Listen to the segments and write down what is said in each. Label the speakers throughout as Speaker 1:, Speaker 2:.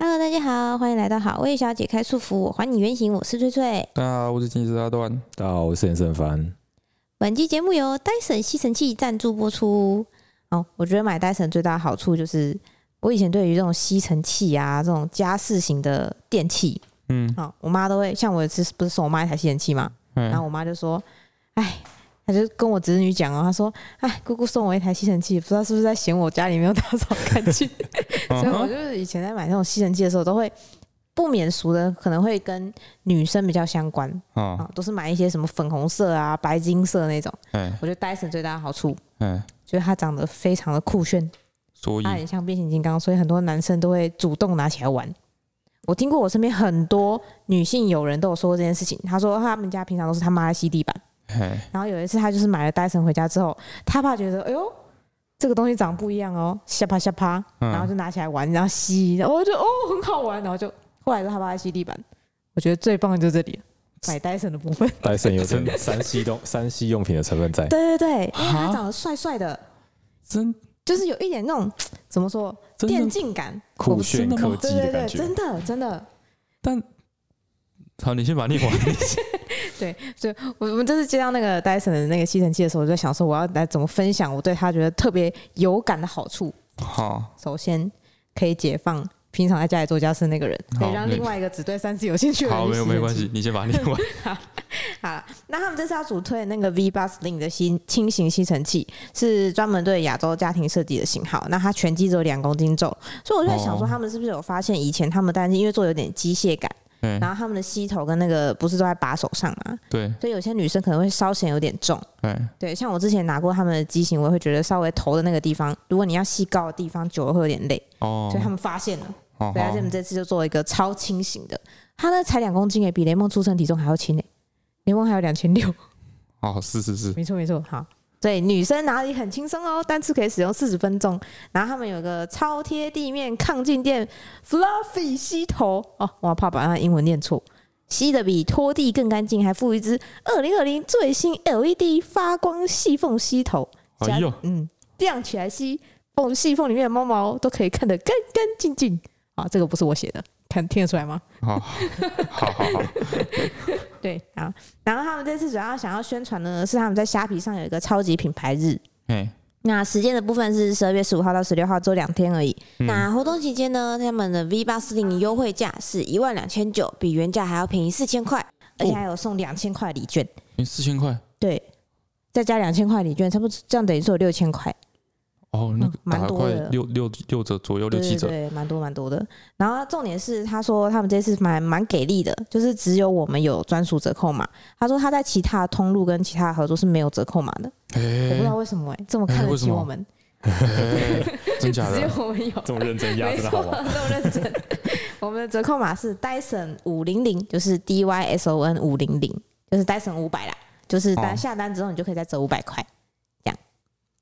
Speaker 1: Hello，大家好，欢迎来到好味小姐开束缚，我还你原形，我是翠翠。
Speaker 2: 大家好，我是金石阿段。
Speaker 3: 大家好，我是严胜凡。
Speaker 1: 本期节目由戴森吸尘器赞助播出。哦，我觉得买戴森最大的好处就是，我以前对于这种吸尘器啊，这种家事型的电器，
Speaker 2: 嗯，
Speaker 1: 哦，我妈都会，像我有一次不是送我妈一台吸尘器嘛，然后
Speaker 2: 嗯
Speaker 1: 我妈就说：“哎，她就跟我侄女讲哦，她说：‘哎，姑姑送我一台吸尘器，不知道是不是在嫌我家里没有打扫干净。’所
Speaker 2: 啊
Speaker 1: 以
Speaker 2: 嗯
Speaker 1: 我就是以前在买那种吸尘器的时候，都会不免俗的，可能会跟女生比较相关
Speaker 2: 啊，
Speaker 1: 啊，都是买一些什么粉红色啊、白金色那种。
Speaker 2: 哎
Speaker 1: 我觉得 Dyson 最大的好处
Speaker 2: 哎，
Speaker 1: 就是它长得非常的酷炫，
Speaker 2: 所以
Speaker 1: 它很像变形金刚，所以很多男生都会主动拿起来玩。我听过我身边很多女性友人都有说过这件事情，她说她们家平常都是她妈在吸地板，
Speaker 2: 哎
Speaker 1: 然后有一次她就是买了 Dyson 回家之后，她爸觉得哎呦这个东西长不一样哦，吓啪吓啪，
Speaker 2: 嗯
Speaker 1: 然后就拿起来玩，然后吸，然后我就哦很好玩，然后就后来就他爸在吸地板，我觉得最棒的就是这里买 Dyson 的部分，
Speaker 3: 戴森有点 山西用山西用品的成分在，
Speaker 1: 对对对，因为哎他
Speaker 2: 哈
Speaker 1: 长得帅帅的，
Speaker 2: 啊真
Speaker 1: 就是有一点那种怎么说
Speaker 2: 真的
Speaker 1: 电竞感，
Speaker 3: 酷
Speaker 2: 哦
Speaker 3: 炫
Speaker 2: 真的
Speaker 3: 科
Speaker 2: 吗
Speaker 3: 技
Speaker 1: 对
Speaker 3: 的
Speaker 1: 对
Speaker 3: 感
Speaker 1: 对，
Speaker 3: 觉
Speaker 1: 真。的真的，
Speaker 2: 但好，你先把念完。
Speaker 1: 我我们这次接到那个 Dyson 的那个吸尘器的时候，我就在想说我要来怎么分享我对他觉得特别有感的好处，
Speaker 2: 好，
Speaker 1: 首先可以解放。平常在家里做家事的那个人，可以
Speaker 2: 好
Speaker 1: 让
Speaker 2: 没
Speaker 1: 另外一个只对三次有兴趣的人
Speaker 2: 好，
Speaker 1: 去
Speaker 2: 没有
Speaker 1: 吸
Speaker 2: 没
Speaker 1: 尘
Speaker 2: 关
Speaker 1: 器
Speaker 2: 系，你先把它 念完。
Speaker 1: 好了，那他们这次要主推那个 V Bus Link 的新轻型吸尘器，是专门对亚洲家庭设计的型号。那它全机只有两公斤重，所以我就在想说，
Speaker 2: 哦
Speaker 1: 他们是不是有发现以前他们担心，因为做有点机械感，
Speaker 2: 哎
Speaker 1: 然，后他们的吸头跟那个不是都在把手上嘛，
Speaker 2: 对，
Speaker 1: 所以有些女生可能会稍显有点重。
Speaker 2: 哎，
Speaker 1: 对，像我之前拿过他们的机型，我也会觉得稍微头的那个地方，如果你要吸高的地方，久了会有点累，
Speaker 2: 哦
Speaker 1: 所以，他们发现了，
Speaker 2: 好
Speaker 1: 对，而且我们这次就做一个超轻型的，它呢才两公斤诶，比雷蒙出生体重还要轻诶，雷蒙还有两千六。
Speaker 2: 好，好，哦是是是，
Speaker 1: 没错没错，好。对，女生拿里很轻松哦，单次可以使用四十分钟。然后他们有个超贴地面抗静电 fluffy 吸头哦，我怕把它英文念错，吸的比拖地更干净，还附一支二零二零最新 LED 发光细缝吸头，
Speaker 2: 哎呦，
Speaker 1: 嗯，亮起来吸缝细缝里面的猫毛都可以看得干干净净啊。这个不是我写的，看听得出来吗？
Speaker 2: 好，好好好，
Speaker 1: 对啊，然后他们这次主要想要宣传的呢是他们在虾皮上有一个超级品牌日，
Speaker 2: 哎，
Speaker 1: 那时间的部分是十二月十五号到十六号，只有两天而已。
Speaker 2: 嗯
Speaker 1: 那活动期间呢，他们的 V 八四零优惠价是一万两千九，比原价还要便宜四千
Speaker 2: 哦
Speaker 1: 块，而且还有送两千块礼券，
Speaker 2: 你四千块，
Speaker 1: 对，再加两千块礼券，差不多这样等于是有六千块，
Speaker 2: 哦，那
Speaker 1: 嗯
Speaker 2: 个
Speaker 1: 蛮
Speaker 2: 打
Speaker 1: 多
Speaker 2: 快
Speaker 1: 的
Speaker 2: 六六六折左右，
Speaker 1: 对
Speaker 2: 哦六
Speaker 1: 对
Speaker 2: 七折，
Speaker 1: 对，蛮多蛮多的。然后重点是，他说他们这次蛮蛮给力的，就是只有我们有专属折扣码。他说他在其他通路跟其他合作是没有折扣码的，我不知道
Speaker 2: 哎，
Speaker 1: 为什么哎、这么看
Speaker 2: 哎
Speaker 1: 得
Speaker 2: 为什
Speaker 1: 起
Speaker 2: 么
Speaker 1: 我们，
Speaker 2: 哎 真假
Speaker 1: 只有
Speaker 2: 的？
Speaker 1: 我们有。
Speaker 3: 这么认真压
Speaker 1: 没
Speaker 3: 真
Speaker 1: 错，
Speaker 3: 的好玩。
Speaker 1: 这么认真。 我们的折扣码是 Dyson 五零零，就是 D Y S O N 五零零，就是 Dyson 五百啦。就是单
Speaker 2: 哦
Speaker 1: 下单之后，你就可以再折五百块。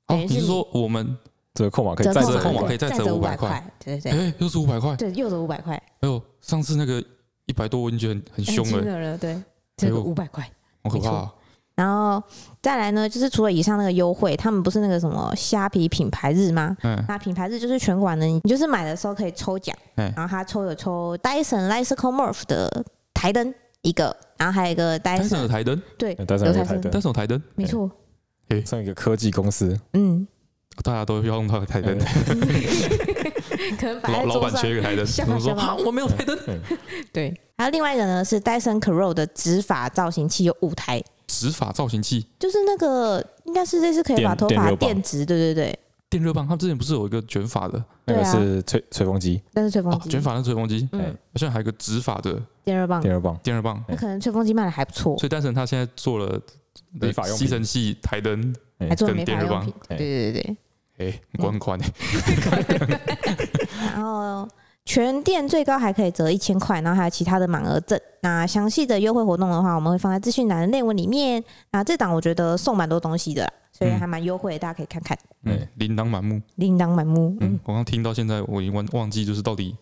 Speaker 2: 哦，
Speaker 1: 等于是
Speaker 2: 你是说我们
Speaker 3: 折扣码可以再
Speaker 1: 扣
Speaker 2: 折
Speaker 3: 折
Speaker 2: 扣
Speaker 3: 扣
Speaker 2: 码
Speaker 3: 码
Speaker 1: 码
Speaker 2: 可以再折
Speaker 1: 折
Speaker 2: 500
Speaker 1: 百
Speaker 2: 块，
Speaker 1: 对对对
Speaker 2: 哎，又是五百块，
Speaker 1: 对，又折五百块，哎
Speaker 2: 哎呦，上次那个一百多，我已经觉得很很凶欸
Speaker 1: 惊
Speaker 2: 了，
Speaker 1: 人了，对，这个
Speaker 2: 哎呦
Speaker 1: 五百块。
Speaker 2: 好可
Speaker 1: 没错
Speaker 2: 怕啊。
Speaker 1: 然后再来呢，就是除了以上那个优惠，他们不是那个什么虾皮品牌日吗？
Speaker 2: 嗯，
Speaker 1: 那品牌日就是全馆呢，你就是买的时候可以抽奖，
Speaker 2: 哎
Speaker 1: 然后他抽有抽 Dyson Lysical Morph 的台灯一个，然后还有一个
Speaker 2: 戴森有
Speaker 1: Dyson
Speaker 2: 哎台灯，
Speaker 1: 对
Speaker 3: 戴森有台
Speaker 2: 戴
Speaker 3: 灯，
Speaker 2: 森有台灯，
Speaker 1: 没错，
Speaker 3: 上一个科技公司，
Speaker 1: 嗯，
Speaker 2: 大家都要用他的台 灯。
Speaker 1: 可能摆
Speaker 2: 老
Speaker 1: 在
Speaker 2: 老
Speaker 1: 桌
Speaker 2: 板
Speaker 1: 上
Speaker 2: 缺。一个台灯，
Speaker 1: 下
Speaker 2: 我
Speaker 1: 巴
Speaker 2: 说
Speaker 1: 下巴
Speaker 2: 啊，我没有台灯，
Speaker 1: 对，还有另外一个呢是 Dyson Crow 的直发造型器，有五台，
Speaker 2: 直发造型器、
Speaker 1: 就是那个应该是这次可以
Speaker 3: 电
Speaker 1: 把头发
Speaker 3: 电热棒
Speaker 1: 电直，对对对，
Speaker 2: 电热棒，他们之前不是有一个卷发的
Speaker 3: 那
Speaker 1: 对
Speaker 3: 个
Speaker 1: 啊
Speaker 3: 是吹吹风机、
Speaker 1: 但是吹风
Speaker 2: 哦，
Speaker 1: 机、
Speaker 2: 卷发那吹风机，
Speaker 1: 嗯，
Speaker 2: 现在还有一个直发的
Speaker 1: 电热棒，
Speaker 3: 电热棒，
Speaker 2: 电热棒，
Speaker 1: 那可能吹风机卖的还不错，
Speaker 2: 所以戴森他现在做了
Speaker 3: 理发用
Speaker 2: 吸
Speaker 3: 品
Speaker 2: 尘器、台灯，
Speaker 1: 还做
Speaker 2: 跟
Speaker 1: 美
Speaker 2: 电
Speaker 1: 发
Speaker 2: 热
Speaker 1: 用
Speaker 2: 棒
Speaker 1: 品，对
Speaker 3: 哎
Speaker 1: 对对对。
Speaker 2: 哎，管管
Speaker 1: 然后全店最高还可以折一千块，然后还有其他的满额赠。那详细的优惠活动的话，我们会放在资讯栏的内文里面。那这档我觉得送蛮多东西的
Speaker 2: 嗯
Speaker 1: 啦，所以还蛮优惠的，大家可以看看，
Speaker 2: 嗯，铃铛满目，
Speaker 1: 琳琅满目。嗯
Speaker 2: 嗯，我刚听到现在我已经忘忘记就是到底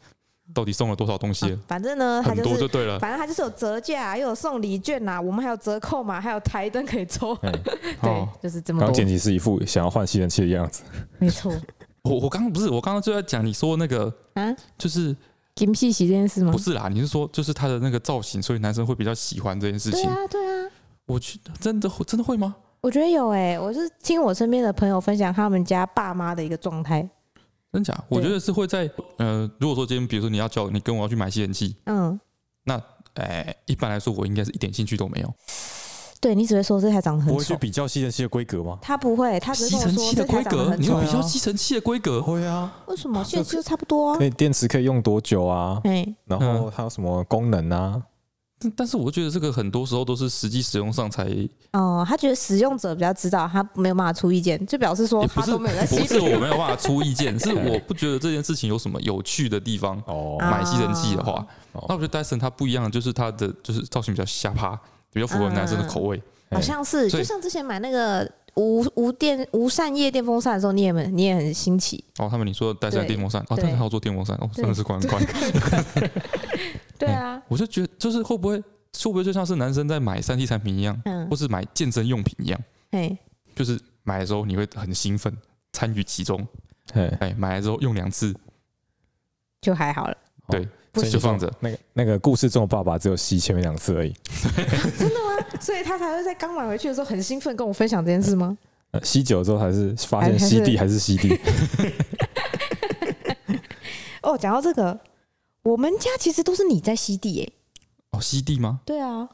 Speaker 2: 到底送了多少东西了？
Speaker 1: 嗯反正呢，它
Speaker 2: 很
Speaker 1: 哦就
Speaker 2: 多
Speaker 1: 是
Speaker 2: 就对了。
Speaker 1: 反正它就是有折价、啊，又有送礼券呐、啊，我们还有折扣码，还有台灯可以 抽，对
Speaker 2: 哦，，
Speaker 1: 就是这么
Speaker 3: 刚刚
Speaker 1: 多
Speaker 3: 剪，辑是一副想要换吸尘器的样子，
Speaker 1: 没错
Speaker 2: 我我刚刚不是我刚刚就在讲你说那个
Speaker 1: 啊。
Speaker 2: 就是
Speaker 1: 金屁洗这件事吗
Speaker 2: 不？是啦，你是说就是他的那个造型，所以男生会比较喜欢这件事
Speaker 1: 对
Speaker 2: 情？
Speaker 1: 啊，对啊，
Speaker 2: 我去，真的会真的会吗？
Speaker 1: 我觉得有诶、我是听我身边的朋友分享他们家爸妈的一个状态，
Speaker 2: 真假？我觉得是会在呃，如果说今天比如说你要叫你跟我要去买吸尘器，
Speaker 1: 嗯，
Speaker 2: 哎、一般来说我应该是一点兴趣都没有。
Speaker 1: 对你只会说这台长得
Speaker 3: 不
Speaker 1: 很
Speaker 3: 会去
Speaker 1: 丑，
Speaker 3: 比较吸尘器的规格吗？
Speaker 1: 他不会，他只
Speaker 2: 吸
Speaker 1: 是跟
Speaker 2: 尘
Speaker 1: 我
Speaker 2: 器
Speaker 1: 说
Speaker 2: 的
Speaker 1: 这台
Speaker 2: 规
Speaker 1: 长得
Speaker 2: 格，
Speaker 1: 很
Speaker 2: 你
Speaker 1: 丑
Speaker 2: 有
Speaker 3: 会，
Speaker 2: 比较吸尘器的规格？
Speaker 3: 会啊，
Speaker 1: 为什么现在就差不多啊？
Speaker 3: 那电池可以用多久啊？
Speaker 1: 哎、
Speaker 3: 然后它有什么功能啊？
Speaker 2: 但但是我觉得这个很多时候都是实际使用上才，也
Speaker 1: 哦，他觉得使用者比较知道，他没有办法出意见，就表示说
Speaker 2: 不
Speaker 1: 他
Speaker 2: 是
Speaker 1: 都没有在吸
Speaker 2: 不是
Speaker 1: 毒
Speaker 2: 我没有办法出意见，是我不觉得这件事情有什么有趣的地方。
Speaker 3: 哦，
Speaker 1: 啊
Speaker 2: 买吸尘器的话，
Speaker 3: 哦
Speaker 2: 那我觉得戴森它不一样，就是它的就是造型比较下趴，比较符
Speaker 1: 啊
Speaker 2: 合男生的口味。
Speaker 1: 好像是，就
Speaker 2: 所以
Speaker 1: 像之前买那个无无电无扇叶电风扇的时候，你也很你也很新奇，
Speaker 2: 哦，他们你说的戴森的电风扇，
Speaker 1: 对
Speaker 2: 哦，戴森还有做电风扇，哦，
Speaker 1: 对
Speaker 2: 真的是关关。
Speaker 1: 对啊，
Speaker 2: 我就觉得就是会不会会不会就像是男生在买三 C 产品一样，
Speaker 1: 嗯
Speaker 2: 或，是买健身用品一样，
Speaker 1: 嘿，
Speaker 2: 就是买的时候你会很兴奋，参与其中，
Speaker 3: 嘿，
Speaker 2: 哎，买了之后用两次
Speaker 1: 就还好了，不
Speaker 3: 所以你
Speaker 2: 就放着，
Speaker 3: 哦那个那个故事中的爸爸只有吸前面两次而已，
Speaker 1: 所以他才会在刚买回去的时候很兴奋跟我分享这件事吗？
Speaker 3: 呃吸久了之后还是发现
Speaker 1: 还还是
Speaker 3: 吸地还是吸地，
Speaker 1: 哦，讲到这个，我们家其实都是你在吸地耶、
Speaker 2: 哦，吸地吗？
Speaker 1: 对啊，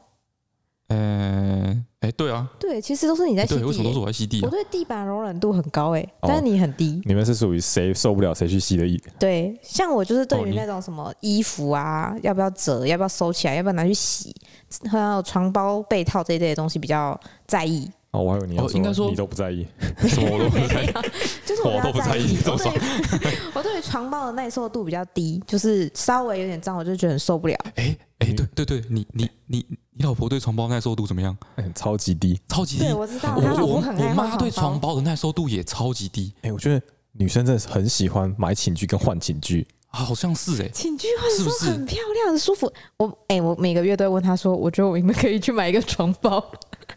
Speaker 2: 呃，哎，对啊，
Speaker 1: 对，其实都是你在吸
Speaker 2: 对，
Speaker 1: 地、
Speaker 2: 为什么都是
Speaker 1: 耶
Speaker 2: 我在吸地
Speaker 1: 我
Speaker 2: 啊？
Speaker 1: 对地板容忍度很高哎、
Speaker 3: 哦
Speaker 1: 但是你很低。
Speaker 3: 你们是属于谁受不了谁去吸的一
Speaker 1: 对，像我就是对
Speaker 2: 哦
Speaker 1: 于
Speaker 2: 你
Speaker 1: 那种什么衣服啊，要不要折，要不要收起来，要不要拿去洗，还有床包、被套这一类的东西比较在意。
Speaker 3: 哦，我还以为你要
Speaker 2: 哦应该说
Speaker 3: 你都不在意，
Speaker 2: 什么我都不在意。
Speaker 1: 就是我比较
Speaker 2: 哦我都不在意
Speaker 1: 意，
Speaker 2: 这
Speaker 1: 我
Speaker 2: 么
Speaker 1: 对于 我对于床包的耐受度比较低，就是稍微有点脏，我就觉得很受不了。
Speaker 2: 哎哎，对对对，你你你你老婆对床包耐受度怎么样？
Speaker 3: 嗯超级低。
Speaker 2: 超级低
Speaker 1: 对，。我知道，
Speaker 2: 我
Speaker 1: 他老
Speaker 2: 我
Speaker 1: 婆很爱
Speaker 2: 我妈
Speaker 1: 换
Speaker 2: 对床
Speaker 1: 包。
Speaker 2: 包的耐受度也超级低，
Speaker 3: 哎，我觉得女生真的是很喜欢买寝具跟换寝具，
Speaker 2: 啊好像是哎，
Speaker 1: 寝具换
Speaker 2: 是不
Speaker 1: 说
Speaker 2: 是
Speaker 1: 很漂亮、很舒服。我哎、我每个月都会问他说，我觉得我应该可以去买一个床包。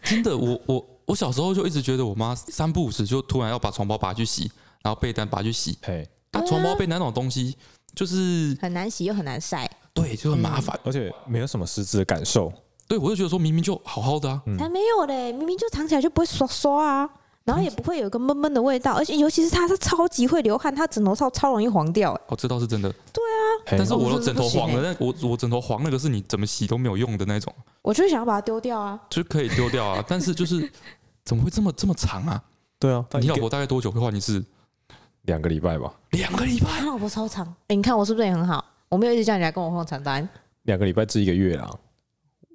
Speaker 2: 真的，我我我小时候就一直觉得我妈三不五时就突然要把床包拔去洗，然后被单拔去洗。
Speaker 3: 嘿，
Speaker 1: 对
Speaker 2: 啊，
Speaker 1: 啊
Speaker 2: 床包被单那种东西，就是
Speaker 1: 很难洗又很难晒，
Speaker 2: 对，就很麻烦。
Speaker 3: 而且没有什么实质的感受，
Speaker 2: 对我就觉得说明明就好好的啊，
Speaker 3: 嗯
Speaker 1: 才哎没有嘞！明明就躺起来就不会刷刷啊，然后也不会有一个闷闷的味道，而且尤其是他，他超级会流汗，他枕头套超容易黄掉、哎
Speaker 2: 哦，这倒是真的。
Speaker 3: 嘿
Speaker 2: 但是我
Speaker 1: 哦
Speaker 2: 的
Speaker 1: 这是
Speaker 2: 枕
Speaker 1: 不
Speaker 2: 头
Speaker 1: 行
Speaker 2: 黄了，那我我枕头黄那个是你怎么洗都没有用的那种，
Speaker 1: 我就是想要把它丢掉啊。
Speaker 2: 就可以丢掉啊。但是就是怎么会这么这么长啊？
Speaker 3: 对啊，
Speaker 2: 你老婆大概多久会换一次？
Speaker 3: 两个礼拜吧，
Speaker 2: 两个礼拜。
Speaker 1: 他老婆超长，哎、你看我是不是也很好？我没有一直叫你来跟我换床单，
Speaker 3: 两个礼拜至一个月啦。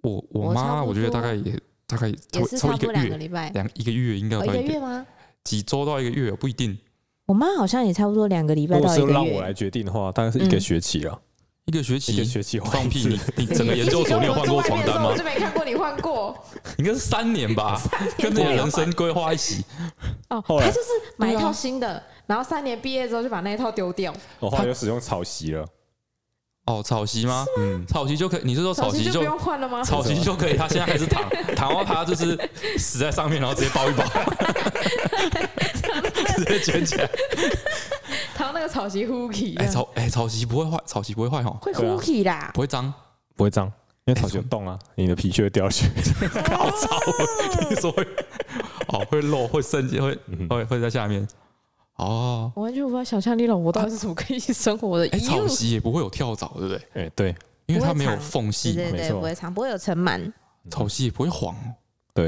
Speaker 2: 我
Speaker 1: 我
Speaker 2: 我
Speaker 1: 差
Speaker 2: 妈
Speaker 1: 不
Speaker 2: 我觉得
Speaker 1: 多
Speaker 2: 大概也大概
Speaker 1: 也是差不
Speaker 2: 一
Speaker 1: 多
Speaker 2: 个
Speaker 1: 两个
Speaker 2: 月，
Speaker 1: 礼拜，
Speaker 2: 两一个月应该有
Speaker 1: 哦一
Speaker 2: 到
Speaker 1: 个
Speaker 2: 一
Speaker 1: 月
Speaker 2: 个
Speaker 1: 吗？
Speaker 2: 几周到一个月啊不一定，
Speaker 1: 我妈好像也差不多两个礼拜
Speaker 3: 如果
Speaker 1: 到一
Speaker 3: 是
Speaker 1: 个
Speaker 3: 让我
Speaker 1: 月。
Speaker 3: 来决定的话，大概是一个学期了，
Speaker 2: 一个学
Speaker 3: 一个
Speaker 2: 期。
Speaker 3: 学期 换
Speaker 2: 放
Speaker 3: 一
Speaker 2: 屁！
Speaker 3: 次
Speaker 2: 你你整个研究所你有换过床 单吗？
Speaker 1: 就没看过你换过，
Speaker 2: 应该是 三年吧，跟着你的人生规划一起。
Speaker 1: 哦，
Speaker 3: 后来
Speaker 1: 他就是买一套新的，然后三年毕业之后就把那一套丢掉，
Speaker 3: 我后来就使用草席了，
Speaker 2: 哦，草席吗？
Speaker 3: 嗯，
Speaker 2: 草席就可以，你是说草席
Speaker 1: 就
Speaker 2: 就
Speaker 1: 不用换了吗？
Speaker 2: 草席就可以？他现在还是躺躺到他就是死在上面，然后直接包一包， 直接卷起来。
Speaker 1: 他那个草席 hooky，
Speaker 2: 哎，草哎草席不会坏，草席不会坏哦，
Speaker 1: 会
Speaker 3: 对啊
Speaker 1: hooky 啦，
Speaker 2: 不会脏。
Speaker 1: 啊
Speaker 3: 不会脏，因为草席有洞 啊，你的皮屑会掉下 去。
Speaker 2: 好吵，听说会哦会漏会渗进会
Speaker 3: 嗯
Speaker 2: 会会在下面。哦，
Speaker 1: 我完全无法想象你老婆到底是怎么可以生活的。
Speaker 2: 哎，
Speaker 1: 咦
Speaker 2: 草席也不会有跳蚤，对不对？
Speaker 3: 哎，对
Speaker 2: 因为它没
Speaker 1: 不
Speaker 2: 有
Speaker 1: 会藏
Speaker 2: 缝
Speaker 1: 对
Speaker 2: 隙嘛
Speaker 1: 对
Speaker 3: 没
Speaker 1: 对，
Speaker 3: 错
Speaker 1: 不会长，不会有尘螨，
Speaker 2: 草席也不会黄哦，
Speaker 3: 对，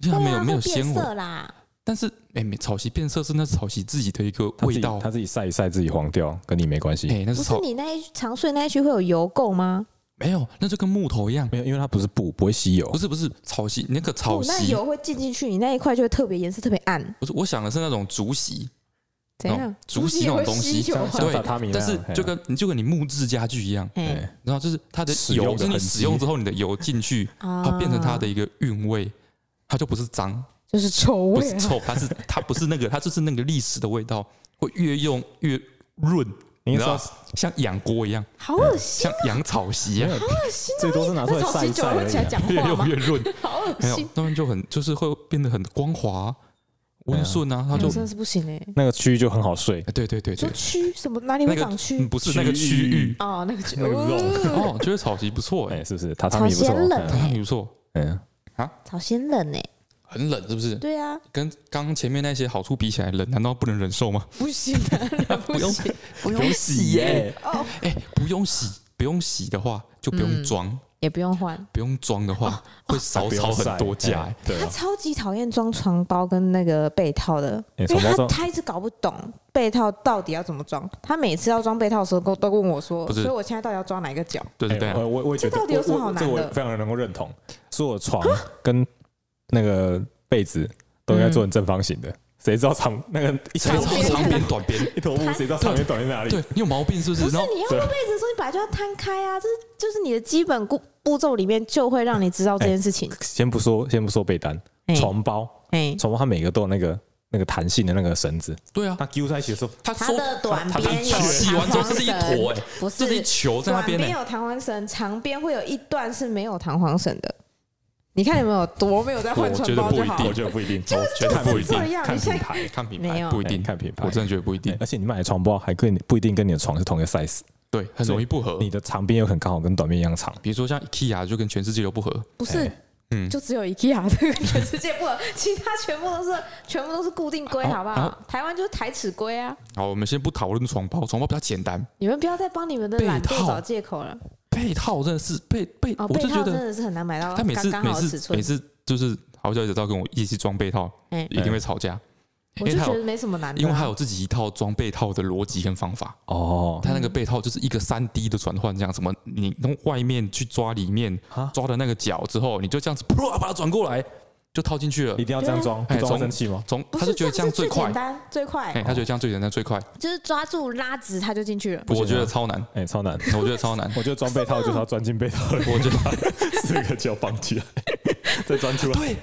Speaker 2: 因为它没
Speaker 1: 对
Speaker 2: 有
Speaker 1: 啊
Speaker 2: 没有
Speaker 1: 会变
Speaker 2: 纤维。
Speaker 1: 色啦。
Speaker 2: 但是哎，没草席变色是那是草席自己的一个
Speaker 3: 它自
Speaker 2: 味
Speaker 3: 己
Speaker 2: 道，
Speaker 3: 它自己晒一晒自己黄掉，跟你没关系。
Speaker 2: 哎，那
Speaker 1: 不是
Speaker 2: 是草
Speaker 1: 你那一长睡那一区会有油垢吗？
Speaker 2: 没有，那就跟木头一样。
Speaker 3: 没有，因为它不是布，不会吸油
Speaker 2: 不。是不是草席，那个草
Speaker 1: 不，那
Speaker 2: 席，
Speaker 1: 油会进进去，你那一块就会特别颜色特别暗，
Speaker 2: 不是我想的是那种竹席，
Speaker 1: 怎
Speaker 2: 哦
Speaker 1: 样？
Speaker 2: 竹席那种东西
Speaker 1: 竹也会吸油
Speaker 3: 像
Speaker 2: 对
Speaker 3: 榻榻米那
Speaker 2: 但
Speaker 3: 样，
Speaker 2: 是就跟嗯你就跟你木质家具一样，
Speaker 1: 哎
Speaker 3: 哎
Speaker 2: 然后就是它的
Speaker 3: 啊使
Speaker 2: 油，
Speaker 3: 用
Speaker 2: 就
Speaker 3: 的
Speaker 2: 是你
Speaker 3: 痕迹
Speaker 2: 使用之后你的油 进去，
Speaker 1: 啊
Speaker 2: 它变成它的一个韵味，它就不是脏，
Speaker 1: 就是臭
Speaker 2: 不
Speaker 1: 味
Speaker 2: 是
Speaker 1: 啊，
Speaker 2: 臭，它是它不是那个，它就是那个历史的味道，会越用越润，你
Speaker 3: 你应
Speaker 2: 知
Speaker 3: 该
Speaker 2: 道
Speaker 3: 是要
Speaker 2: 像养锅一样，
Speaker 1: 好恶心，
Speaker 2: 像养草席啊
Speaker 3: 没，有
Speaker 1: 心
Speaker 3: 最多是拿出
Speaker 1: 那
Speaker 3: 来
Speaker 1: 早
Speaker 3: 晒
Speaker 1: 期
Speaker 3: 一
Speaker 1: 久
Speaker 3: 晒
Speaker 1: 了
Speaker 3: 而
Speaker 1: 会起来
Speaker 3: 已
Speaker 1: 讲
Speaker 3: 啊。
Speaker 2: 越
Speaker 1: 话
Speaker 2: 用
Speaker 1: 吗？
Speaker 2: 越润，
Speaker 1: 好恶
Speaker 2: 没有
Speaker 1: 心，，
Speaker 2: 他们就很就是会变得很光滑、温顺啊，它
Speaker 1: 那
Speaker 2: 就
Speaker 1: 我真的是不行哎。
Speaker 3: 那个区域就很好睡，
Speaker 2: 哎对对对
Speaker 1: 说
Speaker 2: 对，
Speaker 1: 蛆什么哪里
Speaker 2: 那
Speaker 1: 会
Speaker 2: 个
Speaker 1: 长
Speaker 2: 嗯
Speaker 1: 蛆？
Speaker 2: 不是那个区域
Speaker 1: 哦，那个蛆
Speaker 3: 那个肉
Speaker 1: 哦
Speaker 2: 哦，觉得草席不错哎
Speaker 3: 哎，，是不是？榻榻米不
Speaker 1: 草鞋
Speaker 3: 错
Speaker 1: 冷
Speaker 2: 榻
Speaker 1: 哎
Speaker 3: 嗯，
Speaker 2: 榻米不错，
Speaker 3: 嗯，
Speaker 1: 草仙冷哎，
Speaker 2: 很冷是不是？
Speaker 1: 对啊，
Speaker 2: 跟刚刚前面那些好处比起来，冷难道不能忍受吗？
Speaker 1: 不行啊，不
Speaker 2: 用
Speaker 1: 行
Speaker 2: 不
Speaker 3: 有洗耶，
Speaker 1: 哦，
Speaker 2: 哎、不用洗，不用洗的话就不用
Speaker 1: 嗯
Speaker 2: 装，
Speaker 1: 也不用换。
Speaker 2: 不用装的话、会少
Speaker 3: 不用
Speaker 2: 吵很
Speaker 3: 晒
Speaker 2: 多架、
Speaker 3: 哎
Speaker 2: 哎
Speaker 3: 对
Speaker 1: 他
Speaker 3: 啊，
Speaker 1: 超级讨厌装床包跟那个被套的，
Speaker 3: 哎
Speaker 1: 因为
Speaker 3: 床包
Speaker 1: 他
Speaker 3: 装
Speaker 1: 他一直搞不懂被套到底要怎么装。他每次要装被套的时候，都都问我说，
Speaker 2: 不是
Speaker 1: 所以我现在到底要装哪一个角？
Speaker 2: 对对对、
Speaker 3: 哎我我我也觉得
Speaker 1: 这到底有什么
Speaker 3: 我我
Speaker 1: 好难
Speaker 3: 这我
Speaker 1: 的
Speaker 3: 非常能够认同，所有床跟那个被子都应该做成正方形的，谁知道长那个一
Speaker 2: 谁
Speaker 3: 头
Speaker 2: 知道
Speaker 1: 嗯边
Speaker 2: 长边短边？
Speaker 3: 一头布，谁知道长边短在哪里？
Speaker 2: 对你有毛病是不是？
Speaker 1: 不是
Speaker 2: 然后
Speaker 1: 你要弄被子的时候，你本来就要摊开啊，这是就是你的基本步步骤里面就会让你知道这件事情。
Speaker 3: 先不说先不说被单，
Speaker 1: 哎
Speaker 3: 床包
Speaker 1: 哎，
Speaker 3: 床包它每个都有那个那个弹性的那个绳子，
Speaker 2: 对啊，
Speaker 3: 它揪在一起的时候，
Speaker 2: 他
Speaker 1: 它
Speaker 2: 说
Speaker 1: 的短
Speaker 2: 他
Speaker 1: 边有
Speaker 2: 洗完之后
Speaker 1: 弹簧
Speaker 2: 这是一
Speaker 1: 绳
Speaker 2: 坨哎、
Speaker 1: 不
Speaker 2: 这是一
Speaker 1: 是，啊
Speaker 2: 球在那
Speaker 1: 短
Speaker 2: 边
Speaker 1: 边
Speaker 2: 哎、
Speaker 1: 有弹簧绳，长边会有一段是没有弹簧绳的。你看有没有多没有在换
Speaker 2: 我
Speaker 1: 床
Speaker 2: 觉得
Speaker 1: 包
Speaker 2: 不
Speaker 1: 就
Speaker 2: 一
Speaker 1: 好
Speaker 2: 定
Speaker 3: 我觉得不一定，
Speaker 2: 就是
Speaker 3: 我觉得
Speaker 2: 就是
Speaker 3: 不一定
Speaker 1: 这样
Speaker 3: 看
Speaker 1: 你现
Speaker 3: 品
Speaker 1: 在
Speaker 3: 牌，
Speaker 2: 看品
Speaker 1: 没
Speaker 2: 牌
Speaker 1: 有
Speaker 2: 不一定
Speaker 3: 哎，看品牌
Speaker 2: 我真的觉得不一定
Speaker 3: 哎，而且你买的床包还跟你不一定跟你的床是同一个 size，
Speaker 2: 对，很容易不合
Speaker 3: 你。的长边有可能刚好跟短边一样长。
Speaker 2: 比如说像 IKEA 就跟全世界都不合，
Speaker 1: 不是
Speaker 3: 哎，
Speaker 2: 嗯
Speaker 1: 就只有 IKEA 这个 全世界不合，其他全部都是全部都是固定规，
Speaker 2: 好
Speaker 1: 好不
Speaker 2: 好
Speaker 1: 好？台湾就是台尺规啊！
Speaker 2: 好，我们先不讨论床包，床包比较简单，
Speaker 1: 你们不要再帮你们的
Speaker 2: 被
Speaker 1: 懒惰
Speaker 2: 套
Speaker 1: 找借口了。
Speaker 2: 被套真的是被被，
Speaker 1: 哦，
Speaker 2: 我
Speaker 1: 被
Speaker 2: 就觉
Speaker 1: 套真
Speaker 2: 得
Speaker 1: 的是很难买到
Speaker 2: 他每次
Speaker 1: 刚刚
Speaker 2: 每
Speaker 1: 好的尺
Speaker 2: 次
Speaker 1: 寸
Speaker 2: 每。次就是好小姐都要跟我一起装被套，
Speaker 1: 哎，
Speaker 2: 一定会吵架，
Speaker 1: 我
Speaker 2: 因为
Speaker 1: 就
Speaker 2: 他
Speaker 1: 觉
Speaker 2: 有
Speaker 1: 得没什么难的啊。
Speaker 2: 因为他有自己一套装被套的逻辑跟方法，
Speaker 1: 嗯
Speaker 3: 哦，
Speaker 2: 他那个被套就是一个三 D 的转换，这样什么你从外面去抓里面
Speaker 3: 啊
Speaker 2: 抓的那个角之后，你就这样子啪把它转过来就套进去了
Speaker 3: 一，定要这样装，
Speaker 2: 对啊
Speaker 3: 不装
Speaker 2: 哎
Speaker 3: 会生气吗？
Speaker 2: 从
Speaker 1: 不
Speaker 2: 他就觉得
Speaker 1: 这
Speaker 2: 这样
Speaker 1: 是最
Speaker 2: 最快
Speaker 1: 简，单最
Speaker 2: 哎，
Speaker 1: 快，
Speaker 2: 他觉得这样最简单最快，
Speaker 1: 就是抓住拉直它就进去了。
Speaker 3: 不
Speaker 2: 我
Speaker 3: 行
Speaker 2: 觉得
Speaker 3: 啊
Speaker 2: 超难，
Speaker 3: 哎，超难。
Speaker 2: 我觉得超难，
Speaker 3: 我觉得装被套就是啊要钻进被套里，
Speaker 2: 我觉得
Speaker 3: 四个脚绑起 来，再钻出来。
Speaker 2: 对，哎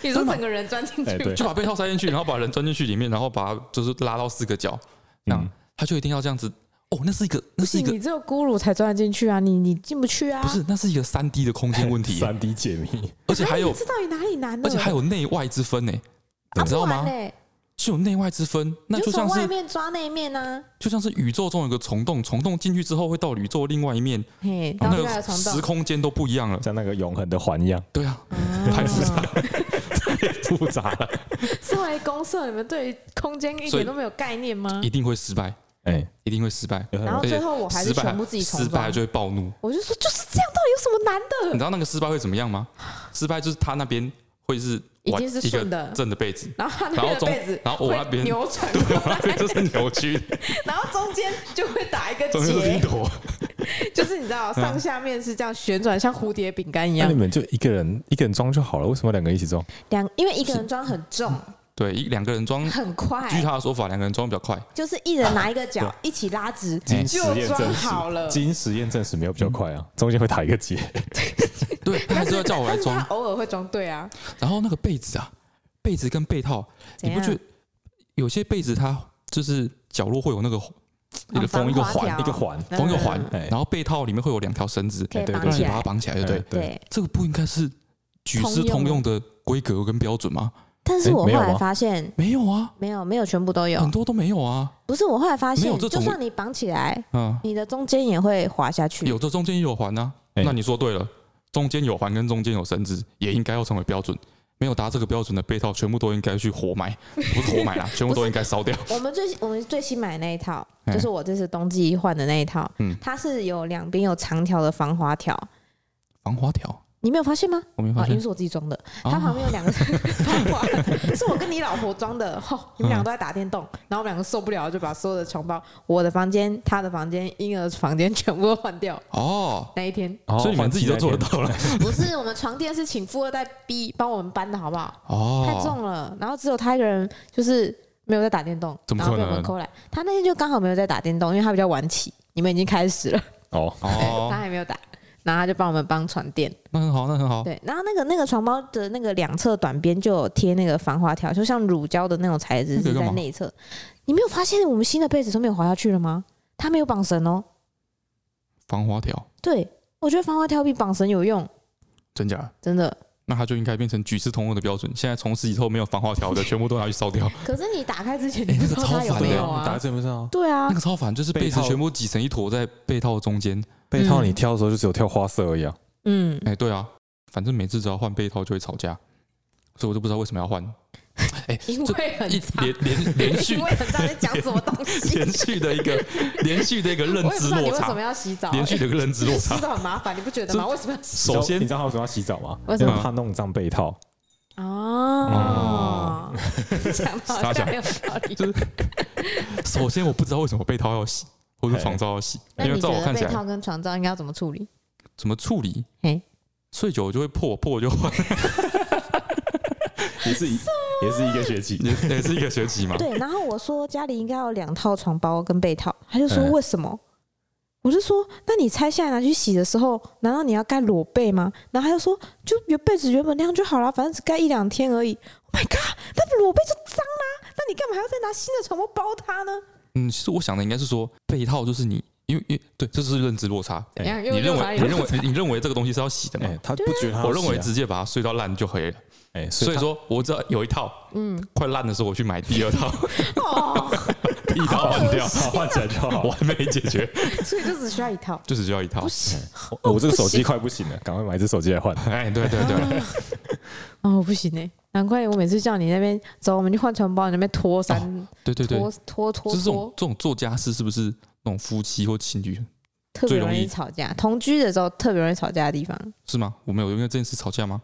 Speaker 1: 你说整个人钻进
Speaker 3: 哎
Speaker 1: 去
Speaker 3: 对
Speaker 1: 吗，
Speaker 2: 就把被套塞进去，然后把人钻进去里面，然后把它就是拉到四个角，那样
Speaker 3: 嗯
Speaker 2: 他就一定要这样子。哦，那是一个，
Speaker 1: 不
Speaker 2: 那是一
Speaker 1: 行，
Speaker 2: 个
Speaker 1: 你，只有咕噜才钻得进去啊，你你进不去啊。
Speaker 2: 不是，那是一个三 D 的空间问题，
Speaker 3: 三 D 解密，
Speaker 2: 而且还有
Speaker 1: 哎，这到底哪里难呢？
Speaker 2: 而且还有内外之分呢，你知道
Speaker 1: 啊
Speaker 2: 吗
Speaker 1: 不？然嘞
Speaker 2: 是有内外之分，那
Speaker 1: 你
Speaker 2: 就
Speaker 1: 就
Speaker 2: 像
Speaker 1: 从外
Speaker 2: 是
Speaker 1: 面抓内面啊，
Speaker 2: 就像是宇宙中有个虫洞，虫洞进去之后会到宇宙另外一面，
Speaker 1: 嘿，然
Speaker 2: 然后
Speaker 1: 后另
Speaker 2: 哦那
Speaker 1: 外
Speaker 2: 个
Speaker 1: 有床
Speaker 2: 时
Speaker 1: 洞，
Speaker 2: 空间都不一样了。
Speaker 3: 像那个永恒的环一 样，
Speaker 2: 对啊，
Speaker 1: 太
Speaker 2: 复
Speaker 1: 杂。
Speaker 3: 复杂了。
Speaker 1: 身为公社，你们对于空间一
Speaker 2: 所以
Speaker 1: 点都没有概念吗？
Speaker 2: 一定会失败，
Speaker 3: 哎，
Speaker 2: 一定会失败。
Speaker 3: 有很
Speaker 1: 然后
Speaker 2: 而且
Speaker 1: 最后我还是
Speaker 2: 失败
Speaker 1: 全部自己重
Speaker 2: 失败
Speaker 1: 装
Speaker 2: 就。会暴怒。
Speaker 1: 我就说就是这样，到底有什么难
Speaker 2: 你
Speaker 1: 的？
Speaker 2: 知道那个失败会怎么样吗？失败就是他那边会是
Speaker 1: 已
Speaker 2: 弯
Speaker 1: 经是
Speaker 2: 一个
Speaker 1: 顺的
Speaker 2: 正的 被子，
Speaker 1: 然后他那
Speaker 2: 然后
Speaker 1: 边的
Speaker 2: 中
Speaker 1: 被子，
Speaker 2: 然后我那边
Speaker 1: 扭转，
Speaker 2: 对，我那边就是扭曲的，
Speaker 1: 然后中间就会打一个
Speaker 2: 中间就是
Speaker 1: 结，
Speaker 2: 一坨。
Speaker 1: 就是你知道上下面是这样旋转，像蝴蝶饼干一
Speaker 3: 那
Speaker 1: 样
Speaker 2: 嗯
Speaker 3: 你。们就一个人一个人装就好了，为什么两个一起装？
Speaker 1: 两因为一个人装很重，
Speaker 2: 对，一两个人装，
Speaker 1: 很
Speaker 2: 据
Speaker 1: 快，
Speaker 2: 他的说法，两个人装比较快。
Speaker 1: 就是一人拿一个角，一起拉直
Speaker 3: 经实
Speaker 1: 就
Speaker 2: 哎
Speaker 3: 验
Speaker 1: 装
Speaker 3: 证
Speaker 1: 好了
Speaker 3: 实，。经实验证实没有比较快啊，中间会打一个结。
Speaker 2: 对，他还是要叫我来
Speaker 1: 但是
Speaker 2: 装
Speaker 1: 他。偶尔会装对啊，
Speaker 2: 然后那个被子啊，被子跟被套，
Speaker 1: 怎
Speaker 2: 你不
Speaker 1: 样
Speaker 2: 觉得有些被子它就是角落会有那个一个
Speaker 1: 防
Speaker 2: 缝一个
Speaker 1: 滑条
Speaker 2: 环，
Speaker 3: 一个环
Speaker 2: 缝一个环
Speaker 1: 嗯，
Speaker 3: 哎
Speaker 2: 然后被套里面会有两条绳子，
Speaker 1: 可以
Speaker 3: 对
Speaker 1: 绑
Speaker 2: 让
Speaker 1: 起
Speaker 2: 你把它
Speaker 1: 来。
Speaker 2: 绑起来，对不对
Speaker 3: 哎？
Speaker 1: 对，
Speaker 2: 这个不应该是举世通用的规格跟标准吗？
Speaker 1: 但是我后
Speaker 3: 没有
Speaker 1: 来
Speaker 3: 吗
Speaker 1: 发现，
Speaker 2: 哎没啊有啊，
Speaker 1: 没有没有全部都有
Speaker 2: 很，多都没有啊。
Speaker 1: 不是我后来发
Speaker 2: 没
Speaker 1: 现
Speaker 2: 有，这
Speaker 1: 就
Speaker 2: 种
Speaker 1: 算你绑起来，
Speaker 2: 嗯，
Speaker 1: 你的中间也会滑下去。
Speaker 2: 有的中间也有环啊。
Speaker 3: 哎
Speaker 2: 那你说对了，中间有环跟中间有绳子，也应该要成为标准。没有达这个标准的被套，全部都应该去活 埋，不是活埋啦，全部都应该烧掉。
Speaker 1: 我们最我们最新买的那一套，
Speaker 2: 嗯
Speaker 1: 就是我这次冬季换的那一套，
Speaker 2: 嗯
Speaker 1: 它是有两边有长条的防滑条，
Speaker 2: 防滑条，
Speaker 1: 你没有发现吗？
Speaker 2: 我没
Speaker 1: 啊，
Speaker 2: 发
Speaker 1: 因为
Speaker 2: 现。
Speaker 1: 是我自己装的，它旁
Speaker 2: 啊，
Speaker 1: 边有 两个防滑，是我跟你老婆装的。吼你们两个都在打电动，
Speaker 2: 嗯
Speaker 1: 然后我们两个受不了，就把所有的床包，我的房间、他的房间、婴儿房间全部都换掉。
Speaker 2: 哦，
Speaker 1: 那一天
Speaker 2: 所以你们自己都做得到了。
Speaker 1: 不是我们床垫是请富二代 B 帮我们搬的好不好？
Speaker 2: 哦，
Speaker 1: 太重了，然后只有他一个人就是没有在打电动，
Speaker 2: 怎么
Speaker 1: 然后被
Speaker 2: 可
Speaker 1: 我们
Speaker 2: 能
Speaker 1: 扣来。他那天就刚好没有在打电动，因为他比较晚起，你们已经开始了，
Speaker 3: 哦，
Speaker 1: 他
Speaker 2: 哦，
Speaker 1: 还没有打。然后他就帮我们帮床垫，
Speaker 2: 那很好，那很好。
Speaker 1: 对，然后那个那个床包的那个两侧短边就有贴那个防滑条，就像乳胶的那种材质
Speaker 2: 那个
Speaker 1: 是
Speaker 2: 干
Speaker 1: 在
Speaker 2: 嘛
Speaker 1: 内侧。你没有发现我们新的被子都没有滑下去了吗？它没有绑绳哦。
Speaker 2: 防滑条，
Speaker 1: 对，我觉得防滑条比绑绳有用，
Speaker 2: 真假的？
Speaker 1: 真的。
Speaker 2: 那它就应该变成举世通用的标准。现在从此以后没有防滑条的，全部都拿去烧掉。
Speaker 1: 可是你打开之前，
Speaker 2: 欸
Speaker 1: 你不知
Speaker 2: 那个
Speaker 1: 道
Speaker 2: 超
Speaker 1: 它有
Speaker 2: 烦的
Speaker 1: 没有
Speaker 3: 打
Speaker 1: 啊？
Speaker 3: 字不知道，
Speaker 1: 对啊
Speaker 2: 那，个超烦，就是被
Speaker 3: 被
Speaker 2: 子
Speaker 3: 套
Speaker 2: 全部挤成一坨在被套中间。
Speaker 3: 被套你挑的时候就只有挑花色而已啊。
Speaker 1: 嗯，
Speaker 2: 哎、对啊，反正每次只要换被套就会吵架，所以我就不知道为什么要换。哎、
Speaker 1: 因
Speaker 2: 这
Speaker 1: 为很
Speaker 2: 一
Speaker 1: 长，
Speaker 2: 连连连续
Speaker 1: 因为很长在讲什么东西，
Speaker 2: 连续的一个连续的一个认
Speaker 1: 我也不
Speaker 2: 知
Speaker 1: 知道你
Speaker 2: 落
Speaker 1: 为什么
Speaker 2: 差，
Speaker 1: 要洗澡、
Speaker 2: 连续的一个认知落
Speaker 1: 洗
Speaker 2: 差。
Speaker 1: 澡很麻烦，你不觉得吗？为什么要洗？
Speaker 2: 首先
Speaker 3: 你知道他为什么要洗澡吗？
Speaker 1: 为
Speaker 3: 因
Speaker 1: 什
Speaker 3: 为
Speaker 1: 么
Speaker 2: 嗯
Speaker 3: 怕弄脏被套。
Speaker 1: 哦，讲得好像很有道理。
Speaker 2: 首先我不知道为什么被套要洗，或者
Speaker 3: 哎
Speaker 2: 床罩要洗，
Speaker 1: 那
Speaker 2: 因为
Speaker 1: 你
Speaker 2: 在
Speaker 1: 觉
Speaker 2: 我
Speaker 1: 得
Speaker 2: 看
Speaker 1: 被
Speaker 2: 起
Speaker 1: 套
Speaker 2: 来
Speaker 1: 跟床罩应该要怎么处理？
Speaker 2: 怎么处理
Speaker 1: 嘿，
Speaker 2: 睡久了就会破，破了就换，
Speaker 3: 也 是一也是一个学期，
Speaker 2: 也也是一个学期嘛。
Speaker 1: 对，然后我说家里应该有两套床包跟被套，他就说
Speaker 3: 嗯
Speaker 1: 为什么？我就说，那你拆下来拿去洗的时候，难道你要盖裸被吗？然后他就说，就原被子原本那样就好了，反正只盖一两天而已。Oh my god，那裸被就脏啦、那你干嘛还要再拿新的床包包它呢？
Speaker 2: 嗯，其实我想的应该是说被套就是你，因为因为对，这是认知落差。
Speaker 3: 哎
Speaker 2: 你认为你认为你认为这个东西是要洗的吗
Speaker 3: 哎，？他不觉得他要洗啊
Speaker 2: 我认为直接把它睡到烂就可以了。
Speaker 3: 哎，
Speaker 2: 所
Speaker 3: 所
Speaker 2: 以
Speaker 3: 以
Speaker 2: 说，我只要有一套，嗯，快烂的时候我去买第二套，
Speaker 1: 哦，
Speaker 2: 第一套换 掉，
Speaker 1: 啊
Speaker 3: 他啊换起来就好
Speaker 2: 完。美解决，
Speaker 1: 所以就只需要一套，
Speaker 2: 就只需要一套
Speaker 1: 不。行
Speaker 3: 我这个手机快不行了，赶快买一只手机来换。
Speaker 2: 哎，对对对，
Speaker 1: 哦，不行哎、难怪我每次叫你那边走，我们去换床包，你那边拖三、
Speaker 2: 哦对 对对，
Speaker 1: 拖拖拖
Speaker 2: 就是这种
Speaker 1: 拖，
Speaker 2: 这种做家事是不是那种夫妻或情侣
Speaker 1: 特别
Speaker 2: 最
Speaker 1: 容
Speaker 2: 容
Speaker 1: 易
Speaker 2: 易
Speaker 1: 吵架。同居的时候特别容易吵架的地方，
Speaker 2: 是吗？我们有因为这件事吵架吗？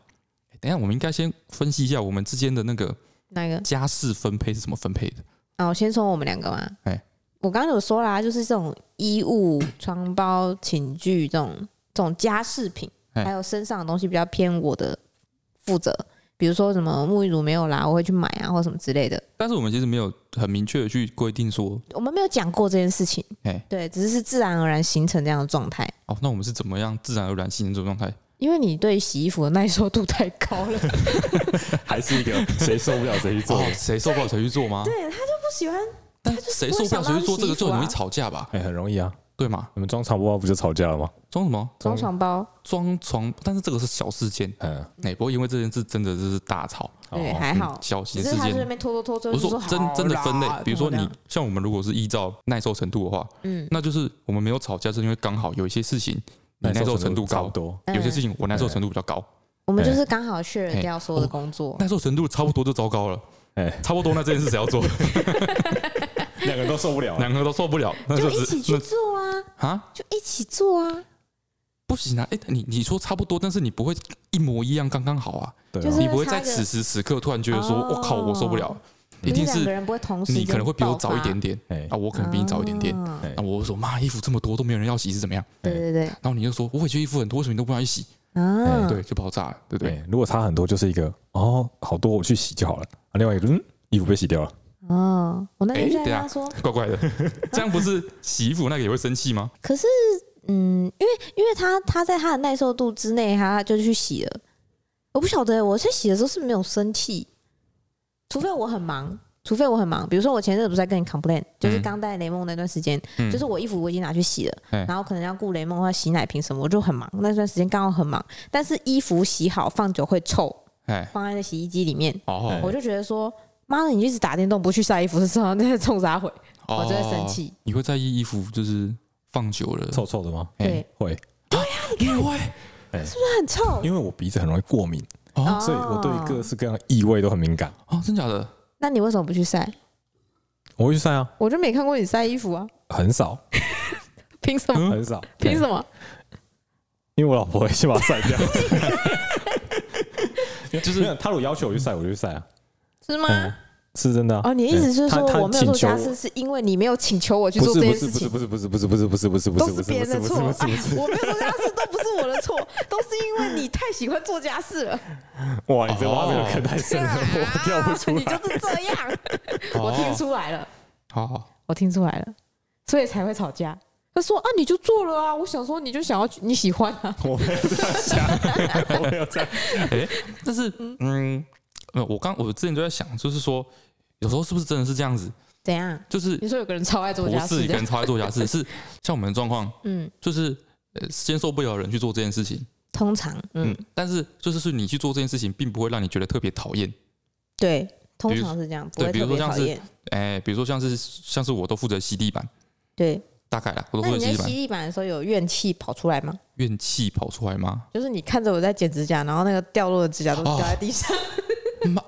Speaker 2: 哎等一下，我们应该先分析一下我们之间的那个
Speaker 1: 哪一个？
Speaker 2: 家事分配是怎么分配的。
Speaker 1: 啊，我先说我们两个嘛。
Speaker 2: 哎
Speaker 1: 我刚刚有说啦，就是这种衣物、床包、寝具这种这种家饰品，
Speaker 2: 哎
Speaker 1: 还有身上的东西比较偏我的负责。比如说什么沐浴乳没有啦，我会去买啊，或什么之类的。
Speaker 2: 但是我们其实没有很明确的去规定说，
Speaker 1: 我们没有讲过这件事情，
Speaker 2: 哎，
Speaker 1: 对，只是是自然而然形成这样的状态。
Speaker 2: 哦，那我们是怎么样自然而然形成这种状态？
Speaker 1: 因为你对洗衣服的耐受度太高 了，
Speaker 3: 还是一 个谁受不了谁去做
Speaker 2: 哦，，谁受不了谁去做吗？
Speaker 1: 对，他就不喜欢。
Speaker 2: 但谁受不了谁去做这个就很
Speaker 1: 啊
Speaker 2: 容易吵架吧？
Speaker 3: 哎，很容易啊。
Speaker 2: 对吗？
Speaker 3: 你们装长包不就吵架了吗？
Speaker 2: 装什么？
Speaker 1: 装床包，
Speaker 2: 装床，但是这个是小事件，
Speaker 3: 嗯，
Speaker 2: 哎、不过因为这件事真的就是大吵，
Speaker 1: 对，
Speaker 3: 哦
Speaker 1: 还好。
Speaker 2: 小
Speaker 1: 只
Speaker 2: 型
Speaker 1: 是
Speaker 2: 事
Speaker 1: 他在那
Speaker 2: 件。
Speaker 1: 边拖拖拖，
Speaker 2: 我
Speaker 1: 就是
Speaker 2: 说
Speaker 1: 说
Speaker 2: 真
Speaker 1: 好
Speaker 2: 真的分类
Speaker 1: 啦，
Speaker 2: 比如说
Speaker 1: 怎么
Speaker 2: 你
Speaker 1: 样
Speaker 2: 像我们如果是依照耐受程度的话，
Speaker 1: 嗯，
Speaker 2: 那就是我们没有吵架，是因为刚好有一些事情你耐受程度
Speaker 3: 差
Speaker 2: 高
Speaker 3: 不， 多。
Speaker 2: 有些
Speaker 1: 嗯
Speaker 2: 事情我耐受程度比较高，
Speaker 1: 我们就是刚好确认掉所有的工作，
Speaker 2: 耐受程度差不多就糟糕了，
Speaker 3: 哎，
Speaker 2: 差不多那这件事谁要做？
Speaker 3: 两个人都受不了啊。
Speaker 2: 两个都受不了，那
Speaker 1: 就一起
Speaker 2: 是
Speaker 1: 去做啊，
Speaker 2: 那啊
Speaker 1: 就一起做啊，
Speaker 2: 不行啊！哎、你你说差不多，但是你不会一模一样刚刚好啊，
Speaker 3: 对啊
Speaker 1: 就是
Speaker 2: 你不会
Speaker 1: 差
Speaker 2: 在
Speaker 1: 个
Speaker 2: 此时此刻突然觉得说
Speaker 1: 哦
Speaker 2: 我、靠我受不了，一
Speaker 1: 就
Speaker 2: 定
Speaker 1: 两个
Speaker 2: 是
Speaker 1: 人不会同时，
Speaker 2: 你可能会比我早一点，点
Speaker 3: 哎
Speaker 2: 啊，，我可能比你早一点点。
Speaker 1: 啊
Speaker 3: 哎
Speaker 2: 那我说妈，衣服这么多都没有人要洗是怎么样？
Speaker 1: 对对对
Speaker 2: 然后你就说我委屈衣服很多，为什么你都不拿去洗？
Speaker 1: 啊，
Speaker 2: 对，就爆炸了，对不对？
Speaker 3: 对，如果差很多，就是一个哦，好多我去洗就好了。啊，另外一个嗯，衣服被洗掉了，
Speaker 1: 哦，我那天
Speaker 2: 哎
Speaker 1: 就在跟
Speaker 2: 等一下
Speaker 1: 他说，
Speaker 2: 怪怪的，这样不是洗衣服那个也会生气吗？
Speaker 1: 可是嗯，因为因为他他在他的耐受度之内，他就去洗了，我不晓得我在洗的时候是没有生气，除非我很忙。除非我很忙，比如说我前阵子不是在跟你 complain，就是
Speaker 2: 嗯
Speaker 1: 刚带雷蒙那段时间，
Speaker 2: 嗯，
Speaker 1: 就是我衣服我已经拿去洗了，
Speaker 2: 哎
Speaker 1: 然后可能要顾雷梦或洗奶瓶什么，我就很忙。那段时间刚好很忙，但是衣服洗好放久会臭，
Speaker 2: 哎，
Speaker 1: 放在那洗衣机里面，
Speaker 2: 哦，
Speaker 1: 我就觉得说，妈的，你一直打电动不去晒衣服，是吗？那是冲啥毁？我
Speaker 2: 哦
Speaker 1: 就会生气。
Speaker 2: 你会在意衣服就是放久了
Speaker 3: 臭臭的吗？
Speaker 2: 哎
Speaker 1: 对，
Speaker 3: 会，
Speaker 2: 因为
Speaker 1: 那很臭。
Speaker 3: 因为我鼻子很容易过敏，
Speaker 2: 哦
Speaker 3: 所以我对各式各样的异味都很敏感。
Speaker 2: 哦，真假的？
Speaker 1: 那你为什么不去晒？
Speaker 3: 我会去晒啊，
Speaker 1: 我就没看过你晒衣服啊，
Speaker 3: 很少，
Speaker 1: 凭什么？
Speaker 3: 很少，
Speaker 1: 凭什么？
Speaker 3: 嗯因为我老婆会先把它晒掉。
Speaker 2: 就是
Speaker 3: 没有她如果要求我去晒，我就去晒啊。
Speaker 1: 是吗？
Speaker 3: 嗯，是真的啊。
Speaker 1: 哦，你的意思是说
Speaker 3: 嗯她她
Speaker 1: 我没有做
Speaker 3: 请求
Speaker 1: 家
Speaker 3: 我
Speaker 1: 事，是因为你没有请求我去
Speaker 3: 不
Speaker 1: 做
Speaker 3: 是
Speaker 1: 这
Speaker 3: 不
Speaker 1: 件
Speaker 3: 是
Speaker 1: 事
Speaker 3: 不是
Speaker 1: 情？
Speaker 3: 不是不是不是不是不是不是不是
Speaker 1: 都
Speaker 3: 不
Speaker 1: 是
Speaker 3: 是
Speaker 1: 别人的
Speaker 3: 不是
Speaker 1: 错，
Speaker 3: 不是不 是
Speaker 1: 啊我没有做家事都不是我的错，都是因为你太喜欢做家事 了。
Speaker 3: 不是哇！你这挖这个坑太深了，我跳不 出
Speaker 1: 啊你
Speaker 3: 来。
Speaker 1: 就是这样， 我
Speaker 2: 哦
Speaker 1: 听出来了，
Speaker 2: 好好，
Speaker 1: 我听出来了，所以才会吵架。他说啊，你就做了啊，我想说你就想要去你喜欢啊，
Speaker 3: 我没有这样想，我没有这样。
Speaker 2: 但嗯呃是嗯，没有我刚我之前就在想，就是说有时候是不是真的是这样子？
Speaker 1: 怎样？
Speaker 2: 就是
Speaker 4: 你说有个人超爱做
Speaker 2: 不
Speaker 4: 家事
Speaker 2: 是
Speaker 4: 这
Speaker 2: 一个
Speaker 4: 样，
Speaker 2: 人超爱做家事，是像我们的状况，
Speaker 1: 嗯，
Speaker 2: 就是呃先受不了的人去做这件事情，
Speaker 1: 通常，嗯
Speaker 2: 嗯，，但是就是是你去做这件事情，并不会让你觉得特别讨厌。
Speaker 1: 对，
Speaker 2: 如
Speaker 1: 通常是这样，不会
Speaker 2: 对比
Speaker 1: 特
Speaker 2: 如说
Speaker 1: 别
Speaker 2: 像
Speaker 1: 讨
Speaker 2: 是
Speaker 1: 厌。
Speaker 2: 哎，比如说像是像是我都负责吸地板，
Speaker 1: 对，
Speaker 2: 大概啦，我都
Speaker 1: 那
Speaker 2: 负
Speaker 1: 你
Speaker 2: 责
Speaker 1: 在
Speaker 2: 吸
Speaker 1: 吸
Speaker 2: 地板，
Speaker 1: 地板的时候有怨气跑出来吗？
Speaker 2: 怨气跑出来吗？
Speaker 1: 就是你看着我在剪指甲，然后那个掉落的指甲
Speaker 2: 哦
Speaker 1: 都掉在地上，
Speaker 2: 妈，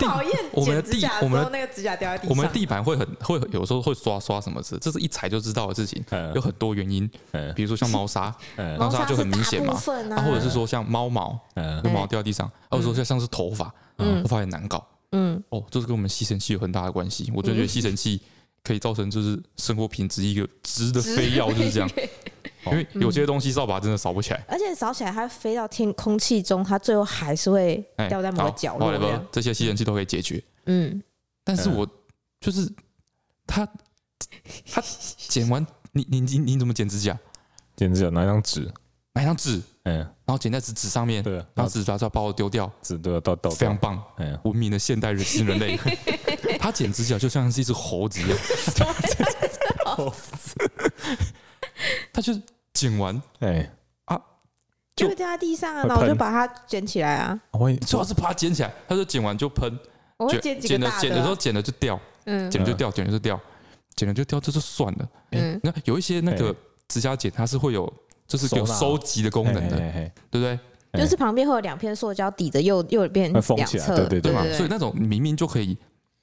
Speaker 1: 超 讨厌
Speaker 2: 我们的
Speaker 1: 剪
Speaker 2: 地
Speaker 1: 指甲
Speaker 2: 我
Speaker 1: 时
Speaker 2: 们
Speaker 1: 候
Speaker 2: 的
Speaker 1: 那个指甲掉在地
Speaker 2: 我们
Speaker 1: 上
Speaker 2: 的。地板会很会有时候会刷刷什么字，这是一踩就知道的事情，
Speaker 3: 嗯
Speaker 2: 有很多原因，
Speaker 3: 嗯
Speaker 2: 比如说像猫砂，
Speaker 3: 嗯
Speaker 1: 猫
Speaker 2: 然后
Speaker 1: 砂
Speaker 2: 它就是很明显嘛
Speaker 1: 大部分
Speaker 2: 啊，
Speaker 1: 啊，
Speaker 2: 或者是说像猫毛，
Speaker 3: 嗯
Speaker 2: 有毛掉地上，还有说像像是头发，
Speaker 1: 嗯
Speaker 2: 头发也难搞
Speaker 1: 嗯，
Speaker 2: 哦，这是跟我们吸尘器有很大的关系。我真的觉得吸尘器可以造成就是生活品质一个值哦得非要就是这样，因为有
Speaker 1: 嗯
Speaker 2: 些东西扫把真的扫不起来。
Speaker 1: 而且扫起来它飞到天空气中，它最后还是会
Speaker 2: 哎，
Speaker 1: 掉在某个
Speaker 2: 好
Speaker 1: 角落
Speaker 2: whatever，
Speaker 1: 这样。
Speaker 2: 这些吸尘器都可以解决，
Speaker 1: 嗯，
Speaker 2: 但是
Speaker 3: 嗯
Speaker 2: 我就是他他剪完你你你你怎么剪指甲？
Speaker 3: 剪指甲拿一张纸，
Speaker 2: 买张纸，
Speaker 3: 嗯，
Speaker 2: 然后剪在纸纸上面，
Speaker 3: 对，
Speaker 2: 然后
Speaker 3: 然后
Speaker 2: 纸把它把我丢掉，
Speaker 3: 纸都要到到
Speaker 2: 非常，棒，
Speaker 3: 嗯，
Speaker 2: 文明的现代人新 人类。他剪指甲就像是一只猴子一样，他就剪完，
Speaker 3: 哎，
Speaker 2: 就
Speaker 1: 就会掉在地上啊，
Speaker 3: 会
Speaker 1: 然后我就
Speaker 3: 喷
Speaker 1: 把它捡起来啊。
Speaker 3: 我也
Speaker 2: 最好是把它捡起来，他就剪完就喷，
Speaker 1: 我会捡
Speaker 2: 剪
Speaker 1: 几个
Speaker 2: 的
Speaker 1: 大
Speaker 2: 剪
Speaker 1: 啊
Speaker 2: 的时候剪了就掉，
Speaker 4: 嗯
Speaker 2: 剪了就掉，剪了就掉，剪了就掉，这就算了。
Speaker 4: 嗯，
Speaker 2: 那有一些那个
Speaker 3: 哎
Speaker 2: 指甲剪，它是会有就是有
Speaker 3: 收纳哎
Speaker 2: 收集的功能的，
Speaker 3: 嘿，嘿
Speaker 2: 对不对？
Speaker 3: 哎
Speaker 1: 就是旁边会有两片塑胶抵着右右边
Speaker 3: 会封
Speaker 1: 两
Speaker 3: 起来
Speaker 1: 侧，
Speaker 3: 对对
Speaker 2: 对嘛？
Speaker 1: 对
Speaker 2: 所以那种明明就可以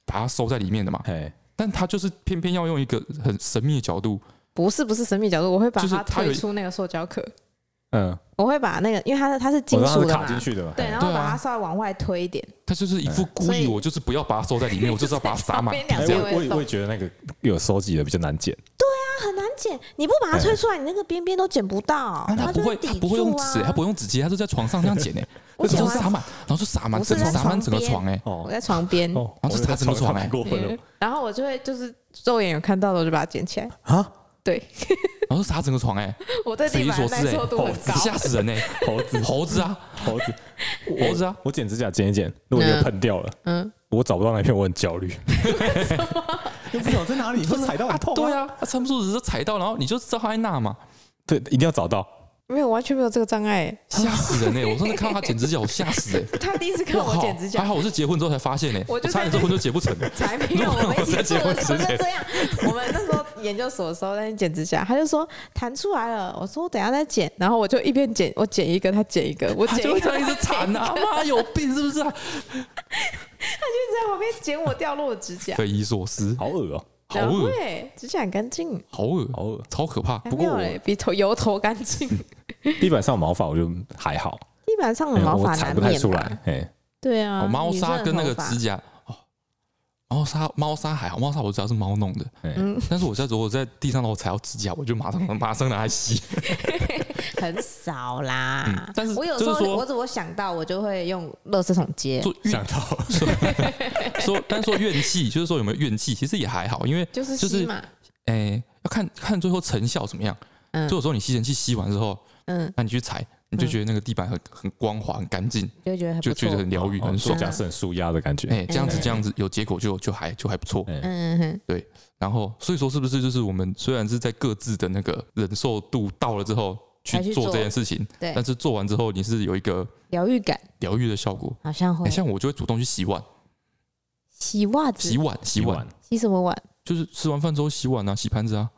Speaker 2: 把它收在里面的嘛，
Speaker 3: 嘿嘿
Speaker 2: 但他就是偏偏要用一个很神秘的角度，
Speaker 1: 不是不是神秘角度，我会把
Speaker 2: 就是
Speaker 1: 它
Speaker 2: 它有
Speaker 1: 推出那个塑胶壳，
Speaker 3: 嗯，
Speaker 1: 我会把那个，因为它是它是金
Speaker 3: 我知道它
Speaker 1: 属
Speaker 3: 是
Speaker 1: 的
Speaker 3: 卡
Speaker 1: 嘛
Speaker 3: 进，去的嘛，
Speaker 1: 对，
Speaker 3: 嘿
Speaker 1: 然后
Speaker 2: 对啊
Speaker 1: 把它稍微往外推一点，
Speaker 2: 他就是一副故
Speaker 1: 所以
Speaker 2: 意，我就是不要把它收在里面，我就是要把它 撒
Speaker 1: 旁
Speaker 2: 满
Speaker 1: 边两
Speaker 3: 哎
Speaker 2: 这样。
Speaker 1: 边
Speaker 3: 我我也
Speaker 1: 动
Speaker 3: 我也觉得那个有收集的比较难剪，
Speaker 1: 它很难剪，你不把它推出来，你那个边边都剪不到，
Speaker 2: 啊，他
Speaker 1: 它
Speaker 2: 不
Speaker 1: 就
Speaker 2: 会，
Speaker 1: 抵
Speaker 2: 他
Speaker 1: 住啊。
Speaker 2: 不会用纸，他不用纸接，他就在床上这样剪 欸诶，
Speaker 1: 我
Speaker 2: 就
Speaker 1: 剪
Speaker 2: 是
Speaker 1: 完
Speaker 2: 撒满，然后就撒满
Speaker 1: 我是
Speaker 2: 整个
Speaker 1: 在
Speaker 2: 撒满
Speaker 1: 床
Speaker 2: 整个
Speaker 1: 边
Speaker 2: 床欸诶，
Speaker 1: 我
Speaker 3: 哦
Speaker 1: 在床边，
Speaker 3: 哦
Speaker 2: 然后这
Speaker 3: 他
Speaker 2: 他整个床哎
Speaker 3: 太过分了
Speaker 4: 嗯
Speaker 1: 然后我就会就是肉眼有看到的，我就把它捡起来。
Speaker 3: 啊，
Speaker 2: 然后就撒整个床欸诶，
Speaker 4: 我对地板的耐受度很高，
Speaker 2: 欸吓死人诶，欸
Speaker 3: 猴子
Speaker 2: 猴子啊，
Speaker 3: 猴子，
Speaker 2: 猴子啊，
Speaker 3: 我剪指甲剪一剪，如果又喷掉了，
Speaker 4: 嗯，
Speaker 3: 我找不到那片，我很焦 虑， 又不晓得在哪里，会踩到很痛，
Speaker 2: 对，啊，他撑不住只是踩到，然后你就知道他在那嘛，
Speaker 3: 对，一定要找到，
Speaker 1: 没有，完全没有这个障碍。
Speaker 2: 吓死人诶，我上次看到他剪指甲，我吓死诶，
Speaker 1: 他第一次看我
Speaker 2: 靠
Speaker 1: 剪指甲，
Speaker 2: 还好我是结婚之后才发现诶，
Speaker 1: 我
Speaker 2: 我
Speaker 1: 就
Speaker 2: 差点
Speaker 1: 在
Speaker 2: 这婚就结不成。
Speaker 1: 才没 有。
Speaker 2: 如果
Speaker 1: 我们一起
Speaker 2: 我
Speaker 1: 做
Speaker 2: 在结婚
Speaker 1: 的时候
Speaker 2: 之
Speaker 1: 就
Speaker 2: 前
Speaker 1: 这样。我们那时候研究所的时候在剪指甲，他就说弹出来了。我说我等一下再剪，然后我就一边剪，我剪一个，他剪一个，我
Speaker 2: 他
Speaker 1: 剪
Speaker 2: 就
Speaker 1: 一
Speaker 2: 会
Speaker 1: 个，
Speaker 2: 这样一直缠啊！妈有病是不是啊？
Speaker 1: 在旁边剪我掉落的指甲。
Speaker 2: 匪夷所思，
Speaker 3: 好恶哦，
Speaker 2: 好
Speaker 1: 然后
Speaker 2: 恶，
Speaker 1: 会指甲很干净，
Speaker 2: 好恶，
Speaker 3: 好恶，
Speaker 2: 超可怕。
Speaker 1: 还没
Speaker 3: 不过
Speaker 1: 有
Speaker 3: 我
Speaker 1: 嘞，比头油头干 净。
Speaker 3: 地板上有毛发我就还好，
Speaker 1: 地板上的
Speaker 3: 哎
Speaker 1: 嗯毛
Speaker 3: 我
Speaker 1: 发
Speaker 3: 踩
Speaker 1: 难
Speaker 3: 不太
Speaker 1: 免啊
Speaker 3: 出
Speaker 1: 吧
Speaker 3: 来，哎，
Speaker 1: 对啊，
Speaker 2: 哦，猫砂
Speaker 1: 女生的
Speaker 2: 跟那个
Speaker 1: 头发
Speaker 2: 指甲哦，猫砂猫砂还好，猫砂我知道是猫弄的，
Speaker 3: 嗯
Speaker 2: 但是我在如果在地上我踩到指甲，我就马上马上拿来吸。
Speaker 1: 很少啦。
Speaker 2: 嗯但是
Speaker 1: 我有
Speaker 2: 就
Speaker 1: 时
Speaker 2: 是
Speaker 1: 候
Speaker 2: 说
Speaker 1: 我只我想到我就会用垃圾桶接，
Speaker 2: 说怨
Speaker 3: 想到
Speaker 2: 说说，但是说怨气，就是说有没有怨气，其实也还好，因为
Speaker 1: 就是
Speaker 2: 就是
Speaker 1: 吸嘛，
Speaker 2: 诶哎要看看最后成效怎么样。
Speaker 1: 嗯
Speaker 2: 就有时候你吸尘器吸完之后，
Speaker 1: 嗯，
Speaker 2: 那你去踩，你就觉得那个地板很很光滑、很干净，
Speaker 1: 就会觉得很
Speaker 2: 就
Speaker 1: 不
Speaker 2: 觉
Speaker 1: 错
Speaker 2: 得。很疗愈、很
Speaker 3: 说
Speaker 2: 爽。
Speaker 3: 甲是很舒压的感觉，
Speaker 2: 哎，这样子
Speaker 1: 嗯
Speaker 2: 这样子有结果就就还就还不错。
Speaker 3: 哎
Speaker 1: 嗯哼，
Speaker 2: 然后，所以说是不是就是我们虽然是在各自的那个忍受度到了之后去
Speaker 1: 才去
Speaker 2: 做
Speaker 1: 做
Speaker 2: 这件事情，
Speaker 1: 对
Speaker 2: 但是做完之后你是有一个
Speaker 1: 疗愈感
Speaker 2: 疗愈的效果。
Speaker 1: 好像会
Speaker 2: 哎，像我就会主动去洗碗，
Speaker 1: 洗袜
Speaker 2: 洗
Speaker 1: 子，
Speaker 2: 碗，洗碗，
Speaker 1: 洗什么碗？
Speaker 2: 就是吃完饭之后洗碗啊，洗盘子啊，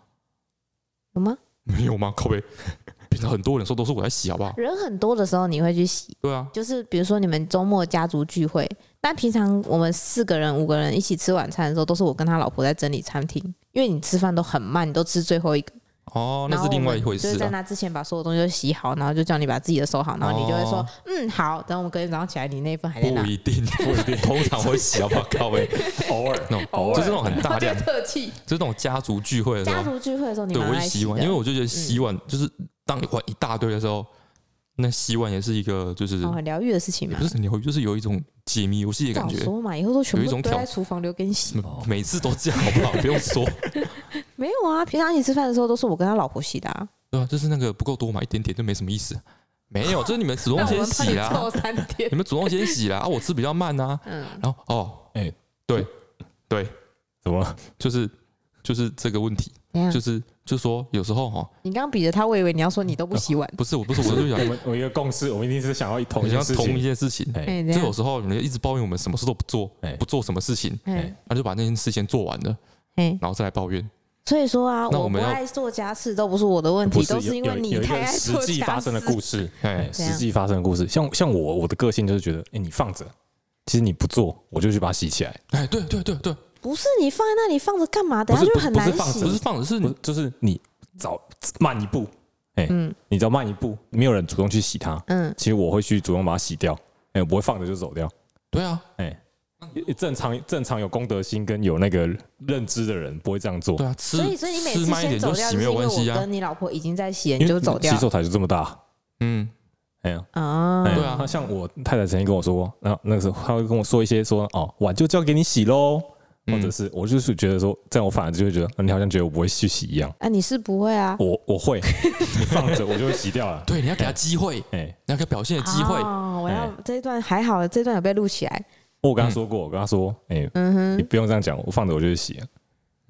Speaker 1: 有吗？
Speaker 2: 没有吗？靠背， 变成很多人说都是我在洗，好不好？
Speaker 1: 人很多的时候你会去洗，
Speaker 2: 对啊，
Speaker 1: 就是比如说你们周末家族聚会，但平常我们四个人、五个人一起吃晚餐的时候，都是我跟他老婆在整理餐厅，因为你吃饭都很慢，你都吃最后一个。
Speaker 2: 哦，
Speaker 1: 然后
Speaker 2: 那是另外一
Speaker 1: 我
Speaker 2: 回
Speaker 1: 们就是
Speaker 2: 事
Speaker 1: 在
Speaker 2: 啊。
Speaker 1: 那之前把所有东西都洗好，然后就叫你把自己的收好，然后你就会说，
Speaker 2: 哦
Speaker 1: 嗯，好。等我们隔天早上起来，你那一份还在那
Speaker 2: 不。一 定，不一定，通常会洗，啊好不好？靠背，
Speaker 3: 偶尔
Speaker 2: 那
Speaker 4: 偶尔
Speaker 2: 种就是那 种很大
Speaker 4: 就
Speaker 2: 量，
Speaker 4: 是特气，
Speaker 2: 就是那种家族聚会的时
Speaker 1: 家
Speaker 2: 候，
Speaker 1: 族聚会的时候，你
Speaker 2: 对，
Speaker 1: 蛮
Speaker 2: 我会
Speaker 1: 爱洗
Speaker 2: 洗
Speaker 1: 的，嗯
Speaker 2: 碗，因为我就觉得洗碗就是当碗一大堆的时候，那洗碗也是一个就是
Speaker 1: 哦，很疗愈的事情
Speaker 2: 也
Speaker 1: 嘛
Speaker 2: 不。是很疗愈，就是有一种解谜游戏的感
Speaker 1: 早
Speaker 2: 觉。
Speaker 1: 说嘛，以后都全
Speaker 2: 有一
Speaker 1: 部
Speaker 2: 种
Speaker 1: 都
Speaker 2: 挑嗯
Speaker 1: 在厨房留给你洗。
Speaker 2: 每次都这样好不好？不用说，
Speaker 1: 没有啊，平常一起吃饭的时候都是我跟他老婆洗的啊。
Speaker 2: 对吧、就是那个不够多买一点点就没什么意思。没有，就是你们主
Speaker 4: 那
Speaker 2: 动
Speaker 4: 我
Speaker 2: 先
Speaker 4: 们帮
Speaker 2: 洗
Speaker 3: 啊
Speaker 4: 你
Speaker 2: 啦，
Speaker 4: 凑三天
Speaker 2: 你，们主动先洗啦，啊，我吃比较慢啊，
Speaker 4: 嗯，
Speaker 2: 然后哦，
Speaker 3: 哎
Speaker 2: 对，对，
Speaker 3: 怎么了？
Speaker 2: 就是就是这个问题，
Speaker 1: 怎样
Speaker 2: 就？是就说有时候哈，
Speaker 1: 你刚刚比着他，我以为你要说你都不洗 碗。
Speaker 2: 不是我不是我就
Speaker 3: 我
Speaker 2: 想
Speaker 3: 们我一个共识，我们一定是想要一同
Speaker 2: 你
Speaker 3: 一件
Speaker 2: 像
Speaker 3: 事
Speaker 2: 同一
Speaker 3: 情。
Speaker 2: 件事情，
Speaker 1: 哎
Speaker 3: 哎，，
Speaker 1: 这
Speaker 2: 就有
Speaker 1: 样
Speaker 2: 时候你们一直抱怨我们什么事都不做
Speaker 3: 哎，
Speaker 2: 不做什么事情，
Speaker 1: 哎
Speaker 2: 那就把那件事先做完了，
Speaker 1: 哎，
Speaker 2: 然后再来抱怨。
Speaker 1: 所以说啊，
Speaker 2: 那
Speaker 1: 我
Speaker 2: 我
Speaker 1: 不
Speaker 2: 们要
Speaker 1: 爱做家事都不是我的问
Speaker 3: 不
Speaker 1: 题，
Speaker 3: 是
Speaker 1: 都是
Speaker 3: 有
Speaker 1: 因
Speaker 3: 有
Speaker 1: 为你
Speaker 3: 有一
Speaker 1: 太
Speaker 3: 个
Speaker 1: 爱
Speaker 3: 实
Speaker 1: 做
Speaker 3: 际
Speaker 1: 家啊
Speaker 3: 发生的故
Speaker 1: 事。
Speaker 3: 事，
Speaker 2: 哎
Speaker 3: 哎，，
Speaker 1: 怎样
Speaker 3: 实际发生的故事，像像我我的个性就是觉得，哎，你放着，其实你不做，我就去把它洗起来，
Speaker 2: 哎，对对对对，
Speaker 1: 不是你放在那里放着干嘛？等下
Speaker 3: 不是
Speaker 1: 就
Speaker 3: 不
Speaker 1: 很
Speaker 3: 不是
Speaker 1: 难
Speaker 3: 放着
Speaker 2: 不是
Speaker 1: 洗。
Speaker 2: 放的是
Speaker 3: 不是就是你早慢一步，哎
Speaker 1: 嗯
Speaker 3: 你只要慢一步，没有人主动去洗它，
Speaker 1: 嗯，
Speaker 3: 其实我会去主动把它洗掉，哎、我不会放着就走掉，
Speaker 2: 对啊
Speaker 3: 哎、
Speaker 1: 嗯
Speaker 3: 正常正常有公德心跟有那个认知的人不会这样做，
Speaker 2: 对啊，吃
Speaker 1: 所以所以你每次
Speaker 2: 吃慢一
Speaker 1: 先
Speaker 2: 点
Speaker 1: 走
Speaker 2: 就
Speaker 1: 掉，就是
Speaker 2: 洗没有
Speaker 1: 因为
Speaker 2: 关
Speaker 1: 我
Speaker 2: 系啊
Speaker 1: 跟，你老婆已经在洗了，
Speaker 3: 因为
Speaker 1: 你就走掉
Speaker 3: 洗。手台就这么大，
Speaker 2: 嗯，
Speaker 3: 哎呀、
Speaker 1: 啊
Speaker 3: 哎，
Speaker 2: 对啊
Speaker 3: 那像我太太曾经跟我说过，然后那个时候她会跟我说一些说哦碗就交给你洗喽，
Speaker 2: 嗯
Speaker 3: 或者是我就是觉得说，这样我反而就会觉得、嗯你好像觉得我不会去洗一样，
Speaker 1: 啊，你是不会啊，
Speaker 3: 我 我会，你放着我就会洗掉了，
Speaker 2: 对，你要给他机会，
Speaker 3: 哎、
Speaker 2: 你要给他表现的机会，
Speaker 1: 哦，我要
Speaker 3: 哎
Speaker 1: 这一段还好，这一段有被录起来。
Speaker 3: 我跟她说过，我跟她说，哎、
Speaker 1: 嗯
Speaker 3: 你
Speaker 1: 哼，
Speaker 3: 不用这样讲，我放着我就会洗了。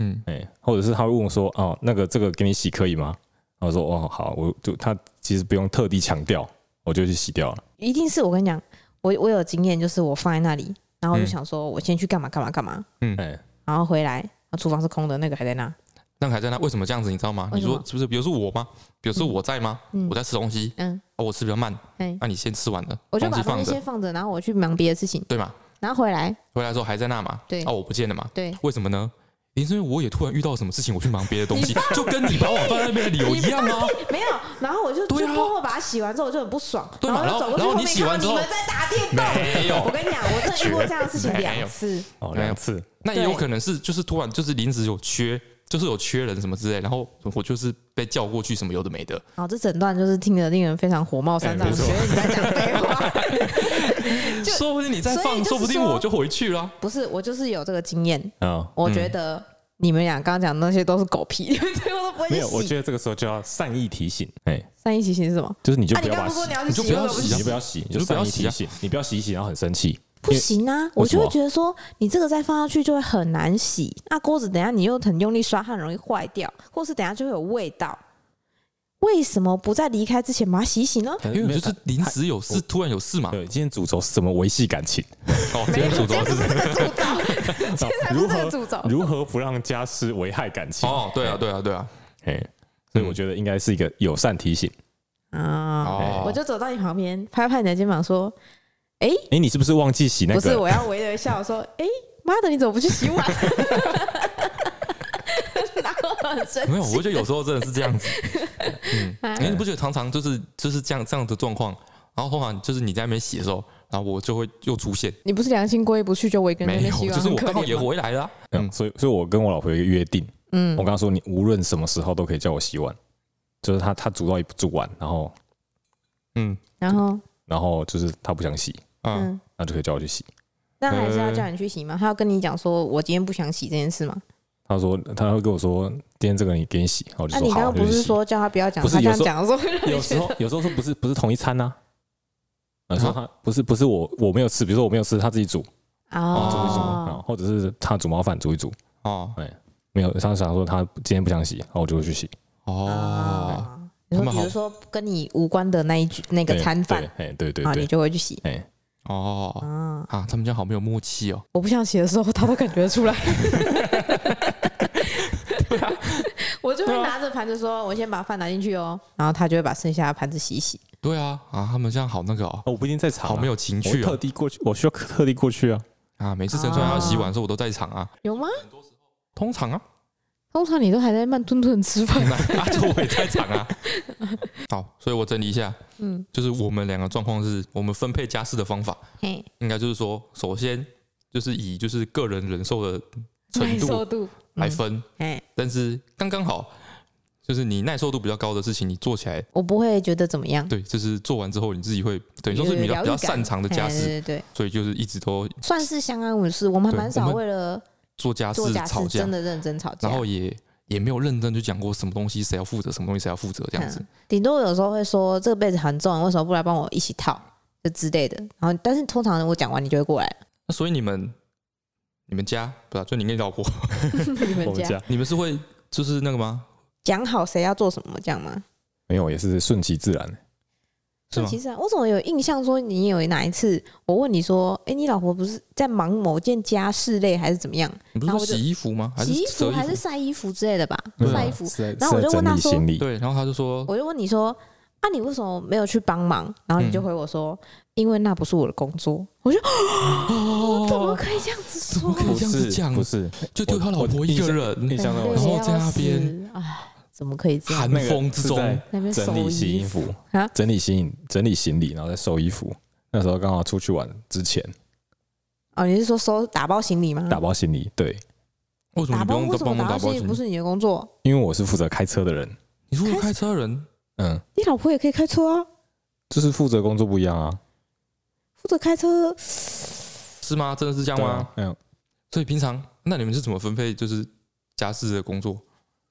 Speaker 2: 嗯，
Speaker 3: 哎、或者是他会问我说：“哦，那个这个给你洗可以吗？”然后我说：“哦，好，我就他其实不用特地强调，我就去洗掉了。
Speaker 1: 一定是我跟你讲，我我有经验，就是我放在那里，然后我就
Speaker 2: 嗯
Speaker 1: 想说我先去干嘛干嘛干嘛，
Speaker 3: 哎、
Speaker 1: 然后回来，然后厨房是空的，那个还在那。
Speaker 2: 那个还在那，为什么这样子？你知道吗？
Speaker 1: 为
Speaker 2: 你
Speaker 1: 什么
Speaker 2: 说是不是？比如说我吗？比如说我在吗？
Speaker 1: 嗯
Speaker 2: 我在吃东西，
Speaker 1: 嗯，
Speaker 2: 哦，我吃比较慢，
Speaker 1: 哎，
Speaker 2: 那你先吃完了，
Speaker 1: 我就
Speaker 2: 东
Speaker 1: 把
Speaker 2: 西
Speaker 1: 东
Speaker 2: 放
Speaker 1: 西
Speaker 2: 着
Speaker 1: 先，放着，然后我去忙别的事情，
Speaker 2: 对嘛？
Speaker 1: 然后回来，
Speaker 2: 回来的时候还在那嘛？
Speaker 1: 对
Speaker 2: 哦，我不见了嘛？
Speaker 1: 对，
Speaker 2: 为什么呢？林是因为我也突然遇到什么事情，我去忙别的东西， 就跟你把我放在那边的理由一 样啊。
Speaker 1: 没有，然后我就
Speaker 2: 对
Speaker 1: 就
Speaker 2: 啊
Speaker 1: 默默把它洗完之后，我就很不爽，
Speaker 2: 对嘛
Speaker 1: 然后就走过去
Speaker 2: 然后然后
Speaker 1: 后面
Speaker 2: 你洗
Speaker 1: 看
Speaker 2: 完
Speaker 1: 到
Speaker 2: 之
Speaker 1: 你
Speaker 2: 后
Speaker 1: 们在打电动。
Speaker 2: 没
Speaker 1: 我
Speaker 2: 有，
Speaker 1: 跟你讲，我真的遇过这样的 事情
Speaker 2: 没有
Speaker 1: 两次。
Speaker 3: 哦，
Speaker 2: 没有
Speaker 3: 两次，
Speaker 2: 那也有可能是就是突然就是临时有缺，就是有缺人什么之类，然后我就是被叫过去什么有的没的。
Speaker 1: 好，这整段就是听得令人非常火冒三丈，
Speaker 3: 哎没
Speaker 1: 觉
Speaker 3: 错
Speaker 1: 得你在讲废话。就
Speaker 2: 说不定你再
Speaker 1: 所以
Speaker 2: 放，
Speaker 1: 就是
Speaker 2: 说不定
Speaker 1: 说
Speaker 2: 我就回去了。啊
Speaker 1: 不是，我就是有这个经验，
Speaker 3: 啊、
Speaker 1: 我
Speaker 2: 嗯
Speaker 1: 觉得你们俩刚刚讲的那些都是狗屁， 你们最后都不会去
Speaker 3: 没有，我
Speaker 1: 洗。
Speaker 3: 觉得这个时候就要善意提醒，哎、
Speaker 1: 三一洗洗是什么？
Speaker 3: 就是你就
Speaker 1: 啊，
Speaker 3: 不
Speaker 1: 你
Speaker 3: 要
Speaker 1: 刚
Speaker 3: 把
Speaker 1: 刚
Speaker 3: 它
Speaker 1: 不是说
Speaker 3: 洗，
Speaker 1: 你要
Speaker 2: 你就
Speaker 1: 洗
Speaker 2: 不要
Speaker 1: 了吗
Speaker 2: 洗就
Speaker 3: 你就不要洗，你
Speaker 2: 不
Speaker 3: 善
Speaker 2: 要
Speaker 3: 意
Speaker 2: 洗
Speaker 3: 提
Speaker 2: 啊
Speaker 3: 醒，你不要洗一洗，然后很生气，
Speaker 1: 不行啊，我就
Speaker 3: 为什
Speaker 1: 会
Speaker 3: 么
Speaker 1: 觉得说你这个再放下去就会很难洗，那锅子等下你又很用力刷，它很容易坏掉，或是等下就会有味道。为什么不在离开之前把它洗一洗呢？
Speaker 3: 因
Speaker 2: 因为就是临
Speaker 3: 还
Speaker 2: 时有事，
Speaker 3: 我
Speaker 2: 突然有事嘛。
Speaker 3: 对今天主轴是怎么维系感情，
Speaker 2: 哦，今天主轴是
Speaker 1: 这个诅咒，
Speaker 3: 如
Speaker 1: 这个
Speaker 3: 何
Speaker 1: 诅咒。
Speaker 3: 如何不让家师危害感情？
Speaker 2: 哦，对啊，对啊，对啊。
Speaker 3: 哎、所以我觉得应该是一个友善提醒。
Speaker 1: 啊！
Speaker 2: 哦，
Speaker 1: 我就走到你旁边，拍拍你的肩膀说
Speaker 3: 哎、你是不是忘记洗：“那
Speaker 1: 不
Speaker 3: 个？
Speaker 1: 是，我要微微笑说，哎妈的，你怎么不去 洗碗？”然后我很生气，
Speaker 2: 没有，我觉得有时候真的是这样子。
Speaker 1: 哎
Speaker 2: 嗯，你不觉得常常就是就是这样这样的状况？然后通常就是你在那边洗的时候，然后我就会又出现，
Speaker 1: 你不是良心过意不去，就我一个人在
Speaker 2: 没
Speaker 1: 那
Speaker 2: 有，
Speaker 1: 洗碗，
Speaker 2: 就是我
Speaker 1: 很可
Speaker 2: 刚好
Speaker 1: 怜
Speaker 2: 也
Speaker 1: 吗
Speaker 2: 回来了啊。
Speaker 3: 嗯，所以所以我跟我老婆有一个约定，
Speaker 1: 嗯
Speaker 3: 我跟她说，你无论什么时候都可以叫我洗碗，就是她她煮到一煮完，然后
Speaker 2: 嗯
Speaker 1: 然后
Speaker 3: 然后就是她不想洗，
Speaker 2: 嗯，
Speaker 1: 嗯，
Speaker 3: 那就可以叫我去洗。
Speaker 1: 那还是要叫你去洗吗？他要跟你讲说我今天不想洗这件事吗？
Speaker 3: 她说她会跟我说，今天这个你给你洗，然后我
Speaker 1: 那啊
Speaker 3: 就
Speaker 1: 你
Speaker 3: 说
Speaker 1: 刚
Speaker 3: 好，
Speaker 1: 刚
Speaker 3: 我
Speaker 1: 不
Speaker 3: 就是去洗。
Speaker 1: 说叫他不要讲？
Speaker 3: 不是
Speaker 1: 他这
Speaker 3: 有
Speaker 1: 样
Speaker 3: 时候
Speaker 1: 讲的时候会 让你
Speaker 3: 有时候有时候说不是不是同一餐呐、
Speaker 1: 啊
Speaker 3: 啊，
Speaker 2: 啊
Speaker 3: 说她不是不是我我没有吃，比如说我没有吃，她自己煮
Speaker 2: 哦
Speaker 3: 煮一煮
Speaker 1: 哦
Speaker 3: 啊，，或者是她煮毛饭煮一煮，
Speaker 2: 哦
Speaker 3: 没有她想说她今天不想洗，然后我就会去洗。
Speaker 2: 哦，
Speaker 1: 啊，你说
Speaker 2: 他们
Speaker 1: 比
Speaker 2: 好
Speaker 1: 如说跟你无关的那一句那个
Speaker 3: 对
Speaker 1: 餐饭，
Speaker 3: 对哎对对
Speaker 1: 啊，你
Speaker 3: 对，
Speaker 1: 就会去洗
Speaker 3: 哎
Speaker 2: 哦
Speaker 1: 啊。
Speaker 2: 啊，他们家好没有默契哦。
Speaker 1: 我不想洗的时候，他都感觉出来。啊我就会
Speaker 2: 对啊
Speaker 1: 拿着盘子说：“我先把饭拿进去哦。”然后他就会把剩下的盘子洗一洗。
Speaker 2: 对啊，啊，他们这样好那个哦，
Speaker 3: 哦我不一定在场、啊，
Speaker 2: 好没有情
Speaker 3: 我会
Speaker 2: 趣
Speaker 3: 特
Speaker 2: 哦。
Speaker 3: 地过去，我需要特地过去啊。
Speaker 2: 啊，每次陈川要洗碗的时候，我都在场啊，
Speaker 1: 有吗？
Speaker 2: 通常 啊，
Speaker 1: 通常你都还在慢吞吞吃饭。
Speaker 2: 那啊，就我也在场 啊。好，所以我整理一下，
Speaker 1: 嗯，
Speaker 2: 就是我们两个状况是我们分配家事的方法，
Speaker 1: 嘿，
Speaker 2: 应该就是说，首先就是以就是个人忍受的程
Speaker 1: 耐受嗯
Speaker 2: 度
Speaker 1: 度
Speaker 2: 来分，
Speaker 1: 哎，
Speaker 2: 但是刚刚好，就是你耐受度比较高的事情，你做起来，
Speaker 1: 我不会觉得怎么样。
Speaker 2: 对，就是做完之后你自己会等于说是
Speaker 1: 有
Speaker 2: 比较
Speaker 1: 疗愈
Speaker 2: 比较
Speaker 1: 感嗯
Speaker 2: 擅长的
Speaker 1: 嘿
Speaker 2: 家事，
Speaker 1: 对对对，
Speaker 2: 所以就是一直都
Speaker 1: 算是相安无事。我们还
Speaker 2: 对
Speaker 1: 蛮
Speaker 2: 我
Speaker 1: 少
Speaker 2: 们
Speaker 1: 为了
Speaker 2: 做家
Speaker 1: 做
Speaker 2: 事
Speaker 1: 家
Speaker 2: 吵
Speaker 1: 事
Speaker 2: 架
Speaker 1: 真，的认真吵架。
Speaker 2: 然后也也没有认真去讲过什么东西谁要负责，什么东西谁要负责这样子
Speaker 1: 嗯。顶多有时候会说这个被子很重，为什么不来帮我一 起套？就之类的，然后但是通常我讲完你就会过来，
Speaker 2: 那所以你们你们家不是啊、就你跟你老婆，
Speaker 4: 你
Speaker 3: 我
Speaker 4: 们
Speaker 3: 们
Speaker 4: 家
Speaker 3: 家
Speaker 2: 你们是会就是那个吗？
Speaker 1: 讲好谁要做什么这样吗？
Speaker 3: 没有，也是顺其自然。
Speaker 2: 是吗
Speaker 1: 其？实啊，我怎么有印象说你有哪一次我问你说，哎、你老婆不是在忙某件家事类还是怎么样？
Speaker 2: 你不是
Speaker 1: 然啊
Speaker 2: 说
Speaker 1: 后我就
Speaker 2: 洗衣服吗？还是
Speaker 1: 洗衣服
Speaker 2: 折
Speaker 1: 还
Speaker 2: 衣
Speaker 1: 是
Speaker 2: 服？
Speaker 1: 晒衣服之类的吧？
Speaker 2: 对啊
Speaker 1: 晒衣服，
Speaker 3: 是在
Speaker 1: 然后我
Speaker 3: 是
Speaker 1: 就
Speaker 3: 在
Speaker 1: 问他
Speaker 3: 整理
Speaker 1: 说
Speaker 3: 行李，
Speaker 2: 对，然后他就说，
Speaker 1: 我就问你说。啊，你为什么没有去帮忙？然后你就
Speaker 2: 嗯
Speaker 1: 回我说，因为那不是我的工作。我就、
Speaker 2: 哦
Speaker 1: 怎么可以这样子说？
Speaker 2: 可以这样子讲
Speaker 3: 不是
Speaker 2: 就丢他老婆一个人，
Speaker 3: 印象中
Speaker 1: 对
Speaker 2: 然
Speaker 3: 我
Speaker 2: 后在那边
Speaker 1: 要死，哎，怎么可以这样？
Speaker 2: 寒
Speaker 3: 那个
Speaker 2: 风之
Speaker 3: 是
Speaker 2: 中，
Speaker 3: 在
Speaker 1: 那边
Speaker 3: 整
Speaker 1: 收
Speaker 3: 理洗衣服
Speaker 1: 啊
Speaker 3: 整理行整理行李，然后再收衣服。那时候刚好出去玩之前，
Speaker 1: 嗯哦，你是说收打包行李吗？
Speaker 3: 打包行李，对，
Speaker 2: 为什么
Speaker 1: 打
Speaker 2: 你不
Speaker 1: 包
Speaker 2: 用
Speaker 1: 为什
Speaker 2: 帮
Speaker 1: 么
Speaker 2: 忙
Speaker 1: 打
Speaker 2: 打包
Speaker 1: 行李
Speaker 2: 行
Speaker 1: 不
Speaker 2: 李？
Speaker 1: 是你的工作？
Speaker 3: 因为我是负责开车的人，
Speaker 2: 你说我开车人，
Speaker 3: 嗯，
Speaker 1: 你老婆也可以开车啊，
Speaker 3: 就是负责工作不一样啊，
Speaker 1: 负责开车。
Speaker 2: 是吗？真的是这样
Speaker 3: 对
Speaker 2: 吗
Speaker 3: 啊？？嗯，
Speaker 2: 所以平常那你们是怎么分配就是家事的工作？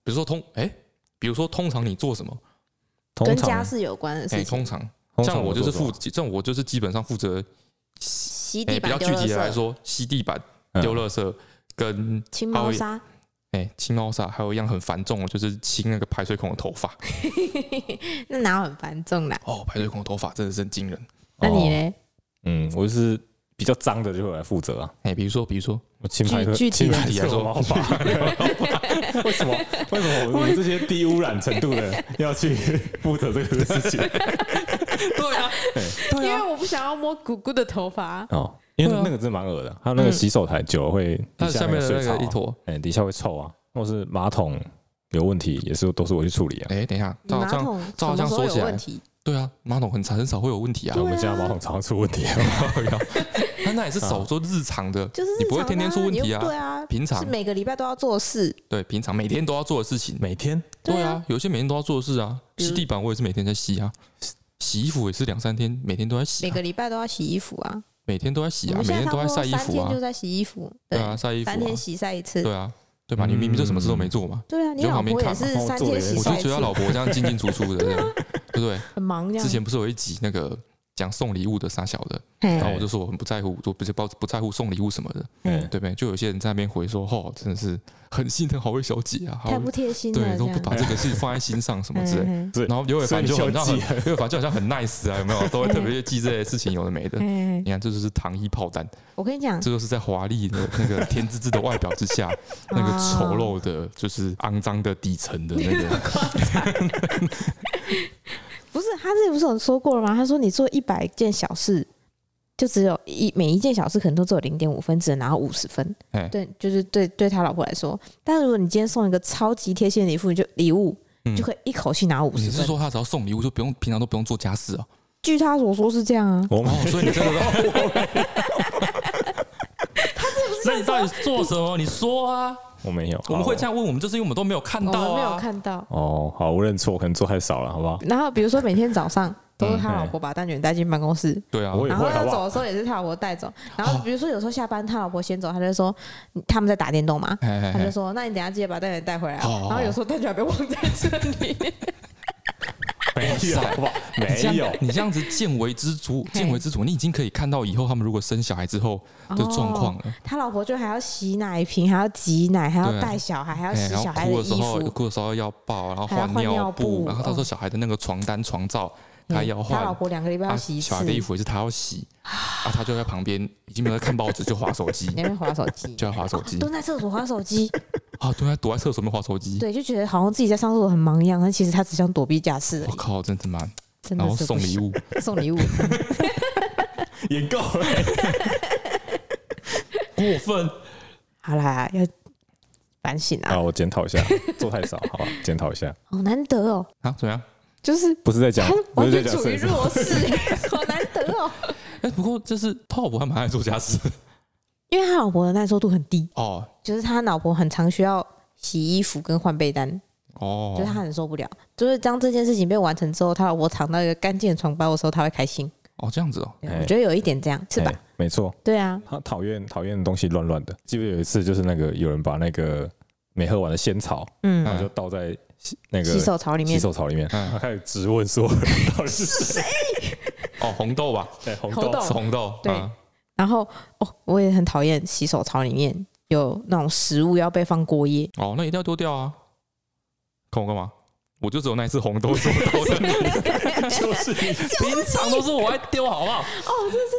Speaker 2: 比如说通哎，比如说通常你做什么？
Speaker 3: 通
Speaker 1: 跟家
Speaker 3: 常
Speaker 1: 事有关的
Speaker 2: 哎，
Speaker 1: 事情，
Speaker 2: 通常
Speaker 3: 通常
Speaker 2: 像我就是
Speaker 3: 做什
Speaker 2: 负
Speaker 3: 么，
Speaker 2: 责，像我就是基本上负责洗，
Speaker 1: 洗
Speaker 2: 哎，
Speaker 1: 地
Speaker 2: 比
Speaker 1: 板
Speaker 2: 较
Speaker 1: 丢
Speaker 2: 具
Speaker 1: 垃
Speaker 2: 体的来
Speaker 1: 圾、
Speaker 2: 说，吸地板、
Speaker 3: 嗯
Speaker 2: 丢垃圾跟
Speaker 1: 清
Speaker 2: 还
Speaker 1: 猫
Speaker 2: 有
Speaker 1: 砂，
Speaker 2: 哎清猫砂，还有一样很繁重的就是清那个排水孔的头发。
Speaker 1: 那哪有很繁重啦？
Speaker 2: 哦，排水孔的头发真的是很惊人。
Speaker 1: 那你
Speaker 3: 哦
Speaker 1: 嘞？
Speaker 3: 嗯，我就是比较脏的就会来负责啊。
Speaker 2: 哎，比如说，比如说，
Speaker 3: 我清排
Speaker 1: 具具体
Speaker 3: 清排
Speaker 2: 具体来
Speaker 3: 厕
Speaker 2: 说
Speaker 3: 所毛发， 为什么为什么我们这些低污染程度的要去负责这个事情？
Speaker 2: 对啊，
Speaker 4: 因
Speaker 2: 对
Speaker 4: 为
Speaker 2: 啊，
Speaker 4: 我不想要摸姑姑的头发，
Speaker 3: 哦，因为
Speaker 2: 对啊
Speaker 3: 那个真的蛮恶的，还有那个洗手台久了会
Speaker 2: 它
Speaker 3: 底
Speaker 2: 下
Speaker 3: 嗯下
Speaker 2: 面
Speaker 3: 个
Speaker 2: 的
Speaker 3: 水
Speaker 2: 那
Speaker 3: 槽
Speaker 2: 个一
Speaker 3: 啊，
Speaker 2: 坨。
Speaker 3: 哎，底下会臭啊，或是马桶有问题也是都是我去处理啊。
Speaker 2: 哎，等一下，
Speaker 1: 你
Speaker 2: 照
Speaker 1: 马
Speaker 2: 这样，
Speaker 1: 桶什
Speaker 2: 照
Speaker 1: 么
Speaker 2: 这
Speaker 1: 时
Speaker 2: 样
Speaker 1: 候
Speaker 2: 说
Speaker 1: 有
Speaker 2: 起来
Speaker 1: 问，题？
Speaker 2: 对啊，马桶很少很少会有问题啊
Speaker 1: 对。
Speaker 3: 我们家
Speaker 1: 啊
Speaker 3: 马桶常常出问题啊，
Speaker 2: 那那也是少说日常的，
Speaker 1: 就是
Speaker 2: 你不会
Speaker 1: 日常的
Speaker 2: 天天出问
Speaker 1: 你又
Speaker 2: 题啊
Speaker 1: 对啊，
Speaker 2: 平常
Speaker 1: 是每个礼拜都要做的事。
Speaker 2: 对平常每天都要做的事情。
Speaker 3: 每 天
Speaker 2: 对
Speaker 1: 对
Speaker 2: 啊
Speaker 1: 啊，
Speaker 2: 有些每天都要做的事啊，
Speaker 1: 比如
Speaker 2: 洗地板我也是每天在洗啊，洗衣服也是两三天，每天都在洗
Speaker 1: 每
Speaker 2: 啊，
Speaker 1: 个礼拜都要洗衣服啊，
Speaker 2: 每天都在洗
Speaker 1: 我
Speaker 2: 啊，
Speaker 1: 们
Speaker 2: 每
Speaker 1: 现
Speaker 2: 天
Speaker 1: 在差不
Speaker 2: 都
Speaker 1: 多
Speaker 2: 在晒衣
Speaker 1: 三
Speaker 2: 服
Speaker 1: 天
Speaker 2: 啊
Speaker 1: 就，在洗衣服，
Speaker 2: 对啊，晒衣服啊
Speaker 1: 三，天洗晒一次，
Speaker 2: 对啊，对吧？你明明就什么事都没做嘛，
Speaker 1: 对啊，你
Speaker 2: 就
Speaker 1: 老
Speaker 2: 旁边
Speaker 1: 婆也
Speaker 2: 看嘛
Speaker 1: 是
Speaker 3: 帮我
Speaker 1: 三
Speaker 3: 做
Speaker 1: 天
Speaker 3: 一
Speaker 1: 洗
Speaker 3: 点
Speaker 2: 我
Speaker 1: 晒
Speaker 2: 就
Speaker 1: 一
Speaker 2: 觉得他
Speaker 1: 次，
Speaker 2: 老婆这样进进出出的，对不对？
Speaker 1: 很忙这样
Speaker 2: 之。前不是有一集那个讲送礼物的傻小的，
Speaker 1: 嘿
Speaker 2: 然后我就说我很不在乎，我不是不不在乎送礼物什么的，
Speaker 3: 嗯，
Speaker 2: 对不对？就有些人在那边回说，哦，真的是很心疼好位小姐啊，好
Speaker 1: 太不贴心了，
Speaker 2: 对，
Speaker 1: 这
Speaker 2: 都不
Speaker 1: 样。
Speaker 2: 把这个事放在心上什么之类的。
Speaker 1: 嗯
Speaker 3: 对
Speaker 2: 然后刘伟
Speaker 3: 所以
Speaker 2: 凡
Speaker 3: 你
Speaker 2: 就很
Speaker 3: 就
Speaker 2: 让
Speaker 3: 记
Speaker 2: 很刘伟凡就好像很 nice 啊，有没有？都会特别去记这些事情，有的没的
Speaker 1: 嗯。嗯
Speaker 2: 你看，这就是糖衣炮弹，
Speaker 1: 我跟你讲，
Speaker 2: 这就是在华丽的那个天之之的外表之下，那个丑陋的，就是肮脏的底层的那个。
Speaker 1: 不是他之前不是有说过了吗？他说你做一百件小事，就只有一每一件小事可能都只有零点五分，只能拿到五十分
Speaker 2: 哎。
Speaker 1: 对，就是对对他老婆来说，但如果你今天送一个超级贴心的礼物，你就礼物
Speaker 2: 嗯
Speaker 1: 就可以一口气拿五
Speaker 2: 你
Speaker 1: 十
Speaker 2: 是
Speaker 1: 分。
Speaker 2: 说他只要送礼物就不用平常都不用做家事啊？
Speaker 1: 据他所说是这样啊，
Speaker 3: 我们
Speaker 2: 哦，所以你真的都那你到底做什么？你说啊！
Speaker 3: 我没有，
Speaker 2: 我们会
Speaker 3: 好
Speaker 2: 这样问我们，就是因为我们都没有看
Speaker 1: 我
Speaker 2: 到
Speaker 1: 们没有
Speaker 2: 啊。
Speaker 1: 看到。
Speaker 3: 哦，好，我认错，可能做太少了，好不好？
Speaker 1: 然后比如说每天早上都是他
Speaker 3: 嗯
Speaker 1: 老婆把蛋卷带进办公室，
Speaker 2: 对啊，
Speaker 3: 我也
Speaker 1: 然
Speaker 3: 会，
Speaker 1: 后
Speaker 3: 好
Speaker 1: 要
Speaker 3: 不
Speaker 1: 走
Speaker 3: 好？
Speaker 1: 的时候也是他老婆带走。然后比如说有时候下班他老婆先走，他就说你他们在打电动嘛，
Speaker 2: 哎哎
Speaker 1: 他就
Speaker 2: 哎，
Speaker 1: 说：“那你等一下记得把蛋卷带回来、
Speaker 2: 好好
Speaker 1: 哦。”
Speaker 2: 好
Speaker 1: 然后有时候蛋卷还被忘在这里，
Speaker 3: 没有，好不好？
Speaker 2: 你这
Speaker 3: 没有
Speaker 2: 样，你这样子见微知著，
Speaker 1: 嘿
Speaker 2: 见微知著，你已经可以看到以后他们如果生小孩之后的状况
Speaker 1: 哦。
Speaker 2: 了。
Speaker 1: 他老婆就还要洗奶瓶，还要挤奶，还要带小孩，还要
Speaker 2: 哎
Speaker 1: 洗
Speaker 2: 然后
Speaker 1: 小孩
Speaker 2: 哭的时
Speaker 1: 衣
Speaker 2: 候，
Speaker 1: 服。
Speaker 2: 哭的时候要抱，然后
Speaker 1: 还要
Speaker 2: 换
Speaker 1: 换尿
Speaker 2: 布
Speaker 1: 布，
Speaker 2: 然后到时候小孩的那个床单、床罩，他也要
Speaker 1: 嗯
Speaker 2: 换。
Speaker 1: 他老婆两个礼拜
Speaker 2: 啊
Speaker 1: 要洗一次，
Speaker 2: 小孩的衣服也是他要洗，啊，他就在旁边已经没有在看报纸，就划手机
Speaker 1: 你，那边划手机， 哦
Speaker 2: 就在划手机
Speaker 1: 蹲在厕所划手 机，
Speaker 2: 啊，对啊，躲在厕所里面划手机。
Speaker 1: 对，就觉得好像自己在上厕所很忙一样，但其实他只想躲避家事而
Speaker 2: 我
Speaker 1: 已。
Speaker 2: 靠，真他妈！
Speaker 1: 真
Speaker 2: 然
Speaker 1: 的
Speaker 2: 后
Speaker 1: 是
Speaker 2: 送礼
Speaker 1: 物，
Speaker 2: 物，
Speaker 1: 送礼物，
Speaker 3: 也够了。
Speaker 2: 过分。
Speaker 1: 好啦，要反省啊
Speaker 3: 啊，，我检讨一下，做太少，好吧？检讨一下，
Speaker 1: 好难得哦，
Speaker 2: 啊，怎么样？
Speaker 1: 就是
Speaker 3: 不是在讲
Speaker 1: 他，
Speaker 3: 不
Speaker 1: 啊完
Speaker 3: 是在
Speaker 1: 全
Speaker 3: 讲
Speaker 1: 处于
Speaker 3: 摄影师，
Speaker 1: 弱势， 好难得哦，
Speaker 2: 哎、不过就是他老婆还蛮爱做 家事
Speaker 1: 因为他老婆的耐受度很低。
Speaker 2: 哦
Speaker 1: 就是他老婆很常需要洗衣服跟换被单，
Speaker 2: 哦，
Speaker 1: 就是他很受不了。就是当这件事情被完成之后，他老婆躺到一个干净的床包的时候，他会开心。
Speaker 2: 哦这样子哦，
Speaker 1: 对
Speaker 3: 哎
Speaker 1: 我觉得有一点这样，是吧？
Speaker 3: 哎？没错，
Speaker 1: 对啊，
Speaker 3: 他讨厌讨厌的东西乱乱的。记不记得有一次，就是那个有人把那个没喝完的仙草，然
Speaker 1: 嗯，
Speaker 3: 后就倒在洗那个
Speaker 1: 洗手槽里
Speaker 3: 洗
Speaker 1: 面，
Speaker 3: 手槽里面，
Speaker 2: 嗯
Speaker 3: 他开始 质问说到底是谁？
Speaker 2: 哦红豆吧，
Speaker 3: 哎红
Speaker 4: 红
Speaker 3: 豆
Speaker 4: 豆
Speaker 2: 是红豆，
Speaker 1: 哦对
Speaker 2: 嗯
Speaker 1: 然后哦，我也很讨厌洗手槽里面有那种食物要被放过夜，
Speaker 2: 哦，那一定要丢掉啊！看我干嘛？我就只有那一次红 豆做到的，就是你 平常都是我爱丢，好不好？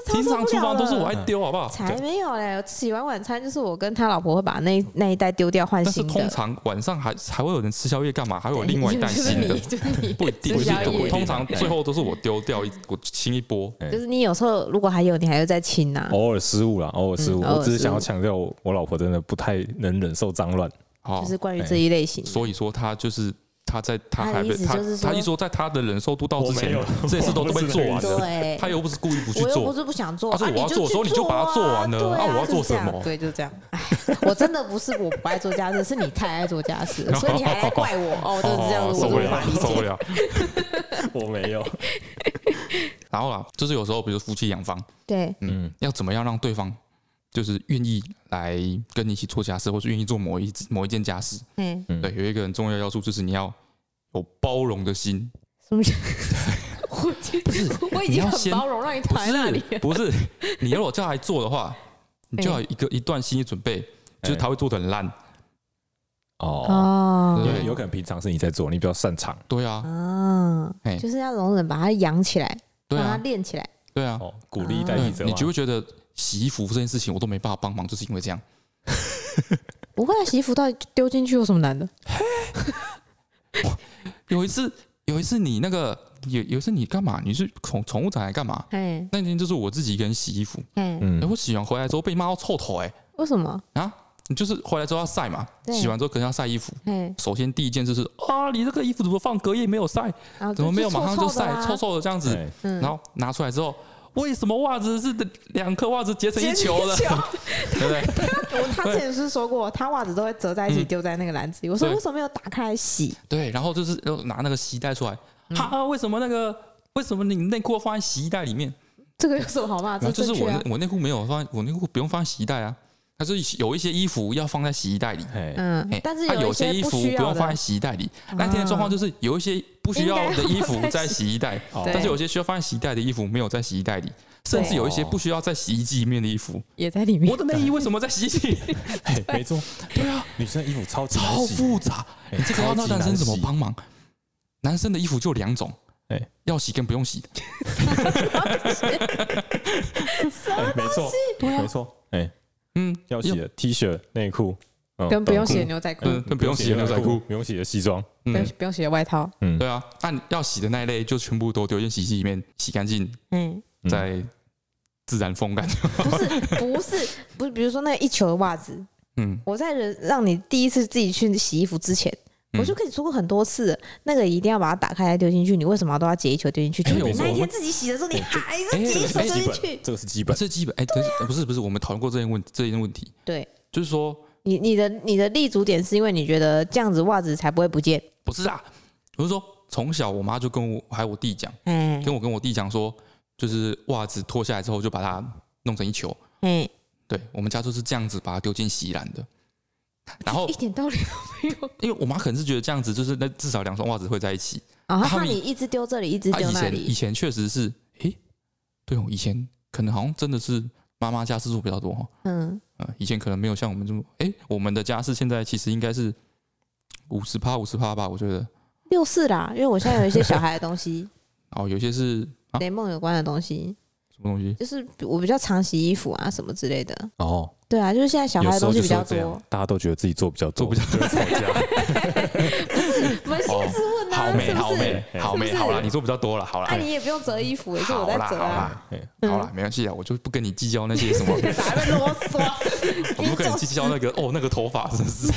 Speaker 1: 这
Speaker 2: 平
Speaker 1: 哦是超受
Speaker 2: 常
Speaker 1: 不
Speaker 2: 厨
Speaker 1: 了
Speaker 2: 房都是我
Speaker 1: 了。
Speaker 2: 爱丢，好不好？
Speaker 1: 才没有嘞！洗完晚餐就是我跟他老婆会把那那一袋丢掉换
Speaker 2: 但是
Speaker 1: 新
Speaker 2: 通
Speaker 1: 的。
Speaker 2: 常晚上还还会有人吃宵夜，干嘛？还会有另外一袋
Speaker 4: 就是
Speaker 2: 新 的
Speaker 4: 你，，就是你，
Speaker 2: 不一
Speaker 4: 吃
Speaker 2: 定。不一定
Speaker 4: 宵夜
Speaker 2: 我通常最后都是我丢掉一，我清一波。
Speaker 1: 就是你有时候如果还有，你还会再清啊呐、
Speaker 2: 哦
Speaker 3: 偶尔失误啦，偶尔失误。
Speaker 1: 嗯偶尔
Speaker 3: 我只是想要
Speaker 1: 失误
Speaker 3: 强调，我我老婆真的不太能忍受脏 乱。
Speaker 2: 好
Speaker 1: 就，是
Speaker 2: 哎
Speaker 1: 关于这一类型的。
Speaker 2: 所以说他就是他在他
Speaker 1: 他的
Speaker 2: 还
Speaker 1: 意
Speaker 2: 没
Speaker 1: 思
Speaker 2: 他
Speaker 1: 就是说
Speaker 2: 他一说在他的忍受度到之前
Speaker 3: 我没有，
Speaker 2: 这些事都都被做完了，
Speaker 1: 对，
Speaker 2: 啊 他又不是故意不去
Speaker 1: 我又不
Speaker 2: 做。
Speaker 1: 是不想做，
Speaker 2: 他说
Speaker 1: 啊
Speaker 2: 我要
Speaker 1: 你就
Speaker 2: 做
Speaker 1: 去
Speaker 2: 的时候你就把它做完了
Speaker 1: 做啊
Speaker 2: 啊
Speaker 1: 对啊，
Speaker 2: 我要做
Speaker 1: 就是这样
Speaker 2: 什么
Speaker 1: 对，就这样。唉 我真的不是我不爱做家事，是你太爱做家事，所以你还来怪我哦，就是这样
Speaker 2: 哦
Speaker 1: 子，我
Speaker 2: 受不
Speaker 1: 就无
Speaker 2: 了
Speaker 1: 法理，
Speaker 2: 受不
Speaker 1: 解。
Speaker 2: 了。
Speaker 3: 我没有，
Speaker 2: 然后啦，就是有时候，比如夫妻两方，
Speaker 1: 对，
Speaker 2: 嗯，要怎么样让对方就是愿意来跟你一起做家事，或是愿意做某一某一件家事？
Speaker 1: 嗯，
Speaker 3: 嗯
Speaker 2: 对，有一个很重要要素就是你要有包容 的心，
Speaker 1: 什么？
Speaker 4: 我已
Speaker 2: 不是
Speaker 4: 经我已
Speaker 2: 你
Speaker 4: 经
Speaker 2: 要
Speaker 4: 很
Speaker 2: 先
Speaker 4: 包容让你
Speaker 2: 不
Speaker 4: 躺在那里
Speaker 2: 是不是，你如果叫他来做的话，你就要有一个一段心理准备，
Speaker 3: 哎
Speaker 2: 就是他会做的很烂。
Speaker 3: 哦，
Speaker 1: 哦
Speaker 3: 因为
Speaker 2: 对
Speaker 3: 有可能平常是你在做，你比较擅长。
Speaker 2: 对啊，
Speaker 1: 啊
Speaker 2: 哎，
Speaker 1: 就是要容忍，把它养起来，
Speaker 2: 对
Speaker 1: 让它
Speaker 4: 嗯
Speaker 2: 啊，
Speaker 1: 练起来。
Speaker 2: 对啊，
Speaker 3: 哦，鼓励代
Speaker 2: 对
Speaker 3: 替者嘛，
Speaker 2: 你觉不觉得洗衣服这件事情我都没办法帮忙，就是因为
Speaker 3: 嗯
Speaker 2: 这样？
Speaker 1: 不会啊，洗衣服到底丢进去有什么难的？
Speaker 2: 有一次，有一次你那个有有一次你干嘛？你是宠宠物展来干嘛？
Speaker 1: 哎
Speaker 2: 那天就是我自己一个人洗衣服，
Speaker 1: 哎，
Speaker 2: 哎、
Speaker 3: 嗯，
Speaker 2: 我洗完回来之后被骂到臭头、哎，
Speaker 1: 为什么？
Speaker 2: 你就是回来之后要晒嘛，
Speaker 1: 对
Speaker 2: 洗完之后可能要晒衣服。
Speaker 1: 哎，
Speaker 2: 首先第一件就是啊，你这个衣服怎么放隔夜没有晒？
Speaker 1: 然后
Speaker 2: 怎么没有
Speaker 1: 就是
Speaker 2: 马上就晒？
Speaker 1: 臭啊
Speaker 2: 臭
Speaker 1: 嗯
Speaker 2: 臭的这样子，
Speaker 3: 哎
Speaker 1: 的啊，
Speaker 2: 然后拿出来之后，为什么袜子是两颗袜子结成一球的？ 对不对？
Speaker 1: 我他之前是说过，他袜子都会折在一起
Speaker 2: 嗯
Speaker 1: 丢在那个篮子里。我说
Speaker 2: 对
Speaker 1: 为什么没有打开来洗？
Speaker 2: 对，然后就是拿那个洗衣袋出来，哈，啊为什么那个为什么你内裤要放在洗衣袋里面？
Speaker 1: 这个有什么好骂？
Speaker 2: 然后
Speaker 1: 这
Speaker 2: 就
Speaker 1: 正
Speaker 2: 是
Speaker 1: 确
Speaker 2: 啊我哎
Speaker 1: 啊
Speaker 2: 内。我内裤没有放，我内裤不用放在洗衣袋啊，它是有一些衣服要放在洗衣袋里。
Speaker 3: 哎，
Speaker 1: 嗯
Speaker 2: 哎，
Speaker 1: 但是
Speaker 2: 啊有
Speaker 1: 一些
Speaker 2: 衣服
Speaker 1: 不
Speaker 2: 不
Speaker 1: 需要
Speaker 2: 用放
Speaker 1: 的
Speaker 2: 在，洗衣袋里。那天的状况就是有一些不需要的衣服在洗衣袋，
Speaker 3: 哦
Speaker 1: 对
Speaker 2: 但是有些需要放在洗衣袋的衣服没有在洗衣袋里，甚至有一些不需要在洗衣机里面的衣服。
Speaker 1: 也在里面
Speaker 2: 我。的内衣为什么在洗衣机？
Speaker 3: 哎没错，
Speaker 2: 对啊，
Speaker 3: 女生衣服超级难
Speaker 2: 超
Speaker 3: 洗
Speaker 2: 复杂。
Speaker 3: 哎
Speaker 2: 你这个要
Speaker 3: 超
Speaker 2: 那
Speaker 3: 级
Speaker 2: 男生
Speaker 3: 难
Speaker 2: 怎么
Speaker 3: 洗
Speaker 2: 帮忙？男生的衣服就两种，
Speaker 3: 哎
Speaker 2: 要洗跟不用洗。
Speaker 3: 哎没错，
Speaker 2: 啊
Speaker 3: 没错，哎，
Speaker 2: 嗯，
Speaker 3: 要洗的 T 恤、内裤，嗯
Speaker 1: 跟不用洗的
Speaker 3: 短
Speaker 1: 牛仔裤
Speaker 3: 裤，
Speaker 2: 嗯跟不用洗的牛仔裤
Speaker 3: 不用洗的西装，
Speaker 1: 不用
Speaker 2: 嗯，
Speaker 1: 不用洗的外套。
Speaker 3: 嗯，
Speaker 2: 对啊，按要洗的那一类就全部都丢进洗衣机里面洗干净，
Speaker 1: 嗯，
Speaker 3: 嗯
Speaker 2: 再自然风干。
Speaker 1: 不是不是不是，比如说那一球的袜子，
Speaker 2: 嗯，
Speaker 1: 我在人让你第一次自己去洗衣服之前。
Speaker 2: 嗯
Speaker 1: 我就跟你说过很多次了，那个一定要把它打开来丢进去。你为什么要都要解一球丢进去？就
Speaker 2: 哎
Speaker 1: 是
Speaker 2: 我
Speaker 1: 你那一
Speaker 2: 我
Speaker 1: 天自己洗的时候，你还是
Speaker 2: 哎
Speaker 1: 解一球丢
Speaker 2: 哎
Speaker 3: 基
Speaker 1: 进
Speaker 3: 本
Speaker 1: 去。
Speaker 3: 这个是基本，
Speaker 2: 这基本哎，等一下不是不是，我们讨论过这件问这件问题，
Speaker 1: 啊对
Speaker 2: 就是说
Speaker 1: 你你的你的立足点是因为你觉得这样子袜子才不会不见。
Speaker 2: 不是啊，我是说从小我妈就跟我还有我弟讲，
Speaker 1: 哎
Speaker 2: 跟我跟我弟讲说，就是袜子脱下来之后就把它弄成一球。
Speaker 1: 哎，
Speaker 2: 对我们家就是这样子把它丢进洗衣篮的。然 后
Speaker 1: 一点道理都没有。
Speaker 2: 因为我妈可能是觉得这样子，就是那至少两双袜子会在一起。
Speaker 1: 啊，
Speaker 2: 哦他
Speaker 1: 他怕
Speaker 2: 们
Speaker 1: 你一直丢这里，一直
Speaker 2: 她
Speaker 1: 丢
Speaker 2: 以
Speaker 1: 那
Speaker 2: 前以
Speaker 1: 里。
Speaker 2: 前确实是，诶，对哦，以前可能好像真的是妈妈家事做比较多哈、哦，
Speaker 1: 嗯，
Speaker 2: 呃，以前可能没有像我们这么，诶，我们的家事现在其实应该是五十趴五十趴吧，我觉得。
Speaker 1: 六四啦，因为我现在有一些小孩的东西，
Speaker 2: 哦，有些是 啊
Speaker 1: 雷梦有关的东西，
Speaker 2: 什么东西？
Speaker 1: 就是我比较常洗衣服啊什么之类的。
Speaker 3: 哦，
Speaker 1: 对啊，就是现在小孩
Speaker 3: 有
Speaker 1: 的
Speaker 3: 时
Speaker 1: 东
Speaker 3: 候
Speaker 1: 西
Speaker 3: 就
Speaker 1: 比
Speaker 3: 是
Speaker 1: 较
Speaker 3: 会这样
Speaker 1: 多，，
Speaker 3: 大家都觉得自己做比较
Speaker 2: 做
Speaker 3: 多，哎
Speaker 2: 比较
Speaker 3: 就会吵架，
Speaker 1: 扪心自问啊，
Speaker 2: 哦好美
Speaker 1: 是
Speaker 2: 好
Speaker 1: 不是？
Speaker 2: 美好美
Speaker 1: 是不是
Speaker 2: 好啦，你做比较多了，好啦
Speaker 1: 啊，，你也不用折衣服，也是我
Speaker 2: 好
Speaker 1: 在
Speaker 2: 啦好
Speaker 1: 折 啊。
Speaker 2: 啦
Speaker 3: 哎
Speaker 2: 好啦，没关系啊，我就不跟你计较那些什 么，
Speaker 1: 咋会啰嗦？
Speaker 2: 我不跟你计较那个哦那个头发真是。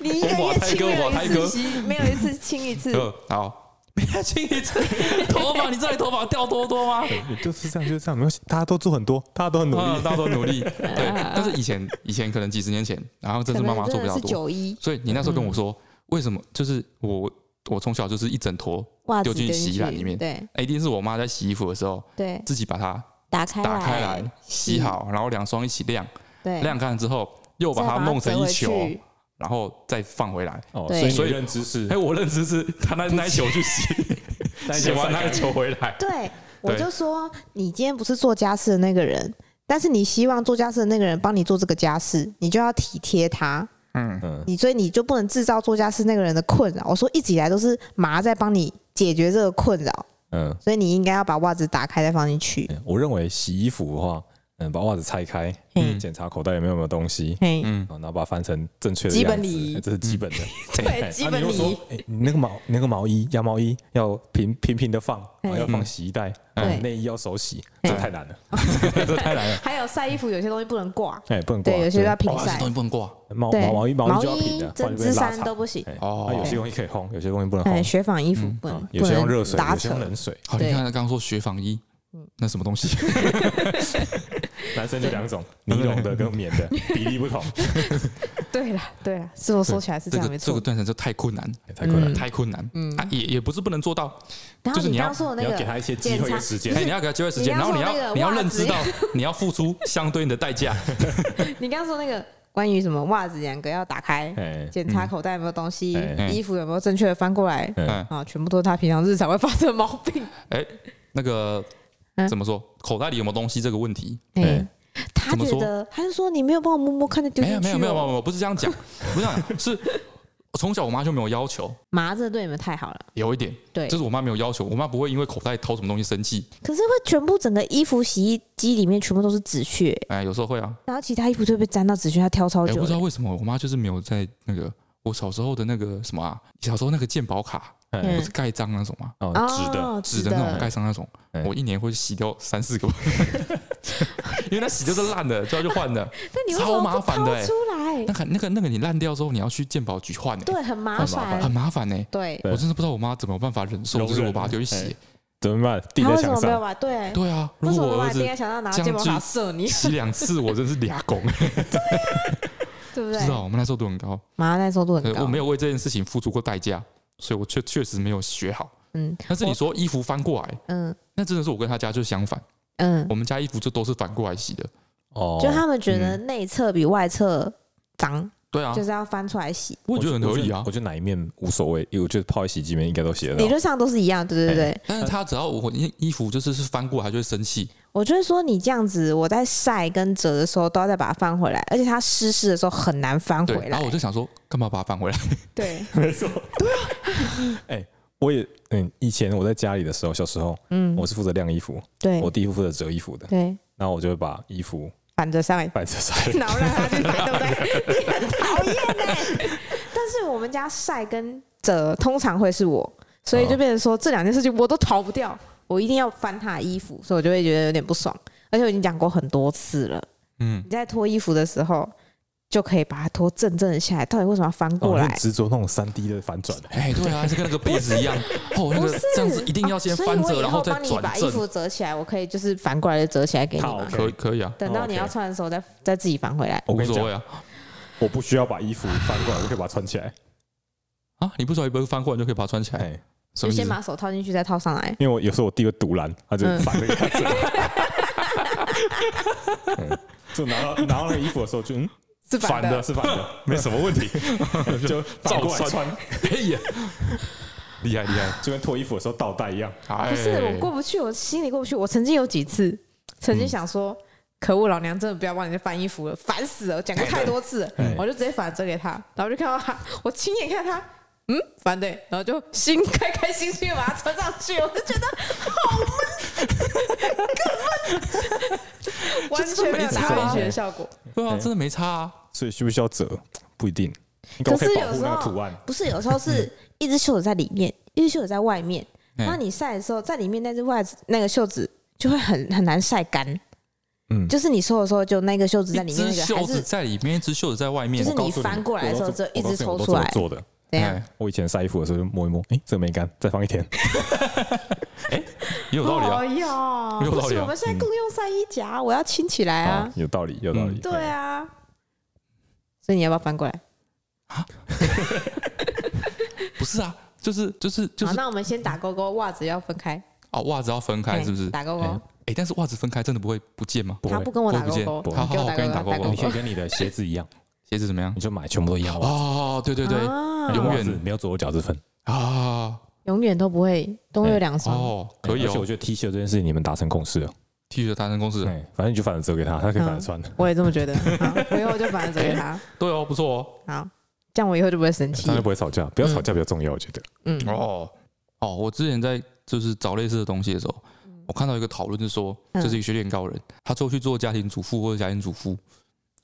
Speaker 1: 你一个
Speaker 2: 我
Speaker 1: 月
Speaker 2: 马
Speaker 1: 清
Speaker 2: 哥
Speaker 1: 没有
Speaker 2: 我马
Speaker 1: 一
Speaker 2: 哥
Speaker 1: 次洗，没有一次清一 次。
Speaker 2: 呃，好，不要亲一次头发，你知道你头发掉多多吗？
Speaker 3: 就是这样，就是这样，没关系，大家都做很多，大家都很努
Speaker 2: 啊，
Speaker 3: 力，
Speaker 2: 大家都努力， 对。但是以前以前可能几十年前，然后这
Speaker 1: 啊可
Speaker 2: 是
Speaker 1: 能
Speaker 2: 妈妈做
Speaker 1: 真
Speaker 2: 比
Speaker 1: 的
Speaker 2: 较
Speaker 1: 是
Speaker 2: 多，
Speaker 1: 九一
Speaker 2: 所以你那时候跟
Speaker 1: 嗯
Speaker 2: 我说，为什么就是我我从小就是一整坨，
Speaker 1: 袜子
Speaker 2: 丢进
Speaker 1: 进
Speaker 2: 洗衣篮里面
Speaker 1: 对
Speaker 2: 哎一定是我妈在洗衣服的时候
Speaker 1: 对，
Speaker 2: 自己把它
Speaker 1: 打开
Speaker 2: 打开来洗，好，然后两双一起晾，
Speaker 1: 哎对，
Speaker 2: 晾干了之后又把
Speaker 1: 再
Speaker 2: 它弄成
Speaker 1: 折
Speaker 2: 一
Speaker 1: 回
Speaker 2: 球，
Speaker 1: 去
Speaker 2: 然后再放回来。
Speaker 3: 哦，
Speaker 1: 对
Speaker 3: 所以你
Speaker 2: 所以
Speaker 3: 认知是
Speaker 2: 哎，我认知是他那那一球去洗，洗完那一球回来，
Speaker 1: 对，我
Speaker 2: 对
Speaker 1: 就说你今天不是做家事的那个人，但是你希望做家事的那个人帮你做这个家事，你就要体贴他，
Speaker 2: 嗯，
Speaker 3: 嗯，
Speaker 1: 你所以你就不能制造做家事那个人的困扰。我说一直以来都是麻在帮你解决这个困扰，
Speaker 3: 嗯，
Speaker 1: 所以你应该要把袜子打开再放进去。
Speaker 3: 嗯我认为洗衣服的话，嗯，把袜子拆开，
Speaker 1: 嗯
Speaker 3: 检查口袋里面有没有东西，
Speaker 1: 嘿，
Speaker 2: 嗯
Speaker 3: 啊，然后把它翻成正确的
Speaker 1: 基
Speaker 3: 样
Speaker 1: 本
Speaker 3: 子
Speaker 1: 礼仪嗯
Speaker 3: 哎这是基本的。
Speaker 1: 对，
Speaker 3: 哎
Speaker 1: 基
Speaker 3: 啊
Speaker 1: 本
Speaker 3: 你又
Speaker 1: 礼仪
Speaker 3: 说，哎你那个毛，你那个毛衣、羊毛衣要平平平的放，
Speaker 1: 哎
Speaker 3: 啊要放洗衣袋，
Speaker 1: 嗯
Speaker 3: 啊
Speaker 1: 对
Speaker 3: 内衣要手洗，
Speaker 1: 哎
Speaker 3: 这太难 了，这太难了。
Speaker 1: 还有晒衣服，有些东西不能挂，
Speaker 3: 哎，不能挂，
Speaker 1: 对，有些要平
Speaker 2: 哇，这
Speaker 1: 晒
Speaker 2: 东，西不能挂
Speaker 3: 毛
Speaker 1: 对
Speaker 3: 毛毛衣毛衣就要平
Speaker 1: 衣
Speaker 3: 的、，不
Speaker 1: 针
Speaker 3: 然就被
Speaker 1: 织
Speaker 3: 拉
Speaker 1: 衫都
Speaker 3: 长。
Speaker 1: 不行。
Speaker 3: 哎
Speaker 2: 哦
Speaker 3: 啊，有些东西可以烘，有些东西不能
Speaker 1: 哎，
Speaker 3: 烘，
Speaker 1: 雪纺衣服
Speaker 2: 嗯
Speaker 1: 不能，
Speaker 3: 有
Speaker 1: 不
Speaker 3: 些
Speaker 1: 能
Speaker 3: 用热水，
Speaker 1: 打
Speaker 3: 有些
Speaker 1: 扯
Speaker 3: 用冷水。
Speaker 2: 好，你
Speaker 1: 对嗯
Speaker 2: 看他刚刚说雪纺衣，那什么东西？
Speaker 3: 男生就两种，尼龙的跟棉的比例 不同，哎
Speaker 1: 对啦，对啦，是我说起来 是这
Speaker 2: 这
Speaker 1: 样
Speaker 2: 个
Speaker 1: 没
Speaker 2: 这
Speaker 1: 错
Speaker 2: 个。断层就太困难，
Speaker 3: 哎太困难
Speaker 1: 嗯
Speaker 3: 了。
Speaker 2: 太困难。
Speaker 1: 嗯
Speaker 2: 啊，也也不是不能做到，
Speaker 1: 然后
Speaker 2: 就是
Speaker 1: 你
Speaker 2: 你
Speaker 1: 刚
Speaker 2: 要
Speaker 1: 刚说的
Speaker 3: 你
Speaker 1: 那
Speaker 3: 要
Speaker 1: 个
Speaker 3: 给他一些机会跟时间
Speaker 2: 哎，，你要给他机会时间，
Speaker 1: 你
Speaker 2: 然
Speaker 1: 刚
Speaker 2: 后
Speaker 1: 刚
Speaker 2: 你
Speaker 1: 说那
Speaker 2: 要
Speaker 1: 个
Speaker 2: 你要
Speaker 1: 袜
Speaker 2: 认
Speaker 1: 子
Speaker 2: 知到，你要付出相对应的代价。
Speaker 1: 你刚刚说那个关于什么袜子两个要打开，
Speaker 3: 哎，
Speaker 2: 嗯
Speaker 1: 检查口袋有没有东西，
Speaker 3: 哎
Speaker 1: 衣服有没有正确的翻过来，
Speaker 3: 嗯
Speaker 2: 嗯，
Speaker 1: 啊，全部都是他平常日常会发生的毛 病。
Speaker 2: 哎，那个
Speaker 1: 嗯
Speaker 2: 怎么说？口袋里有没有东西这个问题？
Speaker 1: 哎
Speaker 3: 哎，
Speaker 1: 他
Speaker 2: 怎么
Speaker 1: 觉
Speaker 2: 说
Speaker 1: 得他就说你没有帮我摸摸看再丢
Speaker 2: 没
Speaker 1: 进去
Speaker 2: 有
Speaker 1: 哦，
Speaker 2: 没有没有没有，没有不是这样讲，不是这样 讲，是从小我妈就没有要求，
Speaker 1: 麻子对你们太好了，
Speaker 2: 有一点
Speaker 1: 对
Speaker 2: 就，是我妈没有要求，我妈不会因为口袋掏什么东西生气。
Speaker 1: 可是会全部整个衣服洗衣机里面全部都是纸屑，
Speaker 2: 哎，有时候会啊，
Speaker 1: 然后其他衣服就会被沾到纸屑，他挑超
Speaker 2: 哎，
Speaker 1: 久
Speaker 2: 我不知道
Speaker 1: 的。
Speaker 2: 为什么我妈就是没有在那个我小时候的那个什么啊，小时候那个健保卡
Speaker 1: 嗯
Speaker 3: 哎
Speaker 2: 不是盖章那种吗？
Speaker 3: 哦，直的，
Speaker 1: 哦
Speaker 2: 纸
Speaker 1: 纸
Speaker 2: 的那种
Speaker 1: 的，
Speaker 2: 盖章那种，
Speaker 3: 哎
Speaker 2: 我一年会洗掉三 四个，因为那洗就是烂的，就要去换的。
Speaker 1: 那你为什
Speaker 2: 超
Speaker 1: 么
Speaker 2: 麻
Speaker 1: 不
Speaker 2: 烦
Speaker 1: 掏
Speaker 2: 的哎
Speaker 1: 出来
Speaker 2: 那？个那个那个你烂掉之后，你要去鉴宝局换、欸，
Speaker 1: 对，很麻
Speaker 3: 很麻烦
Speaker 2: 很
Speaker 1: 烦，
Speaker 2: 麻烦呢、欸
Speaker 1: 对。
Speaker 3: 对
Speaker 2: 我真的不知道我妈怎么有办法忍受，
Speaker 3: 容
Speaker 2: 就是我
Speaker 3: 忍
Speaker 2: 把它丢去洗、
Speaker 3: 哎怎么办？地
Speaker 1: 他
Speaker 3: 在
Speaker 1: 为什
Speaker 3: 墙
Speaker 1: 么没有
Speaker 3: 上，
Speaker 1: 把对？
Speaker 2: 对啊，
Speaker 1: 为
Speaker 2: 如
Speaker 1: 什
Speaker 2: 果
Speaker 1: 么
Speaker 2: 我
Speaker 1: 把
Speaker 2: 儿
Speaker 1: 电
Speaker 2: 子
Speaker 1: 想要拿
Speaker 2: 这样
Speaker 1: 键盘卡
Speaker 2: 子
Speaker 1: 射 你，
Speaker 2: 洗两次，我真是俩拱，
Speaker 1: 对不
Speaker 2: 不
Speaker 1: 对
Speaker 2: 知？道我们那时候都很高，
Speaker 1: 麻耐受度很
Speaker 2: 呃
Speaker 1: 高，
Speaker 2: 我没有为这件事情付出过代价，所以我确确实没有学好。
Speaker 1: 嗯
Speaker 2: 但是
Speaker 1: 我
Speaker 2: 你说衣服翻过来，
Speaker 1: 嗯
Speaker 2: 那真的是我跟他家就相反，
Speaker 1: 嗯
Speaker 2: 我，们家衣服就都是反过来洗的。
Speaker 3: 哦
Speaker 1: 就他们觉得内侧比外侧脏，
Speaker 2: 对嗯啊
Speaker 1: 就，是要翻出来洗，
Speaker 2: 我也觉得很合理啊
Speaker 3: 我。觉得哪一面无所谓，因为我觉得泡在洗衣机里面应该都洗
Speaker 2: 啊
Speaker 3: 得
Speaker 1: 理
Speaker 3: 到。
Speaker 1: 论上都是一样，对对对。
Speaker 2: 但是他只要我衣衣服就是是翻过来，他就会生气。
Speaker 1: 我就是说你这样子，我在晒跟折的时候都要再把它翻回来，而且它湿湿的时候很难翻
Speaker 2: 对
Speaker 1: 回，
Speaker 2: 然
Speaker 1: 来
Speaker 2: 后我。就想说，干嘛把它翻回来？
Speaker 1: 对，
Speaker 3: 没错，对啊。哎，我也嗯，以前我在家里的时候，小时候
Speaker 1: 嗯，
Speaker 3: 我是负责晾衣服，
Speaker 1: 对
Speaker 3: 我弟负责折衣服的，
Speaker 1: 对，
Speaker 3: 然后我就会把衣服
Speaker 1: 反着上来，
Speaker 3: 摆着 晒。
Speaker 1: 然后让它去翻，对不对？你很讨厌呢。但是我们家晒跟折通常会是我，所以就变成说这两件事情我都逃不掉，我一定要翻他的衣服，所以我就会觉得有点不爽。而且我已经讲过很多次了。
Speaker 2: 嗯，
Speaker 1: 你在脱衣服的时候，就可以把它脱正正的下来。到底为什么要翻过
Speaker 3: 哦我
Speaker 2: 哦
Speaker 1: 来？
Speaker 3: 很执着那种三 D 的反转，
Speaker 2: 哎，对啊，就跟那个杯 子一样，哦，那
Speaker 1: 不
Speaker 2: 个
Speaker 1: 是，
Speaker 2: 这样子一定要先
Speaker 1: 哦所以
Speaker 2: 翻
Speaker 1: 我以
Speaker 2: 折，然后再
Speaker 1: 帮你
Speaker 2: 转
Speaker 1: 把衣
Speaker 2: 正。
Speaker 1: 服折起来，我可以就是反过来就折起来给你
Speaker 3: 好
Speaker 1: 嘛。
Speaker 2: 可以可以啊，
Speaker 1: 等到你要穿的时候再再自己反回来。
Speaker 3: 我
Speaker 2: 无
Speaker 3: 跟你
Speaker 2: 所谓
Speaker 3: 讲，
Speaker 2: 啊
Speaker 3: 我不需要把衣服翻过来，我可以把它穿 起来。
Speaker 2: 啊！你不小心不翻过来就可以把它穿起来，
Speaker 3: 哎，
Speaker 2: 什
Speaker 1: 就
Speaker 2: 么意
Speaker 1: 先
Speaker 2: 思？
Speaker 1: 把手套进去，再套上来。
Speaker 3: 因为我有时候我弟会独揽，他就
Speaker 1: 嗯
Speaker 3: 反这 个样子。 嗯就拿到拿到那个衣服的时候，就嗯，
Speaker 1: 是反的
Speaker 3: 是反 的，没什么问题，就反过来穿，
Speaker 2: 哎呀，厉害厉害！
Speaker 3: 就跟脱衣服的时候倒带一样。
Speaker 2: 哎
Speaker 1: 不是我过不去，我心里过不去。我曾经有几次，曾经想说，可恶，老娘真的不要帮人家翻衣服了，烦死了！我讲过太多次了
Speaker 3: 哎，
Speaker 1: 我就直接反折给他，然后就看到他，我亲眼看他。嗯，反对，然后就心开开心心地把它穿上去，我就觉得好闷， 更闷， 完全没有达到医学的效果。
Speaker 2: 对啊，真的没差啊。
Speaker 3: 所以需不需要折？不一定，你可不可以保护那个图案？
Speaker 1: 不是，有时候是一只袖子在里面，一只袖子在外面。
Speaker 2: 嗯
Speaker 1: 那你晒的时候，在里面那只外子那个袖子就会很很难晒干。
Speaker 3: 嗯
Speaker 1: 就是你收的时候，就那个袖子在
Speaker 2: 一
Speaker 1: 里面，
Speaker 2: 只
Speaker 1: 那个还
Speaker 2: 袖子
Speaker 1: 是
Speaker 2: 在里面，一只袖子在外面
Speaker 1: 就。是啊
Speaker 3: 告
Speaker 1: 你
Speaker 3: 诉
Speaker 1: 翻过来的时候，只有一直抽
Speaker 3: 我
Speaker 1: 出
Speaker 3: 都这么
Speaker 1: 来，
Speaker 3: 做的。
Speaker 1: 怎样？
Speaker 2: 哎
Speaker 3: 我以前晒衣服的时候就摸一摸，哎，这个没干，再放一天。
Speaker 2: 也有道理啊。
Speaker 1: 哎呀，
Speaker 2: 没有道理
Speaker 1: 不行
Speaker 2: 啊哦
Speaker 1: 我们现在共用晒衣夹，我要亲起来啊
Speaker 3: 啊。有道理，有道
Speaker 2: 嗯
Speaker 3: 理。
Speaker 1: 对啊，所以你要不要翻过来？
Speaker 2: 不是啊，就是就是就
Speaker 1: 好，
Speaker 2: 是
Speaker 1: 那我们先打勾勾，袜子要分开，
Speaker 2: 啊，袜子要分开，是不
Speaker 1: 哎
Speaker 2: 是？
Speaker 1: 打勾勾
Speaker 3: 哎，
Speaker 2: 哎，但是袜子分开真的不会不见吗？
Speaker 3: 不
Speaker 1: 他
Speaker 3: 会
Speaker 1: 不跟我打勾勾，
Speaker 2: 不
Speaker 1: 你给我
Speaker 3: 会不见
Speaker 2: 好好
Speaker 1: 打
Speaker 2: 我
Speaker 1: 勾勾，
Speaker 2: 跟你打勾勾
Speaker 1: 勾
Speaker 3: 哎你可以跟你的鞋子一样，
Speaker 2: 鞋子怎么样
Speaker 3: 你？就买全部都一样袜子。
Speaker 2: 哦，对对对，
Speaker 1: 啊
Speaker 2: 永远
Speaker 3: 袜子没有左右脚之分。
Speaker 2: 啊，
Speaker 1: 永远都不会，都会有两双。
Speaker 2: 哦，可以
Speaker 3: 哎而且我
Speaker 2: 哦，
Speaker 3: 觉得 T 恤这件事情你们达成共识了，
Speaker 2: T 恤达成共识，
Speaker 3: 对，反正你就反正折给他，他可以反正
Speaker 2: 嗯
Speaker 3: 穿的。
Speaker 1: 我也这么觉得。 好我以后就反正给他。
Speaker 2: 对哦，不错哦，
Speaker 1: 好，这样我以后就不会生气
Speaker 3: 当。然不会吵架，不要吵架比较重要，我觉得。
Speaker 1: 嗯，
Speaker 2: 哦哦，我之前在就是找类似的东西的时候，我看到一个讨论是说，
Speaker 1: 嗯
Speaker 2: 这是一个学历很高的人，他之后去做家庭主妇或者家庭主妇，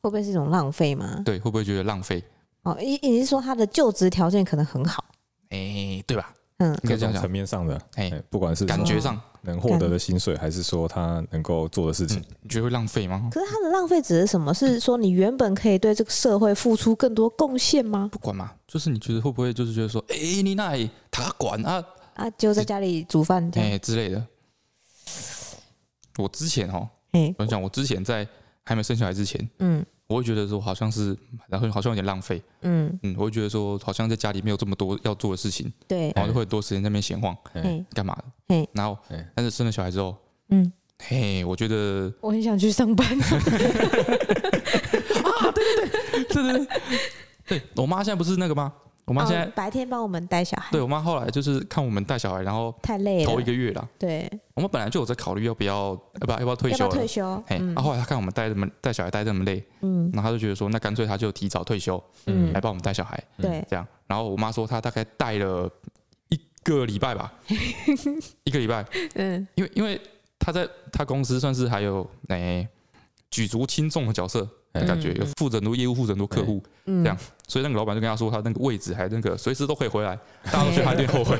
Speaker 1: 会不会是一种浪费吗？
Speaker 2: 对，会不会觉得浪费？
Speaker 1: 哦，你你是说他的就职条件可能很好？
Speaker 2: 哎，对吧？
Speaker 1: 嗯，
Speaker 2: 应
Speaker 3: 各
Speaker 2: 该这
Speaker 3: 种
Speaker 2: 样讲
Speaker 3: 层，面上的，
Speaker 2: 哎
Speaker 3: 哎，不管是
Speaker 2: 感觉上
Speaker 3: 能获得的薪水，还是说他能够做的事情
Speaker 2: 嗯，你觉得会浪费吗？
Speaker 1: 可是他的浪费指的是什么？是说你原本可以对这个社会付出更多贡献吗？
Speaker 2: 不管嘛，就是你觉得会不会就是觉得说，哎、你那里他管啊，
Speaker 1: 啊，就在家里煮饭这
Speaker 2: 哎、
Speaker 1: 样。
Speaker 2: 之类的。我之前哦，
Speaker 1: 哎，
Speaker 2: 我想我之前在还没生小孩之前，
Speaker 1: 嗯
Speaker 2: 我会觉得说好像是，然后好像有点浪费，
Speaker 1: 嗯，
Speaker 2: 嗯，我会觉得说好像在家里没有这么多要做的事情，
Speaker 1: 对，
Speaker 2: 然后就会很多时间在那边闲晃
Speaker 1: 哎，
Speaker 2: 干嘛的
Speaker 1: 嘿。
Speaker 2: 然后
Speaker 3: 嘿，
Speaker 2: 但是生了小孩之后，
Speaker 1: 嗯，
Speaker 2: 嘿，我觉得
Speaker 1: 我很想去上班。
Speaker 2: 对对对，对我妈现在不是那个吗？我妈现在、
Speaker 1: 哦白天帮我们带小孩
Speaker 2: 对，我妈后来就是看我们带小孩，然后
Speaker 1: 太累了。
Speaker 2: 头一个月啦，
Speaker 1: 对，
Speaker 2: 我们本来就有在考虑要不要要不要要不要退
Speaker 1: 要不
Speaker 2: 休
Speaker 1: 要
Speaker 2: 了
Speaker 1: 退。休？
Speaker 2: 哎，然后后来他看我们带这么带小孩带这么累，
Speaker 1: 嗯
Speaker 2: 然后他就觉得说，那干脆他就提早退休
Speaker 1: 嗯
Speaker 2: 来，帮我们带小孩，
Speaker 1: 对，
Speaker 2: 这样。然后我妈说，她大概带了一个礼 拜吧，一个礼拜，
Speaker 1: 嗯
Speaker 2: 因为因为她在她公司算是还有哎举足轻重的角色的感觉，
Speaker 1: 嗯
Speaker 2: 有负责很多业务，负责很多客户，
Speaker 1: 嗯
Speaker 2: 这样所以那个老板就跟他说，他那个位置还那个随时都可 以回来，大家都觉得他有点后悔。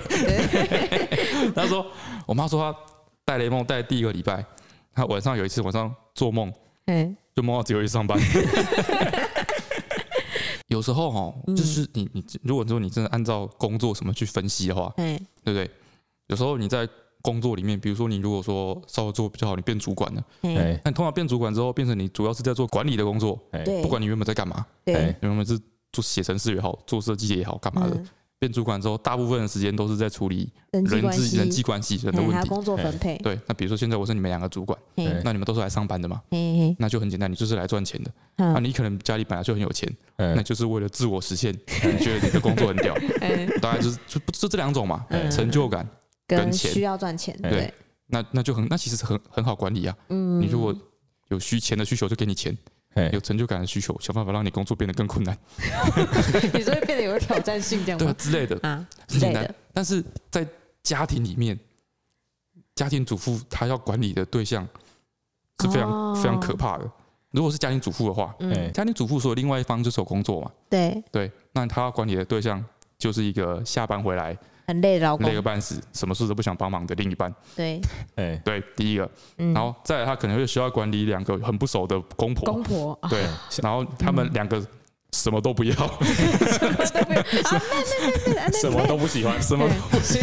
Speaker 2: 他说，我妈说她带雷梦带第一个礼拜，她晚上有一次晚上做梦。
Speaker 1: 哎，
Speaker 2: 就梦到自己会 去上班。有时候哦，
Speaker 1: 嗯
Speaker 2: 就是你你如果说你真的按照工作什么去分析的话，
Speaker 1: 哎，
Speaker 2: 对不对？有时候你在工作里面，比如说你如果说稍微做比较好，你变主管了，
Speaker 1: 哎，
Speaker 3: 哎
Speaker 2: 那你通常变主管之后，变成你主要是在做管理的工作，
Speaker 3: 哎，
Speaker 1: 对，
Speaker 2: 不管你原本在干嘛，
Speaker 1: 对
Speaker 3: 哎，
Speaker 2: 你原本是做写程式也好，做设计也好，干嘛的，
Speaker 1: 嗯
Speaker 2: 变主管之后，大部分的时间都是在处理
Speaker 1: 人际
Speaker 2: 人
Speaker 1: 关
Speaker 2: 际
Speaker 1: 系，
Speaker 2: 人际关系人的
Speaker 1: 哎还
Speaker 2: 问
Speaker 1: 有
Speaker 2: 题。
Speaker 1: 工作分配，
Speaker 2: 对，那比如说现在我是你们两个主管，
Speaker 1: 嘿
Speaker 3: 哎
Speaker 2: 那你们都是来上班的嘛，
Speaker 1: 嘿嘿，
Speaker 2: 那就很简单，你就是来赚钱的。啊，
Speaker 1: 嗯，
Speaker 2: 你可能家里本来就很有钱，
Speaker 3: 哎
Speaker 2: 那就是为了自我实现，你觉得你的工作很屌，
Speaker 1: 哎
Speaker 2: 当然就是就不就这两种嘛，
Speaker 1: 嗯
Speaker 2: 成就感，
Speaker 1: 跟
Speaker 2: 跟钱
Speaker 1: 需要赚钱，
Speaker 3: 对
Speaker 1: 对，
Speaker 2: 那那就很那其实很很好管理啊。
Speaker 1: 嗯，
Speaker 2: 你如果有需钱的需求就给你钱，
Speaker 3: 哎
Speaker 2: 有成就感的需求，想办法让你工作变得更困难，
Speaker 1: 你就会变得有挑战性，这样
Speaker 2: 对啊
Speaker 1: 吗？
Speaker 2: 之类的，
Speaker 1: 啊，
Speaker 2: 很
Speaker 1: 之类
Speaker 2: 简单
Speaker 1: 的。
Speaker 2: 但是在家庭里面，家庭主妇她要管理的对象是非常
Speaker 1: 哦
Speaker 2: 非常可怕的。如果是家庭主妇的话，
Speaker 1: 嗯
Speaker 3: 哎，
Speaker 2: 家庭主妇所有另外一方就是有工作嘛，
Speaker 1: 对，
Speaker 2: 对，那她要管理的对象就是一个下班回来
Speaker 1: 很累的老公
Speaker 2: 累，个半死，什么事都不想帮忙的另一半。
Speaker 1: 对，
Speaker 3: 哎，
Speaker 2: 对，第一个，
Speaker 1: 嗯，
Speaker 2: 然后再来，他可能会需要管理两个很不熟的公婆，
Speaker 1: 公 婆啊，嗯
Speaker 2: 对，然后他们两个什么都 不要，
Speaker 1: 啊
Speaker 3: 什么都不喜欢，
Speaker 2: 什么都不行，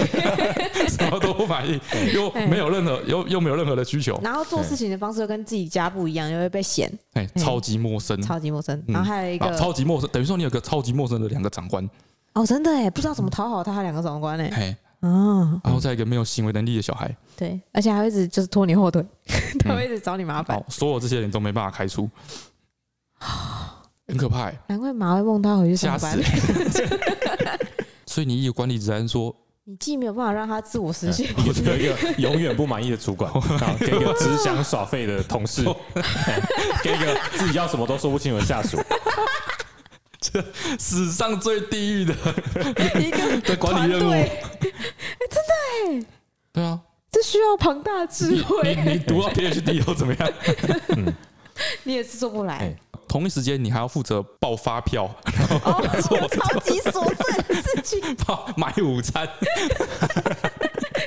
Speaker 2: 什么都不满意，又没有任何又又没有任何的需求，
Speaker 1: 然后做事情的方式又跟自己家不一样，又会被嫌，
Speaker 2: 哎，超级陌生。
Speaker 1: 嗯超级陌生。
Speaker 2: 嗯
Speaker 1: 然后还有一
Speaker 2: 啊，
Speaker 1: 个
Speaker 2: 超级陌生，等于说你有个超级陌生的两个长官，
Speaker 1: 哦，真的哎，不知道怎么讨好他，他两个长官哎，
Speaker 2: 哎，
Speaker 1: 啊，
Speaker 2: 然后再一个没有行为能力的小孩，
Speaker 1: 对，而且还会一直就是拖你后腿，
Speaker 2: 嗯
Speaker 1: 他会一直找你麻烦
Speaker 2: 好，，所有这些人都没办法 开除，很可怕、欸，
Speaker 1: 难怪马会梦他回去
Speaker 2: 吓
Speaker 1: 上
Speaker 2: 死
Speaker 1: 班。
Speaker 2: 欸。 所以你一个管理职安说，
Speaker 1: 你既没有办法让他自我实现，
Speaker 3: 有有一个永远不满意的主 管，然后给一个只想耍废的同 事，哎给一个自己要什么都说不清楚的下属，
Speaker 2: 史上最地狱的
Speaker 1: 一个
Speaker 2: 的哎管理任
Speaker 1: 团队
Speaker 2: 务。对啊，
Speaker 1: 这需要庞大的智慧，
Speaker 2: 你读到 PhD 又怎么样？
Speaker 1: 你也是做不来
Speaker 3: 哎。
Speaker 2: 同一时间，你还要负责报发票、
Speaker 1: 哦，这个超级琐碎的事情，
Speaker 2: 报买午餐，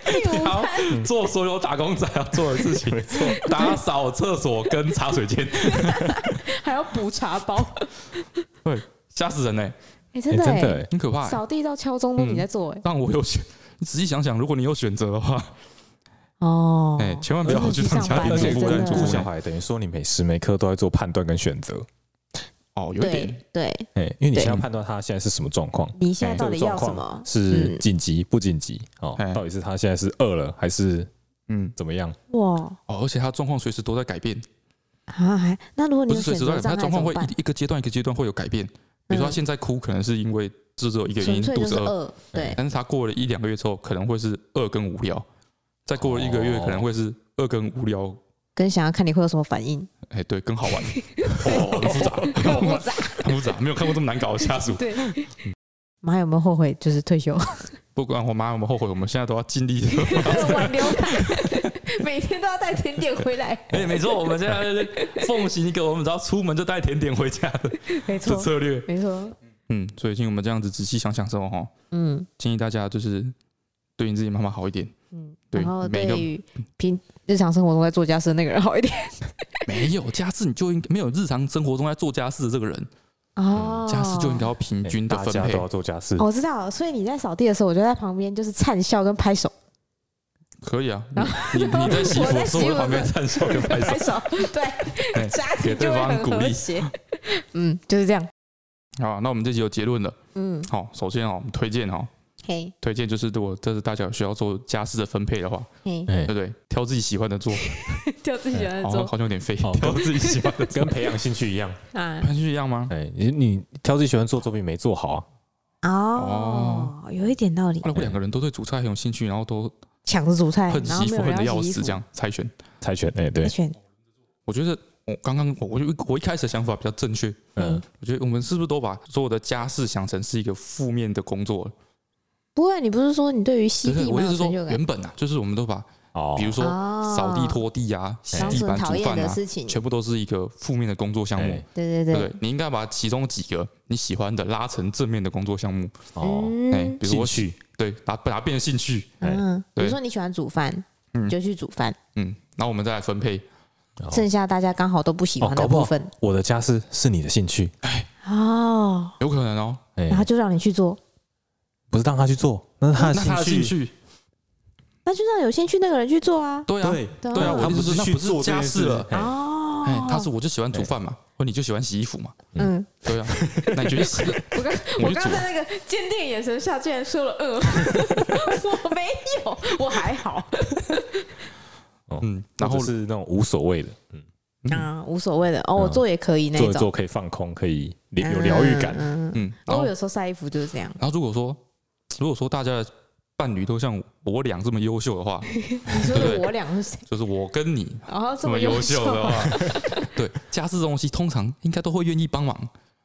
Speaker 1: 第五
Speaker 2: 然后做所有打工仔要做的事 情，打扫厕所跟茶水间，
Speaker 1: 还要补茶包，
Speaker 2: 对，吓死人嘞、欸
Speaker 1: 哎，
Speaker 3: 哎
Speaker 1: 真的
Speaker 3: 真
Speaker 1: 哎，
Speaker 3: 的，哎
Speaker 2: 很可怕欸、
Speaker 1: 扫地到敲钟都你在做哎。
Speaker 2: 让我有选，你仔细想想，如果你有选择的话，
Speaker 1: 哦，
Speaker 2: 哎、千万不要去当家庭
Speaker 3: 而
Speaker 2: 主
Speaker 3: 且
Speaker 2: 妇
Speaker 1: 真的
Speaker 2: 跟
Speaker 3: 跟
Speaker 2: 主妇
Speaker 3: 顾小。孩，等于说你每时每刻都在做判断跟选择，
Speaker 2: 哦，有一点，
Speaker 1: 对对，
Speaker 3: 哎，因为你
Speaker 1: 对
Speaker 3: 先要判断他现在是什么状况，
Speaker 1: 你现在
Speaker 3: 哎
Speaker 1: 到底
Speaker 3: 这个
Speaker 1: 要
Speaker 3: 状
Speaker 1: 什
Speaker 3: 况
Speaker 1: 么？
Speaker 3: 是紧急不紧急？哦
Speaker 2: 哎，
Speaker 3: 到底是他现在是饿了还是
Speaker 2: 嗯，
Speaker 3: 怎么样？
Speaker 1: 哇
Speaker 2: 哦，而且他状况随时都在改变，
Speaker 1: 啊，还那如果
Speaker 2: 不
Speaker 1: 你有
Speaker 2: 是随
Speaker 1: 选
Speaker 2: 时都在
Speaker 1: 择
Speaker 2: 改变，他
Speaker 1: 障碍怎
Speaker 2: 状况
Speaker 1: 么
Speaker 2: 会
Speaker 1: 办？嗯
Speaker 2: 一一个阶段一个阶段会有改变。比如说他现在哭，可能是因为这只有一个原因，
Speaker 1: 纯粹
Speaker 2: 肚
Speaker 1: 就
Speaker 2: 子
Speaker 1: 是
Speaker 2: 饿。哎
Speaker 1: 饿，对，
Speaker 2: 但是他过了一两个月之后，可能会是饿跟无聊，再过了一个月，
Speaker 3: 哦
Speaker 2: 可能会是饿跟无聊
Speaker 1: 跟想要看你会有什么反 应。
Speaker 2: 哎、对，更好玩，哦，很复杂，很复杂，很复杂，没有看过这么难搞的下属。
Speaker 1: 对，妈有没有后悔就是退休
Speaker 2: 不管我妈有没有后悔，我们现在都要尽力。
Speaker 1: 挽留派，每天都要带甜点回来，
Speaker 2: 哎、没错，我们现在 就是奉行一个我们只要出门就带甜点回家的
Speaker 1: 没
Speaker 2: 这
Speaker 1: 错，
Speaker 2: 策略。
Speaker 1: 没错，
Speaker 2: 嗯，所以请我们这样子仔细想想之后哈，
Speaker 1: 嗯
Speaker 2: 建议大家就是对你自己妈妈好一点。
Speaker 1: 嗯，
Speaker 2: 对
Speaker 1: 然后
Speaker 2: 每个
Speaker 1: 对于平日常生活中在做家事的那个人好一点
Speaker 2: 没有家事，你就应没有日常生活中在做家事的这个人，
Speaker 1: 哦，
Speaker 2: 嗯家事就应该要平均的
Speaker 3: 哎大
Speaker 2: 分
Speaker 3: 家
Speaker 2: 配
Speaker 3: 都。要做家事
Speaker 1: 哦。我知道，所以你在扫地的时候，我就在旁边就是灿笑跟拍手，
Speaker 2: 可以啊，
Speaker 1: 然
Speaker 2: 你你你在洗衣服的时候，
Speaker 1: 我在洗衣服的时候
Speaker 2: 我在旁边站哨跟 拍手。
Speaker 1: 拍手，对，家庭
Speaker 2: 给 对
Speaker 1: 就会
Speaker 2: 方
Speaker 1: 很
Speaker 2: 鼓
Speaker 1: 和
Speaker 2: 励
Speaker 1: 谐。 嗯，就是这样。
Speaker 2: 好，那我们这集有结论了。
Speaker 1: 嗯，
Speaker 2: 好，首先哦，我们推荐哦，
Speaker 1: 嘿，
Speaker 2: 推荐就是如果这是大家有需要做家事的分配的话，
Speaker 1: 嘿，
Speaker 3: 哎
Speaker 2: 对不对？挑自己喜欢的做，
Speaker 1: 就自己喜欢的
Speaker 2: 好哎好
Speaker 1: 做哦
Speaker 2: 像有点废，
Speaker 3: 好
Speaker 2: 挑自己喜欢 的做，
Speaker 3: 跟培养兴趣一样，
Speaker 1: 啊。
Speaker 2: 那就一样吗？
Speaker 3: 哎，你你挑自己喜欢做作品没做好啊，
Speaker 1: 哦，有一点道理
Speaker 2: 啊。如果两个人都对煮菜很有兴趣，然后 都
Speaker 1: 抢着煮菜，
Speaker 2: 恨
Speaker 1: 哎然后
Speaker 2: 洗衣
Speaker 1: 没
Speaker 2: 服
Speaker 1: 有
Speaker 2: 恨
Speaker 1: 人
Speaker 2: 的
Speaker 1: 要
Speaker 2: 要
Speaker 1: 洗衣
Speaker 2: 死，
Speaker 1: 服
Speaker 2: 这，样猜拳。
Speaker 3: 猜拳，哎，对，
Speaker 1: 选
Speaker 2: 我觉得我刚刚我我就我一开始的想法比较正确，
Speaker 3: 嗯，
Speaker 2: 我觉得我们是不是都把所有的家事想成是一个负面的工作了？
Speaker 1: 不会，你不是说你对于吸
Speaker 2: 不是
Speaker 1: 地
Speaker 2: 我
Speaker 1: 蛮
Speaker 2: 意
Speaker 1: 有
Speaker 2: 思是说
Speaker 1: 成就，感？
Speaker 2: 原本啊，就是我们都把，
Speaker 3: 哦
Speaker 2: 比，如说
Speaker 1: 哦
Speaker 2: 扫地、拖地啊、洗
Speaker 1: 当
Speaker 2: 地
Speaker 1: 时
Speaker 2: 板、
Speaker 1: 很
Speaker 2: 煮
Speaker 1: 哦讨厌
Speaker 2: 饭
Speaker 1: 的
Speaker 2: 啊，
Speaker 1: 事情，
Speaker 2: 全部都是一个负面的工作项目
Speaker 3: 哎，
Speaker 1: 对对
Speaker 2: 对不对？你应该把其中几个你喜欢的拉成正面的工作项目，
Speaker 3: 哦，
Speaker 2: 哎，
Speaker 1: 嗯
Speaker 2: 比如我
Speaker 3: 兴趣，
Speaker 2: 对，把把它变成兴趣，
Speaker 3: 哎
Speaker 1: 嗯，比
Speaker 2: 对
Speaker 1: 如说你喜欢煮饭，
Speaker 2: 嗯
Speaker 1: 你就去煮饭，
Speaker 2: 嗯，然后我们再来分配，
Speaker 3: 哦
Speaker 1: 剩下大家刚好都不喜欢
Speaker 3: 哦
Speaker 1: 的
Speaker 3: 搞不好
Speaker 1: 部分
Speaker 3: 我的家事是你的兴趣，
Speaker 1: 哦，
Speaker 2: 有可能哦，
Speaker 3: 哎
Speaker 1: 然，后就让你去做，
Speaker 3: 不是让他去做，那是他
Speaker 2: 那他的
Speaker 3: 的
Speaker 2: 兴
Speaker 3: 兴趣，
Speaker 2: 趣，
Speaker 1: 那就让有兴趣那个人去做啊。
Speaker 2: 对啊，
Speaker 3: 对
Speaker 1: 对
Speaker 2: 对啊，
Speaker 1: 哦
Speaker 2: 我
Speaker 3: 他
Speaker 2: 的意
Speaker 3: 不
Speaker 2: 思
Speaker 3: 是
Speaker 2: 是那
Speaker 3: 去
Speaker 2: 不是
Speaker 3: 做这
Speaker 2: 家
Speaker 3: 件
Speaker 2: 事了，
Speaker 3: 哎
Speaker 1: 哦
Speaker 2: 哎，他是我就喜欢煮饭嘛，或你就喜欢洗衣服嘛，
Speaker 1: 嗯，
Speaker 2: 对 啊，那你就去洗，
Speaker 1: 我刚
Speaker 2: 我
Speaker 1: 我
Speaker 2: 就
Speaker 1: 刚
Speaker 2: 煮啊。
Speaker 1: 在那个坚定眼神下，竟然说了 嗯， 我没有，我还好
Speaker 2: 嗯，然
Speaker 3: 然
Speaker 2: 后
Speaker 3: 后是那种无所谓的，嗯，
Speaker 1: 啊，无所谓的哦，
Speaker 3: 嗯
Speaker 1: 我做也可以那
Speaker 3: 做一
Speaker 1: 种，
Speaker 3: 做可以放空，可以有疗愈感，
Speaker 1: 嗯，嗯嗯
Speaker 2: 嗯，然
Speaker 1: 哦
Speaker 2: 后
Speaker 1: 我有时候晒衣服就是 这样，
Speaker 2: 然后如果说如果说大家的伴侣都像我俩这么优秀的话，
Speaker 1: 你说
Speaker 2: 对
Speaker 1: 的我俩是谁？
Speaker 2: 就是我跟你
Speaker 1: 然后这
Speaker 2: 这么优
Speaker 1: 优
Speaker 2: 秀的，话， 对家事这东西通常应该都会愿意帮忙，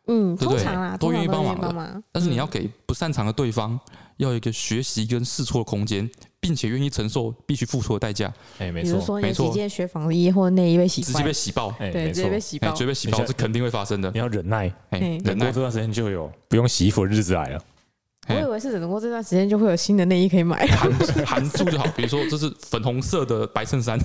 Speaker 1: 嗯，
Speaker 2: 对不
Speaker 1: 通
Speaker 2: 对
Speaker 1: 常啦，
Speaker 2: 都
Speaker 1: 通常
Speaker 2: 愿意
Speaker 1: 都
Speaker 2: 帮
Speaker 1: 愿
Speaker 2: 忙
Speaker 1: 意
Speaker 2: 的
Speaker 1: 帮忙，
Speaker 2: 但是你
Speaker 1: 嗯
Speaker 2: 要给不擅长的对方要一个学习跟试错的空间，并且愿意承受必须付出的代价，
Speaker 3: 哎，没
Speaker 1: 嗯比如
Speaker 3: 错，
Speaker 1: 说你
Speaker 2: 没
Speaker 1: 有
Speaker 2: 错
Speaker 1: 几件雪纺衣或内衣被洗
Speaker 2: 直接
Speaker 1: 坏
Speaker 2: 被，洗爆，
Speaker 3: 哎，
Speaker 1: 对，
Speaker 3: 没
Speaker 1: 直
Speaker 3: 错
Speaker 1: 接，被洗
Speaker 2: 哎，
Speaker 1: 爆
Speaker 2: 直，接被洗爆
Speaker 3: 等一
Speaker 2: 是
Speaker 3: 下
Speaker 2: 肯定会发生的
Speaker 3: 你，要忍耐，
Speaker 2: 哎
Speaker 1: 嗯，
Speaker 2: 忍
Speaker 3: 忍过
Speaker 2: 耐
Speaker 3: 这。段时间就有不用洗衣服的日子来了，
Speaker 1: 我
Speaker 2: 哎
Speaker 1: 以为是忍过这段时间就会有新的内衣可以买，
Speaker 2: 含含住就好，比如说这是粉红色的白衬衫，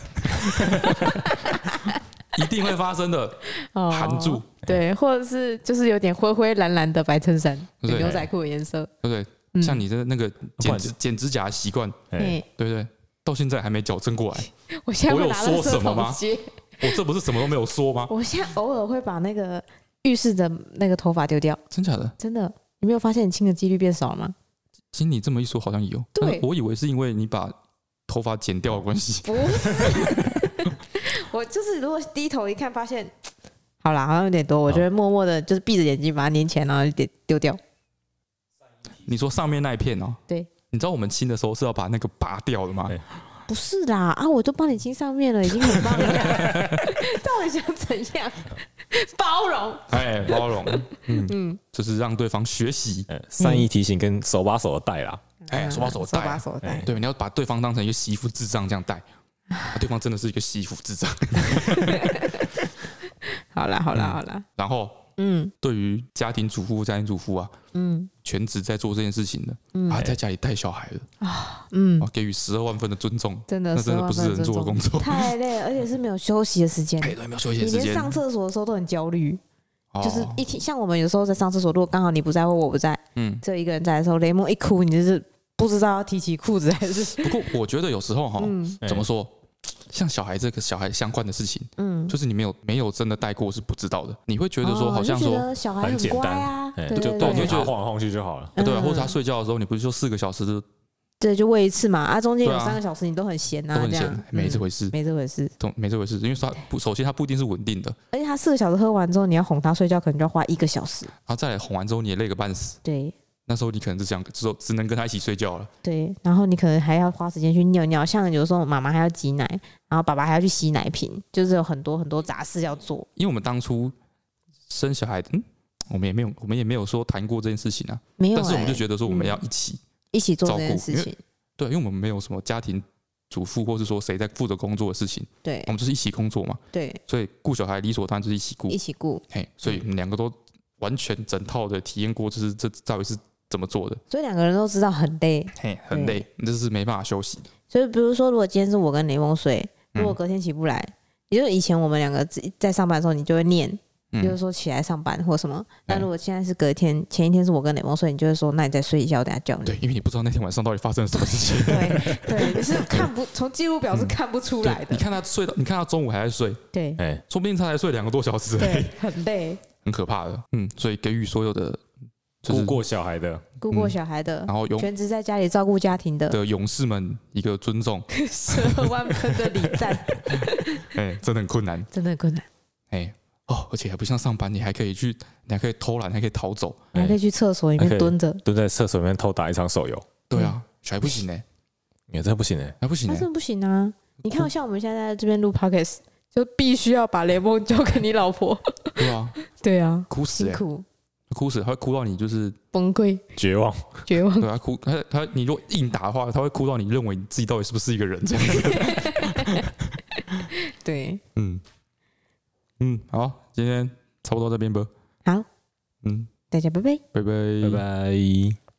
Speaker 2: 一定会发生的，
Speaker 1: 哦
Speaker 2: 含住，
Speaker 1: 对，或者是就是有点灰灰蓝蓝的白衬衫，
Speaker 2: 对
Speaker 1: 牛仔裤的颜色，
Speaker 2: 对不对？
Speaker 1: 嗯
Speaker 2: 像你的那个
Speaker 3: 不
Speaker 2: 剪
Speaker 3: 然
Speaker 2: 指剪指甲的习惯，
Speaker 3: 哎，
Speaker 1: 嘿
Speaker 2: 对不对？到现在还没矫正过来，
Speaker 1: 我现在
Speaker 2: 我
Speaker 1: 会
Speaker 2: 有
Speaker 1: 拿
Speaker 2: 说
Speaker 1: 垃圾
Speaker 2: 什么吗
Speaker 1: 桶接，
Speaker 2: 我这不是什么都没有说吗？
Speaker 1: 我现在偶尔会把那个浴室的那个头发丢掉，
Speaker 2: 真假的？
Speaker 1: 真的，你没有发现你清的几率变少了吗？
Speaker 2: 经你这么一说，好像有。
Speaker 1: 对
Speaker 2: 但我以为是因为你把头发剪掉的关系。
Speaker 1: 不是， 我就是如果低头一看，发现好啦，好像有点多，我就会默默的，就是闭着眼睛把它粘起来，然后就丢丢掉。
Speaker 2: 你说上面那一片哦，
Speaker 1: 对，
Speaker 2: 你知道我们亲的时候是要把那个拔掉的吗？
Speaker 3: 对
Speaker 1: 不是啦，啊，我都帮你清上面了，已经很棒了， 到底想怎样？包容，
Speaker 2: 哎，包容，哎嗯，
Speaker 1: 嗯，
Speaker 2: 就是让对方学习。
Speaker 3: 呃，善意提醒跟手把手的带啦，
Speaker 2: 哎，手把
Speaker 1: 手
Speaker 2: 手带
Speaker 1: 把
Speaker 2: 啊，
Speaker 1: 嗯手带
Speaker 3: 哎，
Speaker 2: 对，你要把对方当成一个媳妇智障这样 带，啊对方真的是一个媳妇智障。
Speaker 1: 好啦，好啦，
Speaker 2: 嗯
Speaker 1: 好啦，
Speaker 2: 然后
Speaker 1: 嗯
Speaker 2: 对于家庭主妇、家庭主妇啊，
Speaker 1: 嗯
Speaker 2: 全职在做这件事情的，
Speaker 1: 嗯
Speaker 2: 还在家里带小孩的，
Speaker 1: 嗯
Speaker 2: 啊，，给予十二万分的尊重，
Speaker 1: 真的，
Speaker 2: 那真的不是人做的工 作。
Speaker 1: 太累了，而且是没有休息的时间，
Speaker 2: 哎，对，没有休息
Speaker 1: 你
Speaker 2: 的时
Speaker 1: 连
Speaker 2: 间，
Speaker 1: 上厕所的时候都很焦虑，
Speaker 2: 哦
Speaker 1: 就是一天像我们有时候在上厕所，如果刚好你不在或我不在，
Speaker 2: 嗯。
Speaker 1: 只有一个人在的时候，雷蒙一哭，你就是不知道要提起裤子还是
Speaker 2: 不过我觉得有时候哈，
Speaker 1: 嗯
Speaker 2: 怎
Speaker 3: 哎
Speaker 2: 么说？像小孩这个小孩相关的事情，
Speaker 1: 嗯，
Speaker 2: 就是你没有没有真的带过是不知道的。你会觉得说
Speaker 1: 哦
Speaker 2: 好像
Speaker 1: 就觉
Speaker 2: 说，
Speaker 1: 得小孩
Speaker 3: 很
Speaker 1: 很
Speaker 3: 简
Speaker 1: 乖
Speaker 3: 单
Speaker 1: 啊，
Speaker 3: 哎
Speaker 1: 对对
Speaker 2: 对
Speaker 3: 对，
Speaker 2: 你就
Speaker 3: 就
Speaker 2: 觉得
Speaker 3: 晃来晃去就好了，
Speaker 2: 呃对啊，
Speaker 1: 嗯
Speaker 2: 或者他睡觉的时候，你不是就四个小时都
Speaker 1: 对，就喂一次嘛，啊，中间有
Speaker 2: 对啊
Speaker 1: 三个小时你都很闲
Speaker 2: 都
Speaker 1: 啊，
Speaker 2: 很
Speaker 1: 这
Speaker 2: 闲
Speaker 1: 样，
Speaker 2: 没这
Speaker 1: 嗯
Speaker 2: 回事，
Speaker 1: 没这回事，
Speaker 2: 懂没这回事？因为说他不，首先他不一定是稳定的，
Speaker 1: 而且他四个小时喝完之后，你要哄他睡觉，可能就要花一个小时，
Speaker 2: 然后再来哄完之后你也累个半死，
Speaker 1: 对，
Speaker 2: 那时候你可能只想只有只能跟他一起睡觉了。
Speaker 1: 对，然后你可能还要花时间去尿尿，像有时候妈妈还要挤奶，然后爸爸还要去洗奶瓶，就是有很多很多杂事要做。
Speaker 2: 因为我们当初生小孩，嗯，我们也没有我们也没有说谈过这件事情啊，
Speaker 1: 没有、欸，
Speaker 2: 但是我们就觉得说我们要一起，
Speaker 1: 一起做
Speaker 2: 照
Speaker 1: 这件
Speaker 2: 顾
Speaker 1: 事
Speaker 2: 因为
Speaker 1: 情。
Speaker 2: 对，因为我们没有什么家庭主妇或是说谁在负责工作的事情，
Speaker 1: 对
Speaker 2: 我们就是一起工作嘛，
Speaker 1: 对，
Speaker 2: 所以顾小孩理所当然就是一起顾
Speaker 1: 一。起顾。
Speaker 2: 嘿，所以我们两个都完全整套的体验过，就是这到底是怎么做的，嗯
Speaker 1: 所以两个人都知道很累。
Speaker 2: 嘿，很累，这是没办法休息的。
Speaker 1: 所以比如说，如果今天是我跟雷蒙睡，如果
Speaker 2: 嗯
Speaker 1: 隔天起不来，也就是以前我们两个自己在上班的时候，你就会念，比如
Speaker 2: 嗯，
Speaker 1: 说起来上班或什么。那
Speaker 2: 嗯
Speaker 1: 如果现在是隔天，前一天是我跟雷蒙睡，你就会说，那你再睡一下，我等下叫你。
Speaker 2: 对，因为你不知道那天晚上到底发生了什么事 情。
Speaker 1: 对对，你是看不从记录表是看不出来
Speaker 2: 对，你
Speaker 1: 的。
Speaker 2: 看他睡到，你看他中午还在睡，
Speaker 1: 对
Speaker 3: 哎，
Speaker 2: 说不定他才睡两个多小时，
Speaker 1: 对，很累。
Speaker 2: 很可怕的。嗯，所以给予所有的就
Speaker 3: 顾
Speaker 2: 是，
Speaker 3: 过小孩的，
Speaker 1: 顾过小孩的
Speaker 2: 然，后勇
Speaker 1: 全职在家里照顾家庭的，
Speaker 2: 的勇士们一个 尊重，
Speaker 1: 十二万分的礼赞，
Speaker 2: 哎，真的很困难，
Speaker 1: 真的很困难。
Speaker 2: 哎。哦，而且还不像上班，你还可以去，你还可以偷懒，还可以逃走。
Speaker 1: 你还可以去厕所里面
Speaker 3: 还可以
Speaker 1: 蹲着，
Speaker 3: 蹲在厕所里面偷打一场手游，
Speaker 2: 对
Speaker 1: 嗯
Speaker 2: 啊，小孩不行呢，
Speaker 3: 也这不行哎。
Speaker 2: 还不行
Speaker 1: 那
Speaker 2: 呢
Speaker 1: 真。的不行啊！你看，像我们现在在这边录 podcast，就必须要把雷梦交给你老婆。
Speaker 2: 对啊，
Speaker 1: 对啊，
Speaker 2: 哭死
Speaker 1: 辛
Speaker 2: 哎，
Speaker 1: 苦、
Speaker 2: 哭死，他会哭到你就是
Speaker 1: 崩溃、
Speaker 3: 绝望，
Speaker 1: 绝望。
Speaker 2: 对他哭，他他你如果硬打的话，他会哭到你认为你自己到底是不是一个人这样子。
Speaker 1: 对，
Speaker 2: 嗯嗯，好，今天差不多到这边吧。
Speaker 1: 好，
Speaker 2: 嗯，
Speaker 1: 大家拜拜。
Speaker 2: 拜拜
Speaker 3: 拜拜。